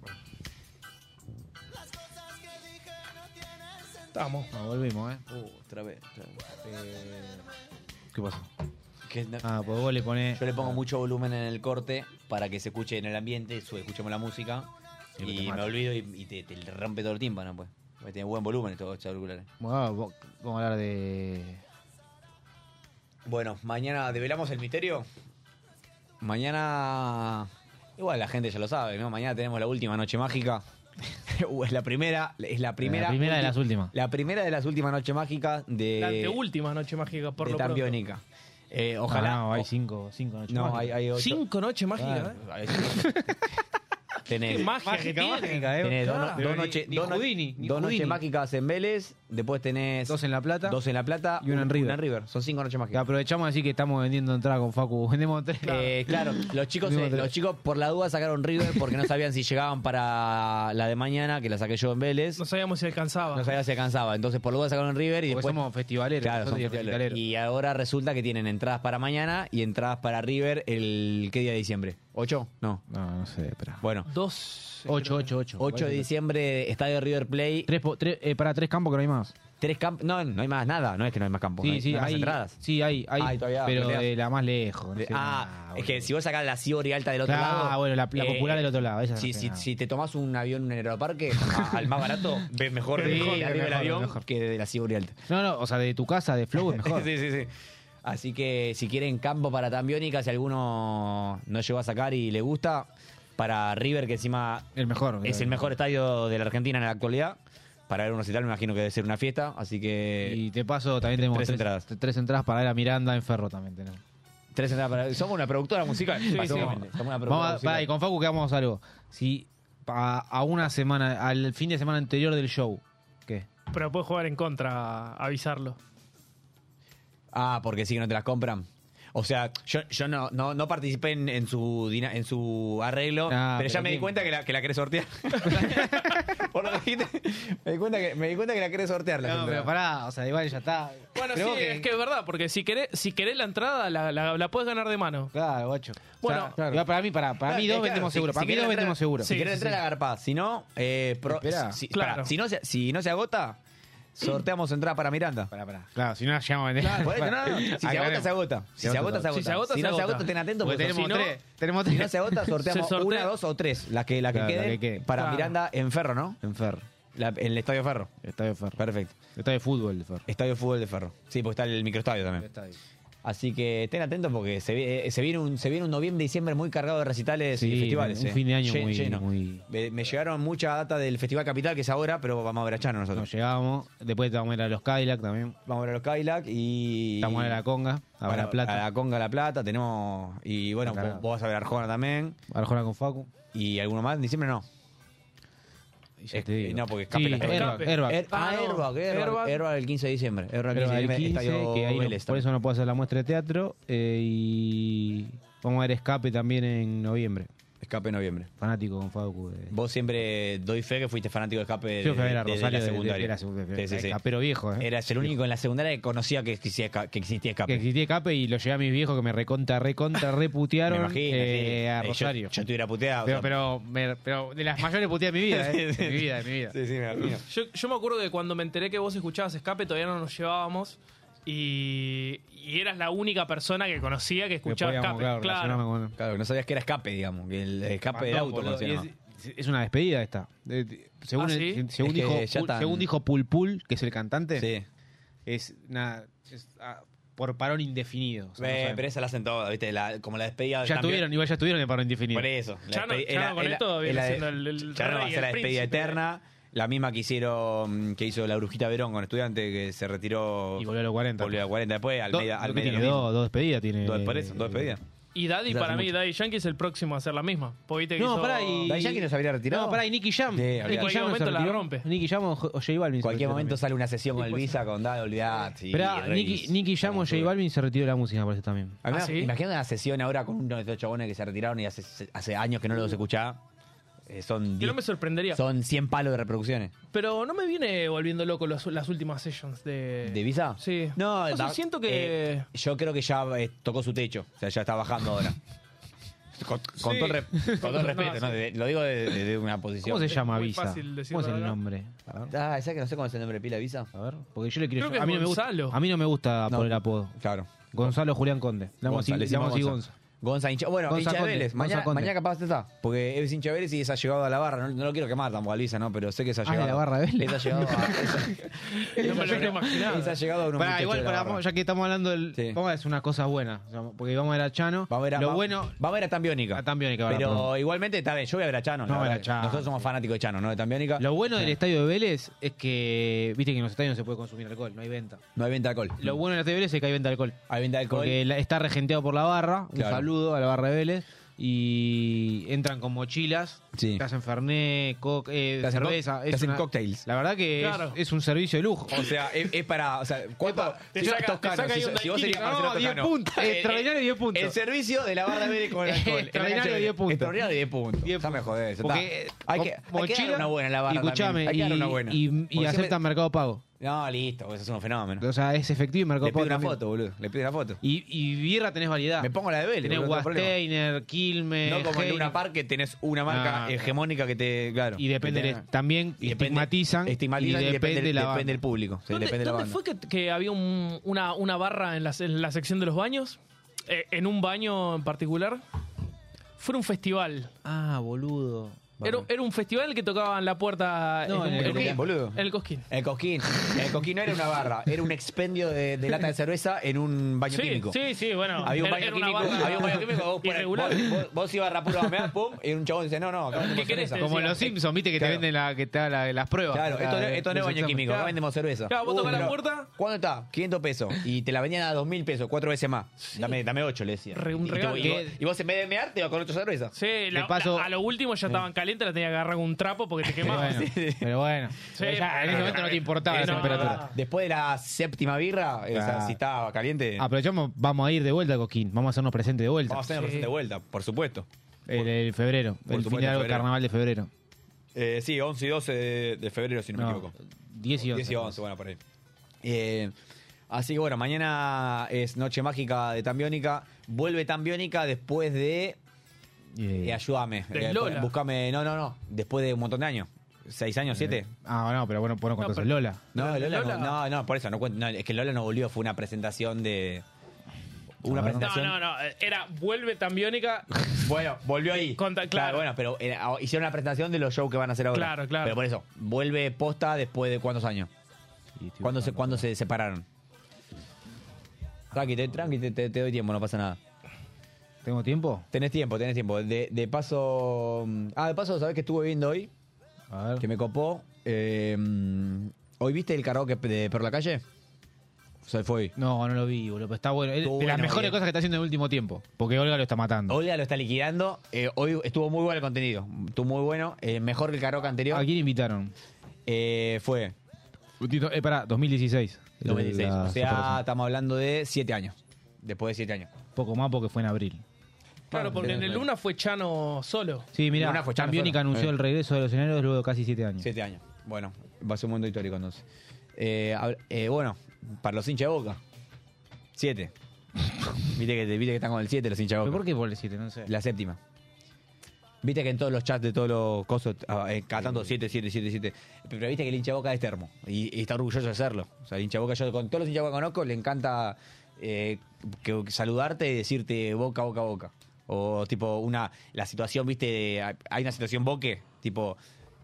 B: Estamos.
C: No, volvimos, ¿eh?
D: Uh, otra vez. otra vez.
C: ¿Qué pasó?
D: Que no-
C: Ah, pues vos le ponés...
D: Yo le pongo mucho volumen en el corte para que se escuche en el ambiente, su- escuchemos la música.
C: Y
D: Y,
C: te
D: me
C: mata.
D: olvido y, y te, te rompe todo el tímpano, pues. Porque tiene buen volumen estos auriculares.
C: Bueno, Ah, vos- vamos a hablar de...
D: Bueno, mañana develamos el misterio. Mañana. Igual la gente ya lo sabe, ¿no? Mañana tenemos la última noche mágica. O es la primera, es la primera.
C: La primera de las últimas.
D: La primera de las últimas noches mágicas de.
B: La anteúltima noche mágica, por
D: eh, de
B: lo pronto.
D: Tambiónica. Eh, ojalá.
C: Ah, No, no, hay
D: o-
C: cinco, cinco noches
D: no,
C: mágicas.
D: hay, hay ocho.
B: Cinco noches mágicas, ¿eh?
D: Ah, hay cinco. Tenés.
B: Magia que tiene.
C: mágica,
D: Tenés dos, no-
C: ¿Eh? Claro.
D: dos
C: Ni-
D: noches-
C: ni
D: eh. dos no-
C: Houdini, ni
D: dos noches
C: Houdini.
D: mágicas en Vélez, después tenés
C: Dos en La Plata.
D: dos en La Plata
C: Y una en
D: un-
C: River.
D: Son cinco noches
C: Que
D: mágicas.
C: aprovechamos así que estamos vendiendo entradas con Facu. Vendemos tres.
D: Eh, claro, los chicos,
C: Mismo
D: eh,
C: tres.
D: los chicos por la duda sacaron River porque no sabían si llegaban para la de mañana, que la saqué yo en Vélez.
B: No sabíamos si alcanzaba.
D: No sabían si alcanzaba. Entonces por la duda sacaron River y
C: Porque
D: después.
C: somos festivaleros.
D: Claro,
C: nosotros
D: son
C: somos
D: festivaleros. Y ahora resulta que tienen entradas para mañana y entradas para River el. ¿Qué día de diciembre? ¿8? No.
C: No, no sé, espera.
D: Bueno.
B: Dos.
C: 8, 8, 8.
D: 8 de diciembre, estadio River Play.
C: Tres, po- tres, eh, para tres campos que no hay más.
D: Tres campos. No, no hay más nada. No es que no hay más campos. no hay, no hay más entradas.
C: Sí, hay, hay.
D: Ah, y todavía
C: pero
D: peleas.
C: de la más lejos. no sé,
D: ah,
C: nada,
D: es que
C: boludo.
D: si vos sacás la Cibori alta del otro
C: Ah,
D: lado. eh,
C: bueno, la- la popular del otro lado, esa
D: Si,
C: no sé
D: si-
C: nada.
D: si te tomás un avión en un aeroparque, a- al más barato, ves mejor de
C: Ves mejor,
D: de
C: ves
D: arriba del
C: mejor,
D: avión
C: ves mejor.
D: que de la Cibori alta.
C: No, no, o sea, de tu casa, de Flow es mejor.
D: sí, sí, sí. Así que si quieren campo para Tambiónica, si alguno no llegó a sacar y le gusta, para River, que encima
C: El mejor.
D: es el mejor estadio de la Argentina en la actualidad. Para ver un recital, me imagino que debe ser una fiesta. Así que.
C: Y te paso, también tenemos
D: tres
C: eh, tres,
D: entradas.
C: t- tres entradas para ir a Miranda en Ferro también tenemos.
D: Tres entradas para. Somos una productora musical. básicamente. Somos
C: Ah,
D: una productora
C: Vamos a-
D: musical.
C: pará, y con Facu quedamos algo. Si a, a una semana, al fin de semana anterior del show, ¿qué?
B: Pero puedes jugar en contra, avisarlo.
D: Ah, porque sí que no te las compran. O sea, yo, yo no, no, no participé en, en su, dina- en su arreglo,
C: Ah,
D: pero, ya
C: pero
D: me di
C: bien.
D: cuenta que la, que la querés sortear. Por lo que dijiste, me di cuenta que, me di cuenta que la querés sortear. la
C: No,
D: entrada.
C: pero pará, o sea, igual ya está.
B: Bueno,
C: Creo
B: sí, es que es verdad, porque si querés, si querés la entrada, la, la, la puedes ganar de mano.
C: Claro, guacho.
B: Bueno,
C: O sea, igual para mí, para, para mí
D: Claro,
C: dos
D: Eh, claro,
C: vendemos
D: si-
C: seguro.
D: si
C: Para mí
D: querés
C: dos
D: entrar-
C: vendemos seguro.
D: Si
B: sí,
D: querés entrar,
B: sí.
D: la garpa. Si no, eh, pro-
C: Esperá.
D: si,
B: Claro.
D: pará, si no se, si no se agota, sorteamos entrada para Miranda.
C: Pará, pará. Claro, si no, llegamos a vender.
D: Por eso, no, no, no. Si se agota, se agota. Si se agota, se
B: Si se
D: agota.
B: agota,
D: Si
B: se
D: no se
B: agota.
D: agota, ten atento
C: Porque
D: porque
C: tenemos
D: si no-
C: tres. Tenemos
D: Si no
C: tres.
D: se agota, sorteamos
B: Se sortea-
D: una, dos o tres. La que, la que
C: Claro, la
D: quede
C: que quede.
D: para
B: Claro.
D: Miranda en Ferro, ¿no?
C: En Ferro.
D: La- el Estadio Ferro.
C: Estadio de Ferro.
D: Perfecto.
C: Estadio de fútbol de Ferro.
D: Estadio de Fútbol de Ferro. Sí, porque está el microestadio también. Así que estén atentos porque se, vi- eh, se viene un, se viene un noviembre diciembre muy cargado de recitales y
C: Sí,
D: festivales.
C: un
D: eh.
C: fin de año
D: Llen-
C: muy-
D: lleno.
C: muy-
D: Me, me llegaron mucha data del Festival Capital, que es ahora, pero vamos a ver a Chano
C: Nos
D: nosotros.
C: llegamos. Después vamos a ir a los Cadillac también.
D: Vamos a ver a los Cadillac y.
C: Estamos a ir a la Conga, a
D: Bueno,
C: La Plata.
D: A la Conga La Plata tenemos. Y bueno,
C: Está
D: vos,
C: cargado.
D: vos vas a ver a Arjona también.
C: Arjona con Facu.
D: Y alguno más. En diciembre no.
C: Y ya
D: Es-
C: te digo.
D: no, porque escape
C: Sí,
D: la-
C: Airbag,
B: Escape.
C: Airbag.
D: Er- ah,
B: Ah, no.
D: Airbag, Airbag,
B: Airbag.
D: Airbag el 15 de diciembre. Airbag el
C: Pero
D: 15 de
C: al
D: diciembre,
C: 15,
D: Estadio
C: que ahí no-
D: Vélez
C: por
D: también.
C: eso no puedo hacer la muestra de teatro. eh, y vamos a ver Escape también en noviembre.
D: Escape en noviembre.
C: Fanático con Facu. eh. de-
D: Vos siempre doy fe que fuiste fanático de escape de,
C: Creo que era
D: desde
C: Rosario
D: la
C: de- de-
D: secundaria.
C: era secundaria.
D: Sí, sí, sí.
C: Escapero viejo, ¿eh?
D: Eras el único en la secundaria que conocía que existía, esca- que existía
C: Que
D: escape.
C: existía Escape y lo llevé a mis viejos que me recontra, recontra,
D: Me
C: reputearon
D: imagino.
C: eh,
D: sí. Eh,
C: a
D: yo-
C: Rosario.
D: Yo, te hubiera puteado.
C: pero,
D: o sea,
C: pero, me- pero de las mayores puteadas de mi vida, ¿eh?
D: Sí, sí.
C: De mi vida, de mi vida.
D: Sí, sí, me imagino.
B: Yo, yo me acuerdo que cuando me enteré que vos escuchabas Escape, todavía no nos llevábamos. Y, y eras la única persona que conocía que
C: Que
B: escuchaba
C: podíamos,
B: Escape.
C: claro, relacionarme
B: claro.
C: con-
D: Claro, que no sabías que era escape, digamos. Que el escape del
C: No,
D: auto.
C: boludo,
D: conocía
C: y
D: nomás.
C: es, es una despedida esta. Eh, eh, Según,
B: Ah,
C: el-
B: ¿sí?
C: según,
D: Es que
C: dijo,
D: ya
C: Pul-
D: están-
C: según dijo Pul Pul, que es el cantante,
D: Sí.
C: es, una, es, ah, por parón indefinido. o sea, no
D: Eh,
C: sabemos.
D: pero esa la hacen todas, ¿viste? La- como la despedida del
C: ya
D: campeón.
C: tuvieron, igual ya tuvieron el paro indefinido.
D: Por eso. la
B: Chano-
D: despedi-
B: Chano
D: era-
B: con
D: era-
B: esto viene
D: era-
B: siendo el- el
D: Chano va a
B: rey,
D: hacer la
B: el
D: despedida
B: príncipe.
D: eterna. La misma que hicieron, que hizo la brujita Verón con estudiante que se retiró.
C: Y volvió a los 40.
D: Volvió a los 40. Después, al
C: Do-
D: media.
C: creo que tiene dos, eh, dos despedidas. Tiene,
D: por eso, dos despedidas.
B: Y Daddy,
D: Desde hace
B: para mí,
D: mucho.
B: Daddy Yankee es el próximo a hacer la misma. Porque viste que
C: No,
B: hizo-
C: pará, y-
D: Daddy Yankee no se habría retirado.
C: No, pará, y Nicky Jam.
D: Sí,
C: Nicky
D: habría-
C: Jam
B: En cualquier
C: se
B: momento la
C: retiró.
B: rompe.
C: Nicky Jam o J o J Balvin. se
D: En cualquier
C: retiró
D: momento
C: también.
D: sale una sesión con el Visa, con Dado, olvidate. y
C: Esperá,
D: reís.
C: Nicky, Nicky Jam o J Balvin se retiró de la música, me parece también.
D: A mí
B: ¿Ah,
D: me-
B: sí?
D: Imagínate una sesión ahora con uno de estos chabones que se retiraron y hace, hace años que no los escuchaba. eh, son,
B: Que no
D: diez-
B: me sorprendería.
D: son 100 palos de reproducciones.
B: Pero no me viene volviendo loco los- las últimas sessions de.
D: ¿De Visa?
B: Sí.
D: No,
B: O sea,
D: da-
B: siento que.
D: eh, yo creo que ya eh, tocó su techo. O sea, ya está bajando ahora. Con, con
B: Sí.
D: todo el, re- con todo el respeto,
B: No,
D: ¿no? De- lo digo desde desde una posición.
C: ¿Cómo se
B: Es
C: llama
B: muy
C: Visa?
B: fácil decirlo
C: ¿Cómo es el
B: ahora.
C: nombre? A ver,
D: Ah, ¿sabes que no sé cómo es el nombre de pila de Visa?
C: a ver, porque yo le quiero
B: Creo que es
C: a mí no me gusta,
B: Gonzalo.
C: a mí no me gusta
D: No.
C: poner apodo.
D: Claro.
C: Gonzalo Julián Conde. Le damos así,
D: Gonza, le
C: le
D: decimos
C: damos así
D: Gonza.
C: Gonza.
D: Gonza, hincha, bueno,
C: Gonza
D: hincha de
C: Conde,
D: Vélez.
C: Gonza
D: Mañana,
C: Conde.
D: mañana capaz está. Porque es hincha de Vélez y es allegado a la barra. No, no lo quiero quemar tampoco a Luisa, ¿no? Pero sé que es allegado.
C: la barra Ah, de Vélez.
D: Es allegado a...
B: No me lo hubiera
D: es
B: imaginado.
D: allegado a unos
C: Pará,
D: muchachos
C: igual,
D: de la
C: pará,
D: barra.
C: vamos- ya que estamos hablando del.
D: Sí.
C: Vamos a decir unas cosas buenas. o sea, Porque vamos a ver a Chano.
D: Vamos a ver a,
C: Lo
D: va-
C: bueno.
D: vamos a ver a Tambiónica.
C: A Tambiónica, va a ver,
D: Pero
C: perdón.
D: igualmente, está bien, yo voy a ver a Chano. la
C: No, a ver a
D: verdad.
C: Chano.
D: Nosotros somos fanáticos de Chano, ¿no? De Tambiónica.
C: Lo bueno del estadio de Vélez es que. Viste que en los estadios no se puede consumir alcohol, no hay venta.
D: No hay venta de alcohol.
C: Lo bueno del estadio de Vélez es que hay venta de alcohol.
D: Hay venta de Mm. alcohol.
C: Porque la- está regenteado por la barra. Un
D: Claro.
C: saludo a la barra de Vélez. Y entran con mochilas.
D: Sí.
C: Te hacen fernet, co- eh,
D: Te hacen
C: cerveza.
D: co- te
C: es
D: hacen
C: una-
D: cocktails.
C: La verdad que es-
B: Claro.
C: es, un servicio de lujo.
D: O sea, es, es para. O sea, ¿cuánto?
B: Epa, te
D: yo-
B: saca- te saca ahí
D: si,
B: un
D: si vos
B: daiquiri.
D: serías Marcelo
C: No, 10
D: Toscano.
C: puntos.
D: Eh, eh,
C: Extraordinario 10 puntos.
D: El servicio de la barra de Vélez con el alcohol.
C: Extraordinario 10 puntos.
D: Extraordinario 10 puntos.
C: 10
D: Ya me jodés. está.
C: Porque
D: hay
C: con
D: que, hay que dar una buena a la barra.
C: Escuchame,
D: también. hay que dar
C: y-
D: una buena.
C: Y, y
D: Porque
C: aceptan
D: siempre-
C: Mercado Pago.
D: No, listo, vos sos un fenómeno.
C: O sea, es efectivo y
D: Le
C: Mercado
D: pido
C: Pago.
D: una
C: también.
D: foto, boludo. Le pido una foto.
C: Y, y birra tenés variedad.
D: Me pongo la de Vélez.
C: tenés
D: boludo, no tengo problema.
C: Guasteiner, Quilmes.
D: No como en
C: Heineken.
D: una par que tenés una marca
C: Ah.
D: hegemónica que te. Claro.
C: Y depende,
D: que te-
C: del- también
D: y depende-
C: estigmatizan.
D: estigmatizan y depende,
C: la
D: depende
C: banda.
D: del público. sí,
B: ¿Dónde,
D: depende de la
B: dónde
D: banda.
B: fue que, que había un- una, una barra en la, en la sección de los baños? Eh, ¿En un baño en particular? Fue un festival.
C: Ah, boludo.
B: Era, era un festival en el que tocaban la puerta
C: No,
B: en,
C: en
B: un-
C: el
B: en un-
C: Cosquín,
D: boludo.
B: en el Cosquín.
D: El Cosquín. El Cosquín no era una barra, era un expendio de, de lata de cerveza en un baño
B: Sí,
D: químico.
B: sí, sí, bueno.
D: Había un
B: era-
D: baño
B: era una
D: químico,
B: barra
D: había un baño químico, vos, por ahí,
B: irregular.
D: vos, vos, vos ibas rapuro a mear, pum, y un chabón dice, no, no, acá vendemos
B: ¿Qué querés?
D: cerveza.
B: Te
C: Como
B: decía-
C: los Simpsons, viste que te
D: Claro.
C: venden la, que te da la- las pruebas.
D: Claro, esto, no-
C: de-
D: esto no
C: de
D: es
C: los
D: baño
C: exámenes.
D: químico, acá vendemos cerveza.
B: Claro, vos tocás la
D: pero-
B: puerta.
D: ¿Cuánto está? 500 pesos. Y te la vendían a 2.000 pesos, cuatro veces más. Dame, dame 8, le decía.
B: Re- un
D: Y te-
B: regalo.
D: y, vos, y vos en vez de mear, te vas con ocho cervezas.
B: Sí, la-
C: De paso-
B: la- a lo último
D: Eh.
B: ya estaban calientes, la tenía que agarrar con un trapo porque te
C: Pero
B: quemabas.
C: bueno, pero bueno. Pero ya, en ese
B: pero-
C: momento no te importaba
B: Eh,
C: la
B: no,
C: temperatura.
B: no, no.
D: Después de la séptima birra, eh, o sea,
C: Claro.
D: si estaba caliente,
C: Aprovechamos, vamos a ir de vuelta a Coquín. Vamos a hacernos presente de vuelta.
D: vamos a hacer una
B: Sí.
D: presente de vuelta, por supuesto.
C: El, el febrero,
D: Por
C: el
D: supuesto,
C: fin de largo
D: febrero.
C: carnaval de febrero.
D: Eh, sí, 11 y 12 de, de febrero, si no, me
C: No,
D: equivoco.
C: 10 y 11.
D: 10 y 11, bueno, por ahí. Eh, así que bueno, mañana es Noche Mágica de Tambiónica. Vuelve Tambiónica después de.
C: Eh,
D: eh, ayúdame.
B: Del
D: Eh,
B: Lola.
D: Buscame. No, no, no. Después de un montón de años. ¿Seis años, siete?
C: Ah, no, pero bueno, bueno, ¿cuánto
B: No,
C: es
B: pero-
C: el Lola?
D: No, Lola,
B: Lola-
D: No, no, no, por eso no cuento. No, es que Lola no volvió, fue una presentación de.
C: No,
D: Una
B: No,
D: presentación.
B: no, no. Era vuelve tambiónica.
D: Bueno, volvió ahí.
B: Conta- claro.
D: bueno, pero eh, ah, hicieron una presentación de los shows que van a hacer ahora.
B: Claro, claro.
D: Pero por eso, vuelve posta después de cuántos años. ¿Cuándo se, cuándo se separaron? Tranqui, te, tranqui, te, te- te doy tiempo, no pasa nada.
C: ¿Tengo tiempo?
D: Tenés tiempo, tenés tiempo. De, de paso. Ah, de paso, ¿sabés que estuve viendo hoy?
C: A ver.
D: Que me copó. Eh, ¿Hoy viste el karaoke de Por la Calle? O sea, fue hoy.
C: No, no lo vi, boludo. pero Está bueno. Es de
D: Estuvo
C: las
D: bueno,
C: mejores
D: bien.
C: cosas que está haciendo en el último tiempo. Porque Olga lo está matando.
D: Olga lo está liquidando. Eh, hoy estuvo muy bueno el contenido. Estuvo muy bueno. Eh, mejor que el karaoke
C: ¿A
D: anterior.
C: quién invitaron?
D: Eh, fue
C: Tito, eh, pará, 2016.
D: 2016.
C: La-
D: o sea,
C: separación.
D: estamos hablando de 7 años. Después de 7 años.
C: poco más porque fue en abril.
D: Ah,
B: Claro, porque en el Luna fue Chano solo.
C: Sí,
D: Una
C: mira,
D: fue Chano
C: Champiónica
D: sola.
C: anunció
D: Eh.
C: el regreso de los escenarios luego de casi siete años.
D: Siete años. Bueno, va a ser un mundo histórico entonces. Eh, hab- eh, bueno, para los hinchas de boca. Siete. viste, que, viste que están con el siete los hinchas de
C: ¿Pero por
D: boca.
C: qué por el siete? No sé.
D: La séptima. Viste que en todos los chats de todos los cosos, ah, eh, cada tanto siete, siete, siete, siete. Pero viste que el hincha de boca es termo. Y, y está orgulloso de serlo. O sea, el hincha de boca, yo con todos los hinchas de boca que conozco, le encanta eh, que- saludarte y decirte boca, boca, boca. O tipo, una. La situación, viste, de- hay una situación boque. Tipo,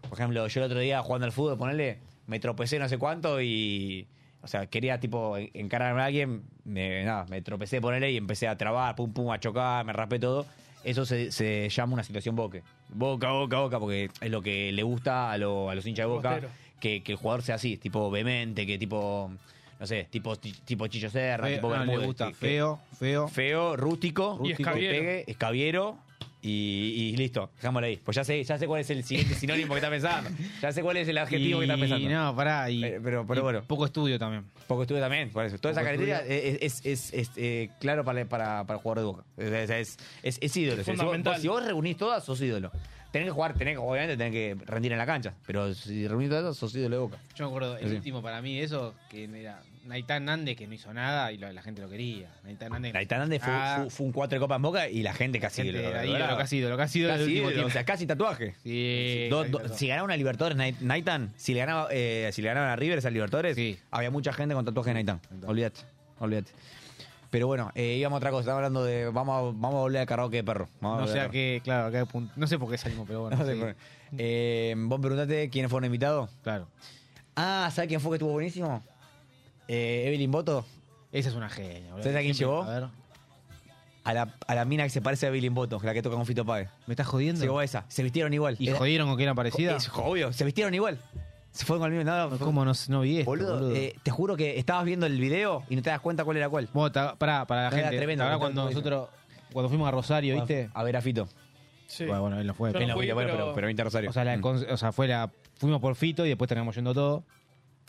D: por ejemplo, yo el otro día jugando al fútbol, ponele, me tropecé no sé cuánto y. O sea, quería tipo en- encararme a alguien, me, nada, me tropecé, ponele, y empecé a trabar, pum, pum, a chocar, me raspé todo. Eso se, se llama una situación boque. Boca, boca, boca, porque es lo que le gusta a, lo- a los hinchas de boca.
B: Bostero.
D: Que, que el jugador sea así, tipo vehemente, que tipo. No sé, tipo, ti- tipo Chicho Serra,
C: Feo,
D: tipo
C: no, le
D: Bermúdez,
C: gusta.
D: que- que-
C: Feo, feo.
D: feo, rústico,
B: Y
D: rústico, que
B: escabiero.
D: pegue, escabiero Y, y listo, dejámoslo ahí. Pues ya sé, ya sé cuál es el siguiente sinónimo que está pensando. Ya sé cuál es el adjetivo que está
C: Y
D: pensando.
C: no, pará. Y,
D: Eh, pero- pero
C: y
D: bueno.
C: Poco estudio también.
D: Poco estuve también, por eso. Toda esa
C: Poco
D: característica es, es- es- es, eh, claro para, para, para el jugador de boca. Es, es- es- es ídolo. Si vos-
B: Fundamental.
D: vos- Si vos, reunís todas, sos ídolo. Tenés que jugar, tenés que, obviamente tenés que rendir en la cancha. Pero si reunís todas, sos ídolo de boca.
C: Yo me acuerdo, el
D: Sí.
C: último para mí de eso, que era Naitán Nández, que no hizo nada y lo- la gente lo quería. Naitán Nández.
D: Gaitán Nández fue,
C: Ah,
D: fue- fue un cuatro de copas en boca y la gente casi
C: gente
D: ídolo.
C: era
D: ¿verdad?
C: ídolo, casi ídolo, casi ídolo
D: Casi
C: del último
D: ídolo,
C: tiempo.
D: o sea, casi tatuaje.
C: Sí,
D: Do-
C: casi
D: do-
C: ídolo.
D: si ganaba una Libertadores, Nai- Naitan, si le ganaba, eh, si le ganaban a River esa Libertadores,
C: Sí.
D: había mucha gente con tatuaje de Naitan. Olvídate, olvídate. Pero bueno, eh, íbamos a otra cosa, estaba hablando de vamos a, vamos a volver al karaoke de perro. Vamos a
C: No
D: volver
C: sé
D: al
C: a qué, claro, acá apunt- no sé por qué salimos, pero bueno.
D: karaoke. No sé
C: sí.
D: por qué. Eh, vos preguntaste quiénes fueron invitados.
C: Claro.
D: Ah, ¿sabes quién fue que estuvo buenísimo? Eh, Evelyn Boto,
C: Esa es una genia. boludo.
D: ¿Sabes a quién
C: Siempre-
D: llevó?
C: A ver.
D: a la, a la mina que se parece a Evelyn Boto, la que toca con Fito Páez.
C: ¿Me estás jodiendo?
D: Llegó a esa, se vistieron igual.
C: ¿Y
D: Era-
C: jodieron con que era parecida?
D: Es obvio, se vistieron igual. Se fueron con el mismo. No, no,
C: ¿Cómo no, no vi esto,
D: Boludo,
C: boludo?
D: eh, te juro que estabas viendo el video y no te das cuenta cuál era cuál.
C: Bueno, ta- pará, para la
D: No, era
C: gente.
D: tremendo,
C: Ahora
D: no,
C: cuando
D: no, no, no.
C: nosotros, cuando fuimos a Rosario,
D: Ah,
C: ¿viste?
D: A ver, a Fito.
B: Sí.
C: Bueno, bueno, él no fue.
B: Yo
C: pero-
B: no fui, pero-
D: vente a Rosario.
C: O sea, la,
D: Mm.
C: con- o sea, fue la, fuimos por Fito y después terminamos yendo todo.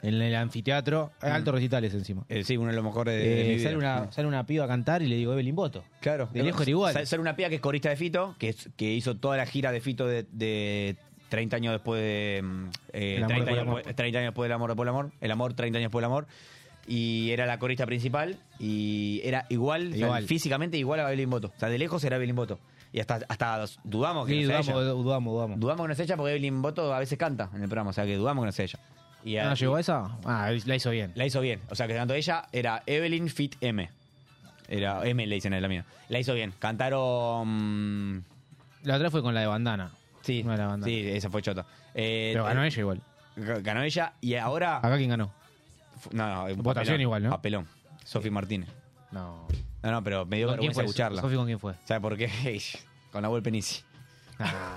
C: En el anfiteatro, Hay altos recitales encima.
D: Mm. Eh, sí, uno de los mejores de, de
C: Eh,
D: mi vida. Mm.
C: sale, una, sale una piba a cantar y le digo Evelyn Boto.
D: Claro.
C: De lejos era igual.
D: Sale- Sale una pía que es corista de Fito, que, es- que hizo toda la gira de Fito de, de 30 años después de. mm, eh,
C: El amor
D: 30,
C: por el
D: años,
C: amor.
D: después- 30 años después del amor, después del amor. El amor, 30 años después del amor. Y era la corista principal y era igual, o sea,
C: Igual.
D: físicamente igual a Evelyn Boto. O sea, de lejos era Evelyn Boto. Y hasta, hasta dudamos que
C: Sí,
D: no sea
C: dudamos,
D: ella.
C: dudamos, dudamos.
D: Dudamos que no es ella porque Evelyn Boto a veces canta en el programa, o sea que dudamos que no es ella. Y
C: ¿No
D: a-
C: llegó a esa? Ah, la hizo bien.
D: la hizo bien, o sea que tanto ella era Evelyn Fit M. Era M le dicen a la mía. La hizo bien. Cantaron. mm,
C: La otra fue con la de bandana.
D: Sí,
C: Una de la banda.
D: sí, esa fue chota. Eh,
C: Pero ganó
D: eh,
C: ella igual.
D: ga- ganó ella y ahora.
C: ¿Acá quién ganó?
D: fu- No, no, un
C: Votación
D: papelón,
C: igual, ¿no?
D: Papelón. Sofi Martínez.
C: No.
D: No, no, pero me dio
C: ¿Con quién
D: vergüenza
C: fue?
D: escucharla.
C: Sofi, ¿con quién fue?
D: ¿Sabes por qué? Con la Penici.
C: Ah,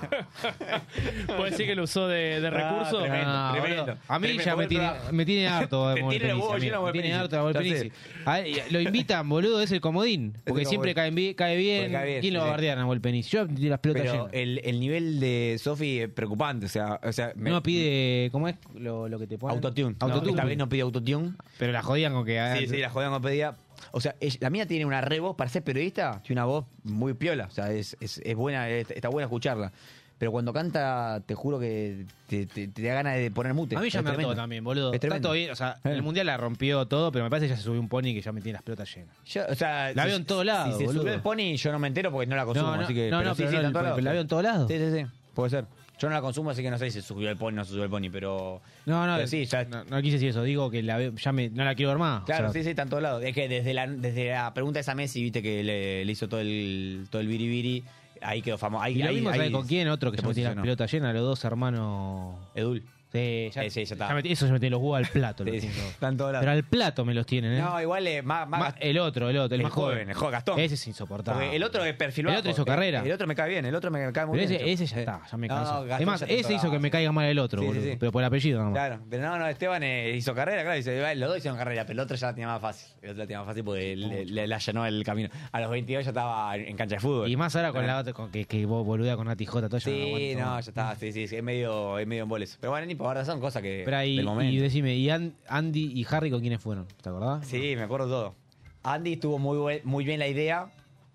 B: ¿Puedes decir que lo usó de, de recurso?
D: Ah, tremendo,
C: no, Ah,
D: tremendo,
C: boludo. A mí
D: tremendo.
C: ya me
D: Buen
C: tiene,
D: trabajo.
C: me tiene harto de
D: Te
C: Manuel
D: tiene el
C: Penici,
D: huevo
C: amigo.
D: lleno de
C: Me
D: Manuel
C: tiene
D: Penici,
C: harto de Manuel
D: ya sé.
C: Penici. A él, y- Lo invitan, boludo, es el comodín. Porque
D: el
C: siempre cae
D: comodín.
C: bien, cae bien.
D: Porque cae bien,
C: ¿Quién lo va a
D: sí.
C: bardear a Manuel Penici? Yo de las pelotas
D: Pero eh,
C: llenas.
D: el, el nivel de Sofi es preocupante. O sea, o sea me-
C: No pide, ¿cómo es lo, lo que te ponen?
D: Autotune.
C: Autotune.
D: No, esta vez no pide autotune.
C: Pero la jodían con que hagan-
D: Sí, sí, la jodida no pedía. O sea, ella- la mía tiene una re voz, para ser periodista, tiene una voz muy piola. O sea, es, es- es buena, es- está buena escucharla. Pero cuando canta, te juro que te, te- te da ganas de poner mute.
C: A mí ya
D: Es
C: me hartó
D: tremendo.
C: también, boludo.
D: Es
C: Está
D: tremendo.
C: todo bien, o sea,
D: Eh.
C: el mundial la rompió todo, pero me parece que ya se subió un pony que ya me tiene las pelotas llenas.
D: Yo, o sea,
C: La
D: si-
C: veo en todos
D: si
C: lados,
D: se
C: boludo.
D: subió el pony, yo no me entero porque no la consumo.
C: No, no,
D: así que,
C: no, no, pero no,
D: está en
C: el
D: todos
C: pony, pero la veo en todos lados.
D: Sí, sí, sí. Puede ser. Yo no la consumo, así que no sé si se subió el pony o no se subió el pony, pero.
C: No, no,
D: pero sí, ya-
C: no, no quise decir eso. Digo que la veo- ya me, no la quiero ver más.
D: Claro,
C: o sea,
D: sí, sí, está en todos lados. Es que desde la, desde la pregunta de esa Messi, viste que le, le hizo todo el, todo el biribiri, ahí quedó famoso. Ahí,
C: Y lo
D: ahí-
C: mismo,
D: ahí
C: ¿sabes con quién? Otro que
D: se
C: ya me tiene las
D: posicionó.
C: pelotas llenas, los dos hermanos.
D: Edul.
C: Sí,
D: Eh, sí, ya está.
C: me- eso ya me tiene los huevos al plato. los
D: Sí, sí,
C: tiene todos.
D: está en todos lados.
C: pero al eh, plato me los tienen, ¿eh?
D: No, igual es más, más-
C: Ma- el otro, el otro, el,
D: el
C: más
D: joven,
C: joven.
D: el joven Gastón.
C: Ese es insoportable.
D: porque el otro es perfil bajo.
C: El otro hizo carrera.
D: El, otro me cae bien, el otro me cae muy
C: pero
D: bien.
C: ese, ese ya está, ya me
D: No,
C: cansa.
D: Gastón
C: es más,
D: ya está
C: ese hizo
D: todo.
C: que me caiga mal el otro,
D: Sí, sí,
C: boludo.
D: sí.
C: Pero por el apellido nada más.
D: Claro, pero no, no, Esteban eh, hizo carrera, claro, dice, "Bueno, los dos hicieron carrera, pero el otro ya la tenía más fácil. El otro la tenía más fácil porque le, le- le allanó el camino. A los 22 ya estaba en cancha de fútbol.
C: Y más ahora con la otra, con que, que vos boludea con Nati J, todo eso.
D: Sí,
C: aguanto.
D: no, ya está, sí, sí, sí, es medio, es medio en boles. Pero bueno, ni por ahora son cosas que
C: Pero ahí,
D: eh, del
C: y
D: momento.
C: decime, ¿y An- Andy y Harry con quiénes fueron? ¿Te acordás?
D: Sí, me acuerdo todo. Andy tuvo muy, buen- muy bien la idea,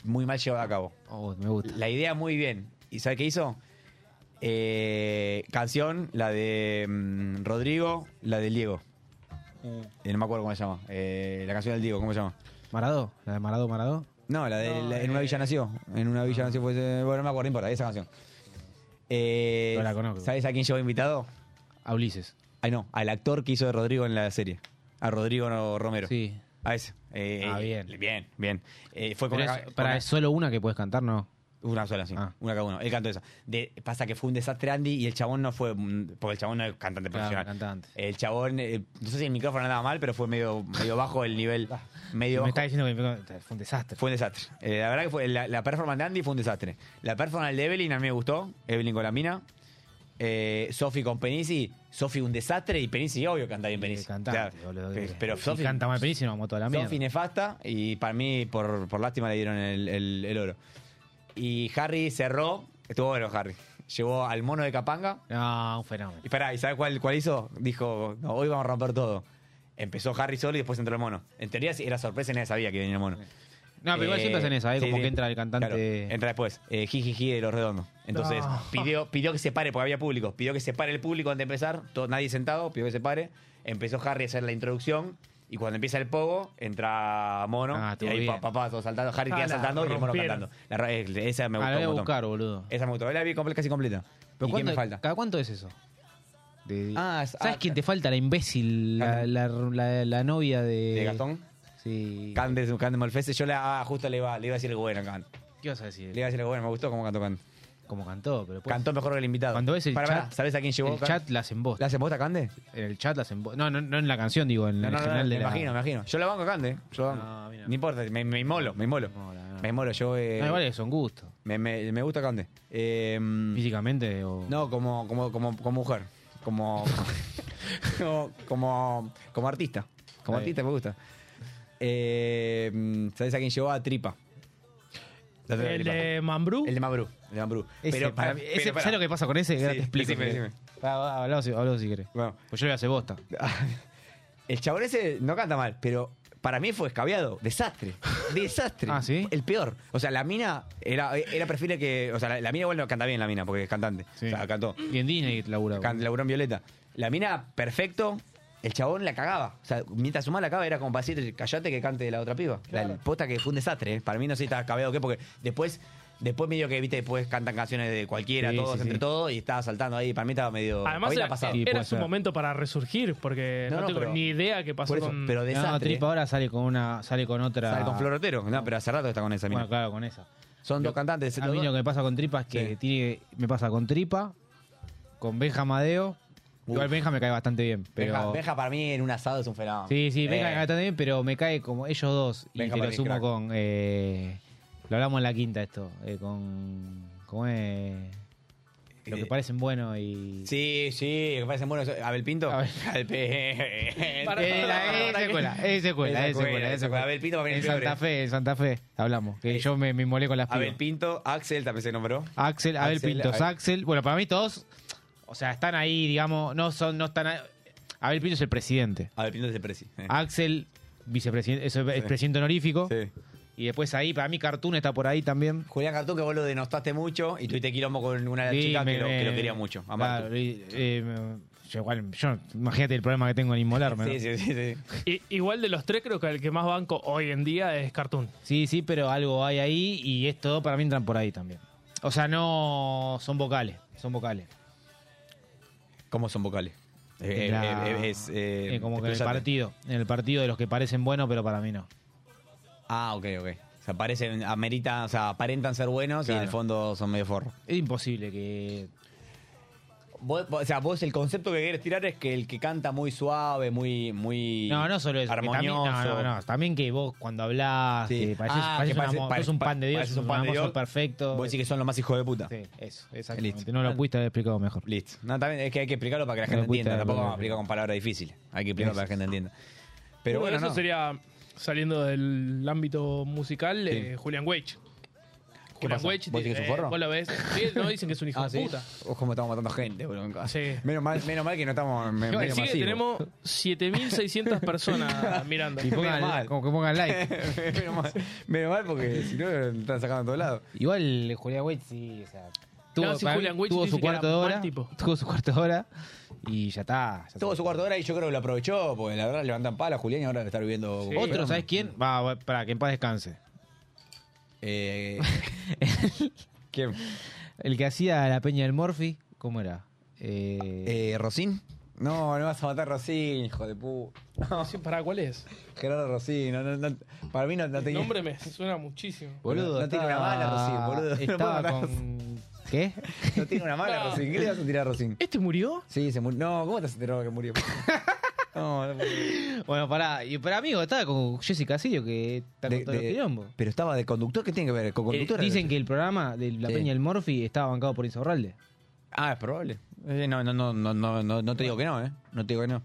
D: muy mal llevada a cabo.
C: Oh, me gusta.
D: La idea muy bien. ¿Y sabe qué hizo? Eh, canción, la de mm, Rodrigo, la del Diego. Eh, no me acuerdo cómo se llama. Eh, la canción del Diego, ¿cómo se llama?
C: ¿Maradó? ¿La de Maradó, Maradó?
D: No, la de la- En una villa nació. En una villa nació fue. ese- Bueno, no me acuerdo, no importa, esa canción. Eh,
C: No la conozco.
D: ¿Sabes a quién llevó invitado?
C: A Ulises.
D: Ay, no, al actor que hizo de Rodrigo en la serie. A Rodrigo no, Romero.
C: Sí.
D: A ese. Eh,
C: Ah, bien.
D: Bien, bien. Eh, fue con
C: Pero
D: una-
C: es-
D: con
C: para,
D: una-
C: ¿es solo una que puedes cantar? No.
D: Una sola, sí.
C: Ah.
D: Una cada uno. Él cantó esa. De- pasa que fue un desastre Andy y el chabón no fue. mm, Porque el chabón no es cantante
C: Claro,
D: profesional.
C: cantante.
D: El chabón, eh, no sé si el micrófono andaba mal, pero fue medio, medio bajo el nivel. medio
C: me
D: bajo.
C: está diciendo que fue un desastre.
D: Fue un desastre. Eh, la verdad que fue, la, la performance de Andy fue un desastre. La performance de Evelyn a mí me gustó. Evelyn con la mina. Eh, Sofi con Penisi. Sofi un desastre y Penisi, obvio, canta bien Penisi.
C: Eh, cantante,
D: O sea,
C: boludo.
D: pe-
C: que-
D: pero
C: si
D: Sofi.
C: canta mal Penici, nos vamos toda la mierda.
D: Sofi nefasta y para mí, por, por lástima, le dieron el, el- el oro. Y Harry cerró. Estuvo bueno, Harry. Llevó al mono de Capanga.
C: No, un fenómeno.
D: Y pará, ¿y sabes cuál, cuál hizo? Dijo, "No, hoy vamos a romper todo. Empezó Harry solo y después entró el mono. En teoría era sorpresa y nadie sabía que venía el mono.
C: No, pero igual
D: Eh,
C: siempre hacen esa, ¿eh?
D: sí,
C: Como
D: sí.
C: que entra el
D: Claro,
C: cantante.
D: entra después. Eh, Jijiji de los redondos. Entonces,
B: No.
D: pidió, pidió que se pare, porque había público. Pidió que se pare el público antes de empezar. Todo, nadie sentado, pidió que se pare. Empezó Harry a hacer la introducción. Y cuando empieza el pogo, entra Mono.
C: Ah,
D: y
C: estuvo
D: ahí
C: bien.
D: pa- papá, todo saltando. Harry
B: Ah,
D: queda
B: la
D: saltando y el mono
B: rompieron.
D: cantando. La ra- eh, esa
C: Ah,
D: me gustó.
C: la voy a
D: un montón.
C: buscar, boludo.
D: Esa me gustó. La vi comple- casi completa.
C: ¿Y
D: ¿Pero cuánto
C: cuándo-
D: me falta?
C: ¿Cada cuánto es eso? De-
D: Ah, es-
C: ¿Sabes
D: ah,
C: quién te falta? La imbécil, la,
D: Claro.
C: la, la- la novia de.
D: ¿De Gastón?
C: Sí.
D: Candes, Candes Malfese. Yo la, ah, justo le iba, le iba a decir algo bueno a Can.
C: ¿Qué vas a
D: Le
C: decir?
D: iba a decir algo bueno, me gustó cómo cantó Can.
C: Como cantó, pero después-
D: Cantó mejor que el invitado.
C: Pues, Cuando ves el
D: Pará, pará,
C: chat-
D: ¿Sabes a quién llevó?
C: El
D: Can?
C: chat las embosta.
D: ¿La hace posta Cande?
C: En el chat las embosta. No, no, no en la canción, digo, en
D: No,
C: el
D: no, no,
C: general de
D: me
C: la.
D: imagino, me imagino. Yo la banco a Cande. Yo la banco.
C: No, a
D: No,
C: mí no.
D: importa, me, me inmolo, me inmolo.
C: Ah, Me inmola, no.
D: Me inmolo, yo... eh,
C: No, igual es un gusto.
D: me, me- me gusta Cande. Eh, no,
C: Físicamente o.
D: como, como, como, como mujer. Como, como, como, como artista.
C: Está bien.
D: Como artista me gusta. Eh, mm, ¿Sabes a quién llevó? A Tripa. La otra
B: El
D: Tripa.
B: de Mambrú.
D: El de Mambrú. El de Mambrú.
C: Ese,
D: Pero
C: para
D: para-
C: mí-
D: pero
C: ese-
D: para-
C: ¿Sabes lo que pasa con ese? Que ahora
D: Sí,
C: te explico.
D: decime,
C: mira.
D: decime.
C: Ah, ah, hablalo si, hablalo si querés.
D: Bueno.
C: Pues yo le voy a hacer bosta.
D: El chabón ese no canta mal, pero para mí fue escabiado. Desastre. Desastre.
C: Ah, ¿sí?
D: El peor. O sea, la mina era, era preferible que. O sea, la, la mina, bueno, canta bien la mina, porque es cantante.
C: Sí.
D: O sea, cantó.
C: Y en Disney laburaba.
D: Can- laburó en Violeta. La mina, perfecto. El chabón la cagaba. O sea, mientras su mamá la cagaba, era como para decir, callate que cante la otra piba. La el posta que fue un desastre. ¿eh? Para mí no sé si está escabeado o qué, porque después. Después medio que, viste, después cantan canciones de cualquiera,
C: Sí,
D: todos,
C: sí,
D: entre
C: sí.
D: todos, y estaba saltando ahí. Para mí estaba medio...
B: Además
D: para mí la
B: era, eh,
D: ha pasado.
C: Sí,
B: era
C: puede
B: su
C: ser.
B: momento para resurgir, porque
D: No,
B: no,
D: no,
B: tengo
D: pero-
B: ni idea qué pasó
D: Por eso,
B: con...
D: pero desastre. eh.
C: No, Tripa ahora sale con una. Sale con otra.
D: Sale con Florotero. No, pero hace rato que está con esa mina.
C: Bueno, claro, con esa.
D: Son dos cantantes.
C: A
D: los
C: mí
D: dos-
C: lo que me pasa con Tripa es que
D: Sí.
C: tiene, me pasa con Tripa, con Benja Madeo. Igual
D: Uf.
C: Benja me cae bastante bien. Pero,
D: Benja, Benja para mí en un asado es un fenómeno.
C: Sí, sí, Benja me cae
D: Eh,
C: bastante bien, pero me cae como ellos dos. Y
D: Benja
C: te
D: para
C: lo
D: mí,
C: sumo
D: crack.
C: con. eh, lo hablamos en la quinta esto. eh, con. ¿Cómo es? Lo que
D: Eh,
C: parecen buenos y.
D: Sí, sí, que parecen buenos. Abel Pinto.
C: Abel-
D: Abel Pinto.
B: Para-
C: Eh, la- eh, esa escuela, esa escuela,
D: Ah, Esa
C: esa escuela,
D: escuela,
C: esa escuela.
D: Abel Pinto va a venir
C: En
D: peor,
C: Santa
D: eh.
C: Fe, en Santa Fe, hablamos. Que
D: Eh,
C: yo me, me inmolé con las pibas.
D: Abel Pinto, Axel también se nombró.
C: Axel, Abel
D: Axel,
C: Pintos,
D: Abel-
C: Axel. Bueno, para mí todos, o sea, están ahí, digamos, no son, no están. ahí. Abel Pinto es el presidente.
D: Abel Pinto es el presi. eh.
C: Ah, Axel, vicepresidente, es el es presidente honorífico.
D: Sí.
C: Y después ahí, para mí, Cartoon está por ahí también.
D: Julián Cartú, que vos lo denostaste mucho y tuviste quilombo con una de las
C: Sí,
D: chicas
C: me-
D: que, lo, que
C: me-
D: lo quería mucho. A Martu.
C: eh, Claro, y, eh, me- yo igual, yo, imagínate el problema que tengo en inmolarme. ¿no?
D: Sí, sí, sí, sí.
B: I- igual de los tres creo que el que más banco hoy en día es Cartoon.
C: Sí, sí, pero algo hay ahí y es todo para mí entran por ahí también. O sea, no son vocales, son vocales.
D: ¿Cómo son vocales? Eh,
C: La-
D: eh, eh, es, eh,
C: Eh, como que en el
D: explícate.
C: partido, en el partido de los que parecen buenos, pero para mí no.
D: Ah, ok, ok. O sea, parecen, ameritan, o sea, aparentan ser buenos y en
C: Claro.
D: el fondo son medio forros.
C: Es imposible que
D: Vos- vos- o sea, vos el concepto que querés tirar es que el que canta muy suave, muy, muy
C: No, no solo eso. que también-
D: armonioso.
C: no, no, no. También que vos cuando hablás,
D: Sí.
C: que pareces,
D: Ah,
C: pareces
D: que
C: una
D: parece-
C: mo-
D: pare-
C: sos un pan de Dios,
D: pareces
C: un pan de Dios perfecto.
D: Vos decís que son los más hijos de puta.
C: Sí, eso, exactamente.
D: Listo.
C: No lo pudiste haber explicado mejor.
D: Listo. No, también es que hay que explicarlo para que la
C: No,
D: gente
C: puta,
D: entienda. Tampoco
C: no,
D: vamos a
C: no.
D: explicar con palabras difíciles. Hay que explicarlo para que la gente entienda. Pero
B: Uno de
D: bueno,
B: eso
D: no.
B: sería, saliendo del ámbito musical, eh, Julian Wage. Julian
D: pasó?
B: Wage,
D: ¿Vos decís que es un
B: eh,
D: forro?
B: Vos lo ves. Sí, no dicen que es un hijo
D: Ah,
B: de
D: sí.
B: puta.
D: Vos cómo estamos matando gente, bro, en casa.
B: Sí.
D: Menos mal, menos mal que no estamos me- medio
B: Así que
D: masivos.
B: tenemos 7.600 personas mirando.
C: Y pongan,
D: Menos mal.
C: como que pongan like.
D: menos, mal, menos mal porque si no lo están sacando a todos lados.
C: Igual Julián Waite sí, o sea. Tuvo,
B: sí,
C: para mí,
B: Julián Waite
C: tuvo
B: dice
C: su
B: que era
C: cuarto de
B: mal
C: hora.
B: tipo.
C: Tuvo su cuarto de hora y ya está. ya está.
D: Tuvo su cuarto de hora y yo creo que lo aprovechó, porque la verdad levantan pala a Julián y ahora debe estar viviendo
B: Sí.
C: Otro, ¿sabes quién? Va, va, para que en paz descanse.
D: Eh, ¿Quién?
C: El que hacía la peña del Morphy, ¿cómo era? Eh,
D: Eh, ¿Rosín? No, no vas a matar a Rosín, hijo de puta.
B: Sí, ¿Para cuál es?
D: Gerardo Rosín, no, no, no, para mí no, no
B: El
D: tenía.
B: nombre me suena muchísimo.
C: boludo.
D: no tiene una
C: estaba-
D: mala, Rocín, boludo. No puedo
C: Estaba
D: matar a
C: con. ¿Qué?
D: No tiene una mala
B: No.
D: Rosín. ¿Qué le vas a tirar a Rosín?
B: ¿Este murió?
D: Sí, se murió. No, ¿cómo te has enterado que murió? No, no puedo.
C: Bueno, pará, y para amigo, estaba con Jessica Silio, que está con
D: De-
C: todo el
D: de-
C: quilombo.
D: pero estaba de conductor, ¿qué tiene que ver? ¿Con
C: Eh,
D: conductor?
C: dicen que el programa de la
D: Sí.
C: Peña del Morphy estaba bancado por Insaurralde.
D: Ah, es probable. Eh, no, no, no, no, no, no, no te digo que no, ¿eh? No te digo que no.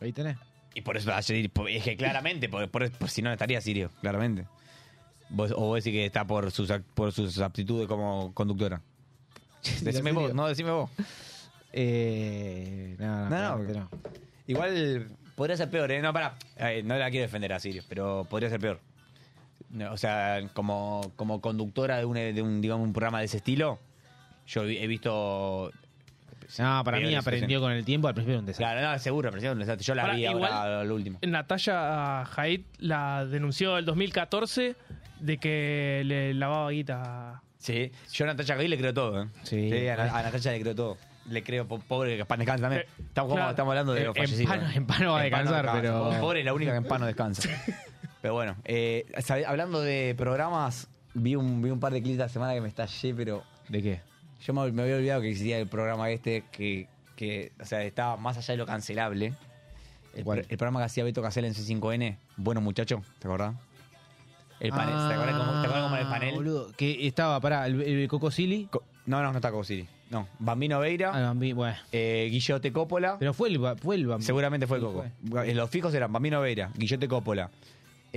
C: Ahí tenés.
D: Y por eso va a seguir. por- Es que claramente, por, por- por si no estaría Sirio, claramente. Vos- o vos decís que está por sus, ac- por sus aptitudes como conductora. Decime vos, no, decime vos.
C: Eh, no, no,
D: No, no,
C: claramente no.
D: Igual podría ser peor, ¿eh? No, pará. Eh, no la quiero defender a Sirius, pero podría ser peor. No, o sea, como, como conductora de un, de un, digamos, un programa de ese estilo, yo he visto...
C: No, para mí
D: peores
C: aprendió con el tiempo. Al principio era un desastre.
D: Claro, no, seguro, pero sí, un desastre. Yo la
B: Pará,
D: vi ahora,
B: igual-
D: lo último.
B: Natalia Haidt ah, la denunció el 2014 de que le lavaba guita a-
D: Sí, yo a Natalia Gay le creo todo, ¿eh?
C: Sí.
D: a, Na- a Natalia le creo todo. Le creo, po- pobre, que en paz descansa también.
B: Eh,
D: Estamos,
B: claro.
D: estamos hablando de
C: Eh,
D: los
C: en
D: fallecidos.
C: pano-
D: ¿eh?
C: en pano va a
D: En pano
C: descansar,
D: descansa.
C: pero-
D: Pobre, la única que en pano descansa. pero bueno, eh, sabe- hablando de programas, vi un, vi un par de clips la semana que me estallé, pero
C: ¿De qué?
D: yo me, me había olvidado que existía el programa este que, que, o sea, estaba más allá de lo cancelable. El,
C: ¿Cuál?
D: pro- el programa que hacía Beto Casella en C5N, Bueno Muchacho, ¿te acordás? El panel, ¿te acordás cómo, te acordás cómo era el panel?
C: Ah, Boludo, que estaba, pará, el, el Coco Silly.
D: Co- No, no, no está Cosiri. No. Bambino Veira,
C: Ah, no, vi- bueno.
D: eh, Guillote Coppola.
C: Pero fue el, ba- fue el bambino.
D: seguramente fue
C: Sí,
D: Coco. Eh, Los fijos eran Bambino Veira, Guillote Coppola,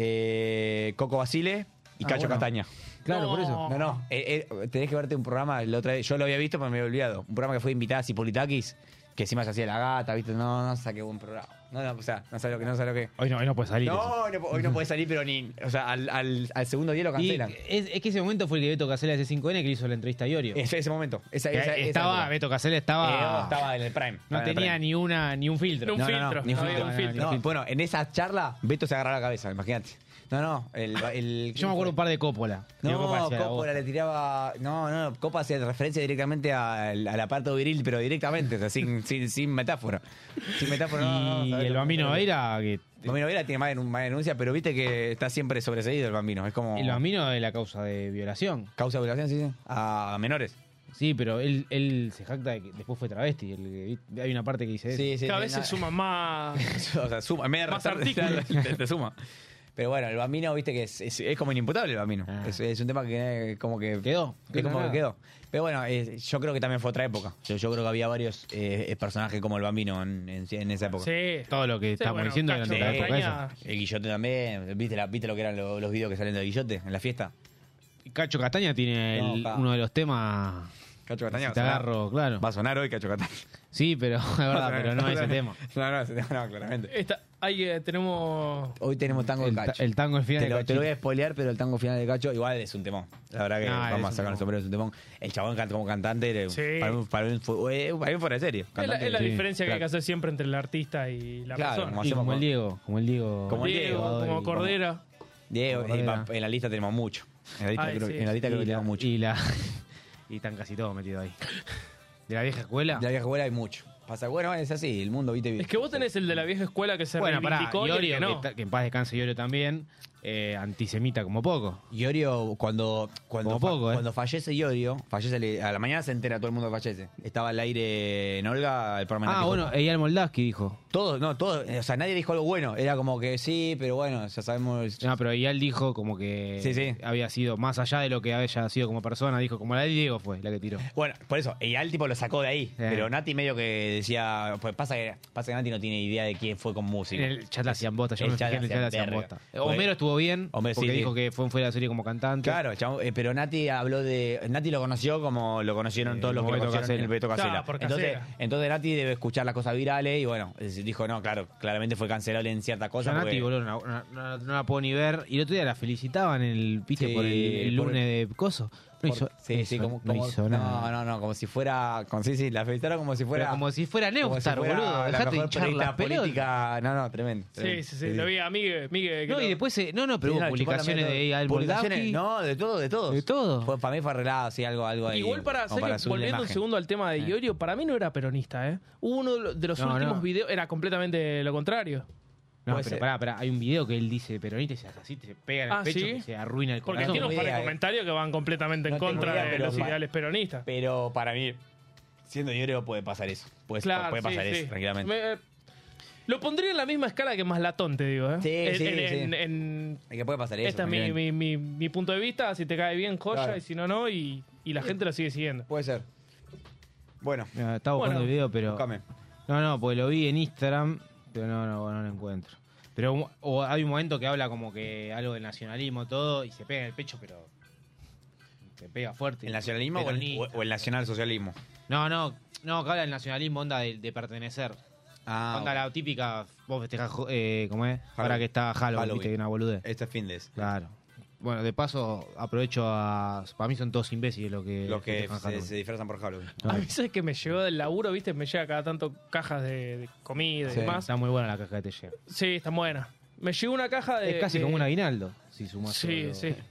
D: eh, Coco Basile y
C: Ah,
D: Cacho
C: bueno.
D: Castaña.
C: Claro, por eso.
D: No, no. eh, eh, tenés que verte un programa. La otra vez, yo lo había visto, pero me había olvidado. Un programa que fue invitada a Cipolitakis, que encima se hacía la gata, ¿viste? No, no, saqué buen programa. No, no, o sea, no sabes lo que, no sabes lo que.
C: Hoy no, hoy no puede salir. eso.
D: No, no, po- hoy no puede salir, pero ni. O sea, al, al- al segundo día lo
C: Y
D: cancelan.
C: es, es que ese momento fue el que Beto Casella hace 5N que le hizo la entrevista a Iorio.
D: Ese, ese momento. Esa,
C: Que
D: esa- esa
C: estaba,
D: época.
C: Beto Casella
D: Eh,
C: estaba.
D: estaba en el prime.
C: no
D: Estaba en el
C: tenía
D: prime.
C: ni una ni un
B: Era
C: filtro.
B: un
D: No, no, no,
B: filtro.
D: ni
B: había
D: filtro.
B: un filtro.
D: No, bueno, en esa charla, Beto se agarraba la cabeza, imagínate. No, no, el... el-
C: Yo me acuerdo un par de Coppola.
D: No,
C: Digo, Coppola hacía la voz.
D: Coppola le tiraba... No, no, Copa hacía referencia directamente a, a la parte viril, pero directamente, o sea, sin, sin, sin metáfora. Sin metáfora. no, no, no,
C: Y
D: sabés
C: el
D: lo-
C: bambino Veira, que
D: Bambino Vera tiene más, denun- más denuncia, pero viste que está siempre sobreseído el Bambino. Es como...
C: el bambino de la causa de violación.
D: Causa de violación, sí, sí. A menores.
C: Sí, pero él, él se jacta de que después fue travesti. el que- hay una parte que dice eso.
B: Cada vez
D: sí,
B: se
D: na-
B: suma más.
D: o sea, suma, en vez de
B: Más
D: restar,
B: artículos.
D: te, te suma. Pero bueno, el bambino, viste que es, es- es como inimputable el bambino.
C: Ah.
D: Es, es un tema que eh, como que
C: Quedó,
D: es
C: quedó
D: como
C: nada.
D: que quedó. Pero bueno, eh, yo creo que también fue otra época. Yo, yo creo que había varios eh, eh, personajes como el bambino en, en- en esa época.
B: Sí.
C: Todo lo que
B: Sí,
C: estamos
B: bueno,
C: diciendo
B: Cacho
C: durante la época
B: Castaña.
C: esa.
D: El guillote también. ¿Viste, la, ¿Viste lo que eran lo- los videos que salen del guillote en la fiesta?
C: Cacho Castaña tiene
D: No,
C: el-
D: pa.
C: uno de los temas.
D: Cacho
C: si
D: Castaña.
C: te agarro, claro.
D: Va a sonar hoy Cacho Castaña.
C: Sí, pero es verdad, pero no es ese tema.
D: No, no, ese tema no, claramente.
B: Esta, ahí eh, tenemos.
D: Hoy tenemos tango
C: El,
D: de Cacho.
C: ta- el tango al final
D: Te
C: de
D: lo, te lo voy a
C: Cachito.
D: spoilear, pero el tango final de Cacho igual es un temón. La verdad que
C: Ah, es
D: vamos a
C: un
D: sacar el
C: temón.
D: sombrero, es un temón. El chabón can- como cantante era-
B: Sí.
D: para, mí, para, mí fue, eh, para mí fuera de serio.
B: Es la,
D: Cantante,
B: es la
C: sí,
B: diferencia que hay que
D: claro.
B: hacer siempre entre el artista y la
D: Claro,
B: persona.
D: como
C: Y como
D: hacemos
C: el
D: con-
C: Diego, como el Diego.
D: Como el Diego,
C: Salvador
B: como
C: y-
B: Cordera.
D: Diego,
C: Como
D: eh,
C: Cordera.
D: pa- en la lista tenemos mucho. En la lista,
B: Ay,
D: creo,
B: sí,
D: en la lista creo que
C: y la-
D: tenemos mucho.
C: Y, la, y están casi todos metidos ahí. De la vieja escuela.
D: De la vieja escuela hay mucho. Pasa, bueno, es así, el mundo, viste.
B: Es que vos tenés el de la vieja escuela que se
C: bueno, pará,
B: reivindicó y el
C: Iorio,
B: que
C: que,
B: no.
C: ta- que en paz descanse Iorio también, eh, antisemita como poco.
D: Iorio, cuando, cuando,
C: Como poco, eh.
D: cuando fallece Iorio, fallece le- a la mañana se entera todo el mundo que fallece. Estaba al aire en Olga, el programa en
C: Ah,
D: la
C: bueno, Eyal Moldaski dijo.
D: Todos, no, todos, o sea, nadie dijo algo bueno. Era como que sí, pero bueno, ya sabemos.
C: No, pero Eyal dijo como que
D: Sí, sí.
C: había sido, más allá de lo que había sido como persona, dijo como la de Diego fue la que tiró.
D: Bueno, por eso, Eyal tipo lo sacó de ahí. Pero Nati medio que decía. Pues pasa que, pasa que Nati no tiene idea de quién fue con música.
C: En el chat la hacían bosta, yo
D: El
C: me
D: chat
C: fijé en el
D: la
C: chat la
D: hacían
C: hacían
D: verga.
C: bosta.
D: Porque-
C: Homero estuvo bien,
D: Hombre,
C: porque
D: sí,
C: dijo
D: sí.
C: que fue fuera de serie como cantante.
D: Claro, chabón, eh, pero Nati habló de. Nati lo conoció como lo conocieron
C: Eh,
D: todos los que
C: como Beto
D: conocieron
C: Casella.
D: el Beto
B: Claro,
D: Casella.
B: por
D: entonces,
B: Casella.
D: entonces Nati debe escuchar las cosas virales y bueno, eh, dijo, no, claro, claramente fue cancelable en ciertas
C: Yo
D: cosas.
C: a
D: porque-
C: Nati, boludo, no, no- no- no la puedo ni ver. Y el otro día la felicitaban en el viste
D: Sí,
C: por el, el
D: por-
C: lunes de Coso. No
D: por-
C: hizo,
D: sí,
C: no
D: sí,
C: hizo-
D: como,
C: no
D: como-
C: hizo nada.
D: no, no, no, como si fuera. Como, sí, sí, la felicitaron como si
C: Pero
D: fuera.
C: como si fuera
D: como si
C: Neustar,
D: fuera
C: boludo.
D: la
C: Dejate
D: mejor
C: hinchar la
D: periodista
C: pelota.
D: política. No, no, tremendo.
B: Sí,
D: tremendo.
B: sí, sí. Lo vi a Migue. Migue que
C: No,
B: lo-
C: y después, se- no, no, pero
D: Sí,
C: hubo
D: la chuparon
C: publicaciones
D: medio
C: de
D: todo.
C: Eyal
D: Publicaciones,
C: Moldavsky.
D: No, de todo, de todo.
C: De todo.
D: Fue- para mí fue arreglado, sí, algo, algo ahí.
B: Igual para,
D: como
B: sé que
D: subir la
B: volviendo un
D: imagen.
B: segundo al tema de
D: Eh.
B: Iorio, para mí no era peronista, ¿eh? Uno de lo- de los
C: No,
B: últimos
C: no.
B: videos era completamente lo contrario.
C: No,
D: Puede
C: pero
D: ser.
C: pará, pará, hay un video que él dice peronista y se hace así te pega en el
B: Ah,
C: pecho
B: ¿sí?
C: que se arruina el
B: Porque
C: corazón.
B: tiene un par
D: idea,
B: de
D: eh.
B: comentarios que van completamente en
D: No tengo
B: contra
D: idea,
B: de
D: pero
B: los
D: pa-
B: ideales peronistas.
D: Pero para mí, siendo Iorio, puede pasar eso. Puede,
B: Claro,
D: puede pasar
B: sí,
D: eso,
B: sí.
D: tranquilamente.
B: Me- eh, lo pondría en la misma escala que más latón, te digo, ¿eh?
D: Sí,
B: en,
D: sí,
B: en-
D: sí.
B: en- en-
D: Es que puede pasar eso.
B: este es mi,
D: tranquilamente.
B: mi- mi- mi punto de vista, si te cae bien, joya,
D: Claro.
B: y si no, no, y, y la gente lo sigue siguiendo.
D: Puede ser. Bueno,
C: Mira, estaba buscando
B: Bueno,
C: el video, pero.
D: búscame.
C: No, no, porque lo vi en Instagram, pero no, no, no lo encuentro. Pero un- o hay un momento que habla como que algo del nacionalismo, todo, y se pega en el pecho, pero. Se pega fuerte.
D: ¿El nacionalismo o el,
C: Peronista.
D: o- o el nacionalsocialismo?
C: No, no, no, que habla del nacionalismo, onda de, de pertenecer.
D: Ah,
C: onda la típica, vos festejás, jo- eh, ¿cómo es? Ahora
D: Halloween.
C: que está Halloween,
D: Halloween.
C: viste, que una boludez.
D: este fin de semana.
C: Claro. Bueno, de paso, aprovecho a. Para mí son todos imbéciles los que.
D: Los que
C: festejan
D: se,
C: Halloween.
D: se disfrazan por Halloween.
B: A veces que me llegó del laburo, viste, me llega cada tanto cajas de, de comida y
D: Sí.
B: demás.
C: Está muy buena la caja que te llega.
B: Sí, está buena. Me llegó una caja de.
C: es casi
B: de-
C: como un aguinaldo, si sumás. todo
B: eh, Sí,
C: lo-
B: sí.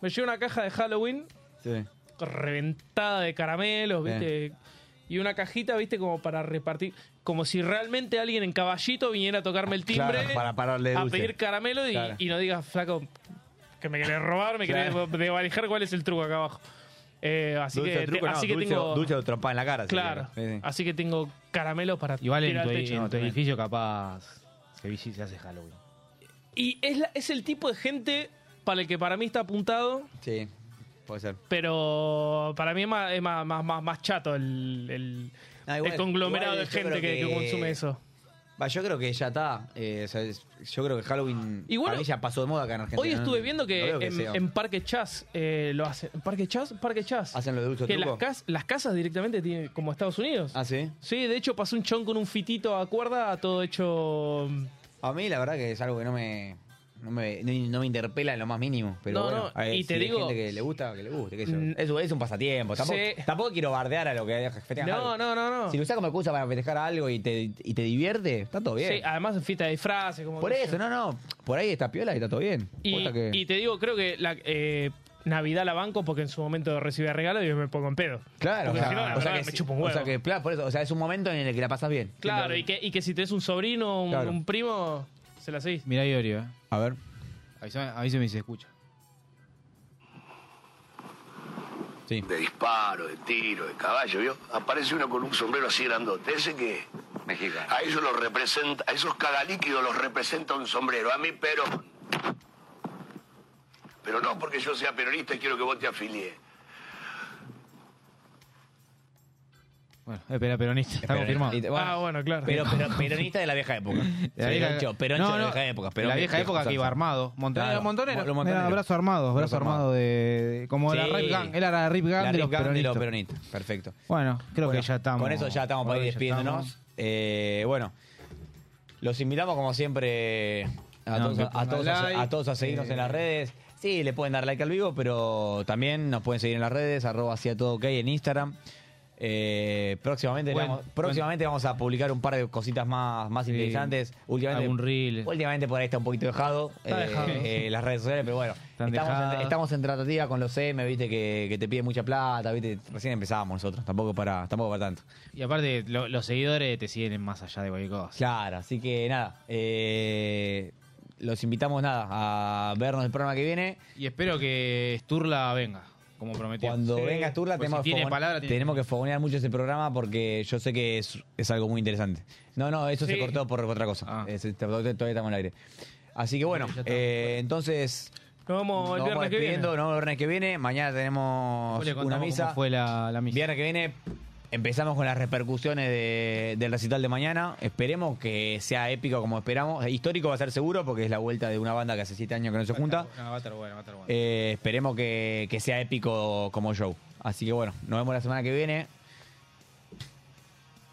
B: Me llegó una caja de Halloween
D: Sí.
B: reventada de caramelos,
D: Bien.
B: viste. Y una cajita, viste, como para repartir. Como si realmente alguien en caballito viniera a tocarme el timbre
D: Claro, para pararle
B: a
D: dulce.
B: pedir caramelo y,
D: Claro.
B: y no digas, flaco, que me querés robar, me
D: Claro.
B: querés devalijar, ¿cuál es el truco acá abajo? Eh, así
D: Dulce
B: que,
D: o truco,
B: te-
D: no,
B: así que
D: dulce
B: tengo.
D: o- Dulce o trompada en la cara. si
B: Claro.
D: querés. Sí, sí.
B: Así que tengo caramelos para
C: Igual en
B: tirar
C: tu,
B: al
C: en
B: techo.
C: tu
D: tremendo.
C: edificio, capaz. Se, visi- se hace Halloween.
B: Y es, la- es el tipo de gente para el que para mí está apuntado,
D: Sí, puede ser.
B: pero para mí es más, es más, más, más- más chato el, el-
D: Ah, igual-
B: el conglomerado
D: igual
B: de
D: yo
B: gente
D: creo
B: que, que
D: que-
B: consume eso.
D: Va, yo creo que ya está. eh, o sea, es- yo creo que Halloween
B: Igual-
D: para mí ya pasó de moda acá en Argentina.
B: Hoy
D: ¿no?
B: estuve viendo
D: No
B: que,
D: veo
B: en,
D: sea-
B: en Parque Chas eh, lo hacen. ¿En ¿Parque Chas? Parque Chas.
D: ¿Hacen lo de dulce o
B: que las,
D: truco?
B: cas- las casas directamente tienen como Estados Unidos.
D: Ah, sí.
B: Sí, de hecho pasó un chon con un fitito a cuerda, todo hecho...
D: A mí la verdad que es algo que no me... No me, no- no me interpela en lo más mínimo, pero
B: No,
D: bueno,
B: no,
D: a ver,
B: y
D: si
B: te
D: hay
B: digo-
D: gente que le gusta, que le guste, qué sé yo.
B: Mm.
D: Es, un- es un pasatiempo, tampoco,
B: Sí.
D: tampoco quiero bardear a lo que festeja
B: No,
D: Halloween.
B: no, no, no.
D: Si lo usas como excusa para festejar algo y te, y te divierte, está todo bien.
B: Sí, ah, además fiesta de disfraces. Como
D: Por
B: que-
D: eso, no, no. Por ahí está piola y está todo bien.
B: Y,
D: Posta que-
B: y te digo, creo que la, eh, Navidad la banco porque en su momento recibía regalo y yo me pongo en pedo.
D: claro,
B: porque
D: o sea,
B: si no, la
D: o sea
B: verdad
D: que
B: me
D: sí,
B: chupa un
D: O sea
B: huevo.
D: que, claro, por eso, o sea, es un momento en el que la pasas bien.
B: Claro, y que, y que si tenés un sobrino, un,
D: Claro.
B: un primo, se la seguís.
C: Mirá, Iorio, eh.
D: A ver.
C: Avísame, avísame si se escucha.
D: Sí.
H: de disparo, de tiro, de caballo, ¿vio? Aparece uno con un sombrero así grandote, ese que
I: Mexicano.
H: a ellos los representa, a esos cagalíquidos los representa un sombrero, a mí pero pero no porque yo sea peronista y quiero que vos te afilies.
C: Bueno, espera, peronista. Está confirmado.
D: Y te- bueno,
B: ah, bueno, claro.
D: Pero, pero peronista de la vieja época.
C: La
D: Sí,
C: vieja-
D: Peroncho, peroncho
C: No, no,
D: de la vieja época.
C: la
D: peroncho,
C: vieja
D: viejo,
C: época que
D: salsa.
C: iba armado. Montonero,
D: Claro,
C: montonero.
D: los montoneros.
C: Era brazo armado, brazo
D: Brazo
C: armado,
D: armado.
C: de. Como la
D: Sí.
C: Rip Gang. Era la Rip Gang
D: La
C: de los
D: Rip Gang de
C: peronistas.
D: los peronistas. Perfecto.
C: Bueno, creo
D: Bueno,
C: que ya estamos.
D: Con eso ya estamos para ir
C: Creo que ya
D: despidiéndonos.
C: estamos.
D: Eh, bueno, los invitamos como siempre a,
C: No,
D: todos,
C: que
D: a- a
C: pongan
D: todos a-
C: like, Eh.
D: a todos a seguirnos en las redes. Sí, le pueden dar like al vivo, pero también nos pueden seguir en las redes, arroba hacia todo ok en Instagram. Eh, próximamente
C: Buen-
D: vamos, próximamente vamos a publicar un par de cositas más, más
C: Sí.
D: interesantes. Últimamente,
C: Algún reel.
D: últimamente por ahí está un poquito dejado,
B: Está
D: eh,
B: dejado.
D: eh, las redes sociales, pero bueno,
C: Están
D: estamos en,
C: dejadas.
D: estamos en tratativa con los M, viste, que, que te piden mucha plata, viste, recién empezábamos nosotros, tampoco para, tampoco para tanto.
C: Y aparte, lo- los seguidores te siguen más allá de cualquier cosa.
D: Claro, así que nada, eh, los invitamos nada a vernos el programa que viene.
C: Y espero que Sturla venga, como prometió.
D: Cuando
C: Sí.
D: venga Sturla
C: Pues
D: tenemos,
C: si tiene
D: que fogonear-
C: palabra, tiene-
D: tenemos que fogonear mucho ese programa porque yo sé que es, es algo muy interesante. No, no, eso se
B: Sí.
D: cortó por otra cosa.
C: Ah.
D: Es- este, todavía todavía estamos al aire. Así que bueno, eh, entonces
B: Nos vemos
D: nos
B: el
D: vamos
B: viernes que viene.
D: despidiendo, nos vemos el viernes que viene. Mañana tenemos
C: Después le
D: una
C: contamos
D: misa.
C: cómo fue la, la misa.
D: Viernes que viene empezamos con las repercusiones de- del recital de mañana. Esperemos que sea épico como esperamos. Eh, Histórico va a ser seguro porque es la vuelta de una banda que hace siete años que no se junta.
C: No, va a estar bueno, va a estar bueno.
D: Eh, esperemos que, que sea épico como show. Así que bueno, nos vemos la semana que viene.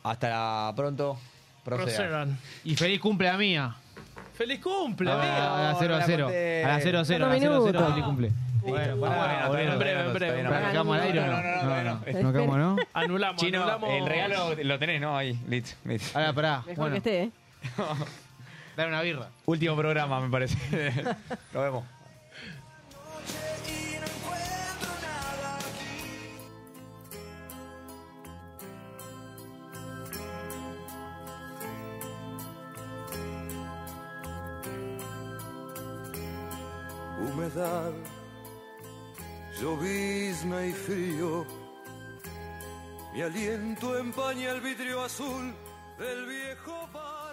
D: Hasta la- pronto. Procedan.
B: Procedan.
C: Y feliz cumple a mía.
B: ¡Feliz cumple, amigo!
C: A la
D: no
C: 0 a
D: la
C: 0.
D: conté.
C: A la 0 a 0. A
J: Cuatro
C: la 0 a 0.
J: minutos.
C: Feliz cumple.
D: Bueno, pará,
C: bueno,
D: todavía
B: en
D: no,
B: breve,
D: todavía
B: en
D: no,
J: breve.
D: todavía no.
C: ¿Acabamos al aire o no? No, no, no. No acabamos, ¿no?
B: Anulamos,
D: Chino,
B: anulamos.
D: el regalo lo tenés, ¿no? Ahí, listo. listo.
C: Ahora pará.
J: Mejor
C: Bueno,
J: que esté, ¿eh?
C: dale una birra.
D: Último programa, me parece. nos vemos.
F: Y no encuentro nada aquí. Humedad, llovizna y frío. Mi aliento empaña el vidrio azul del viejo bar.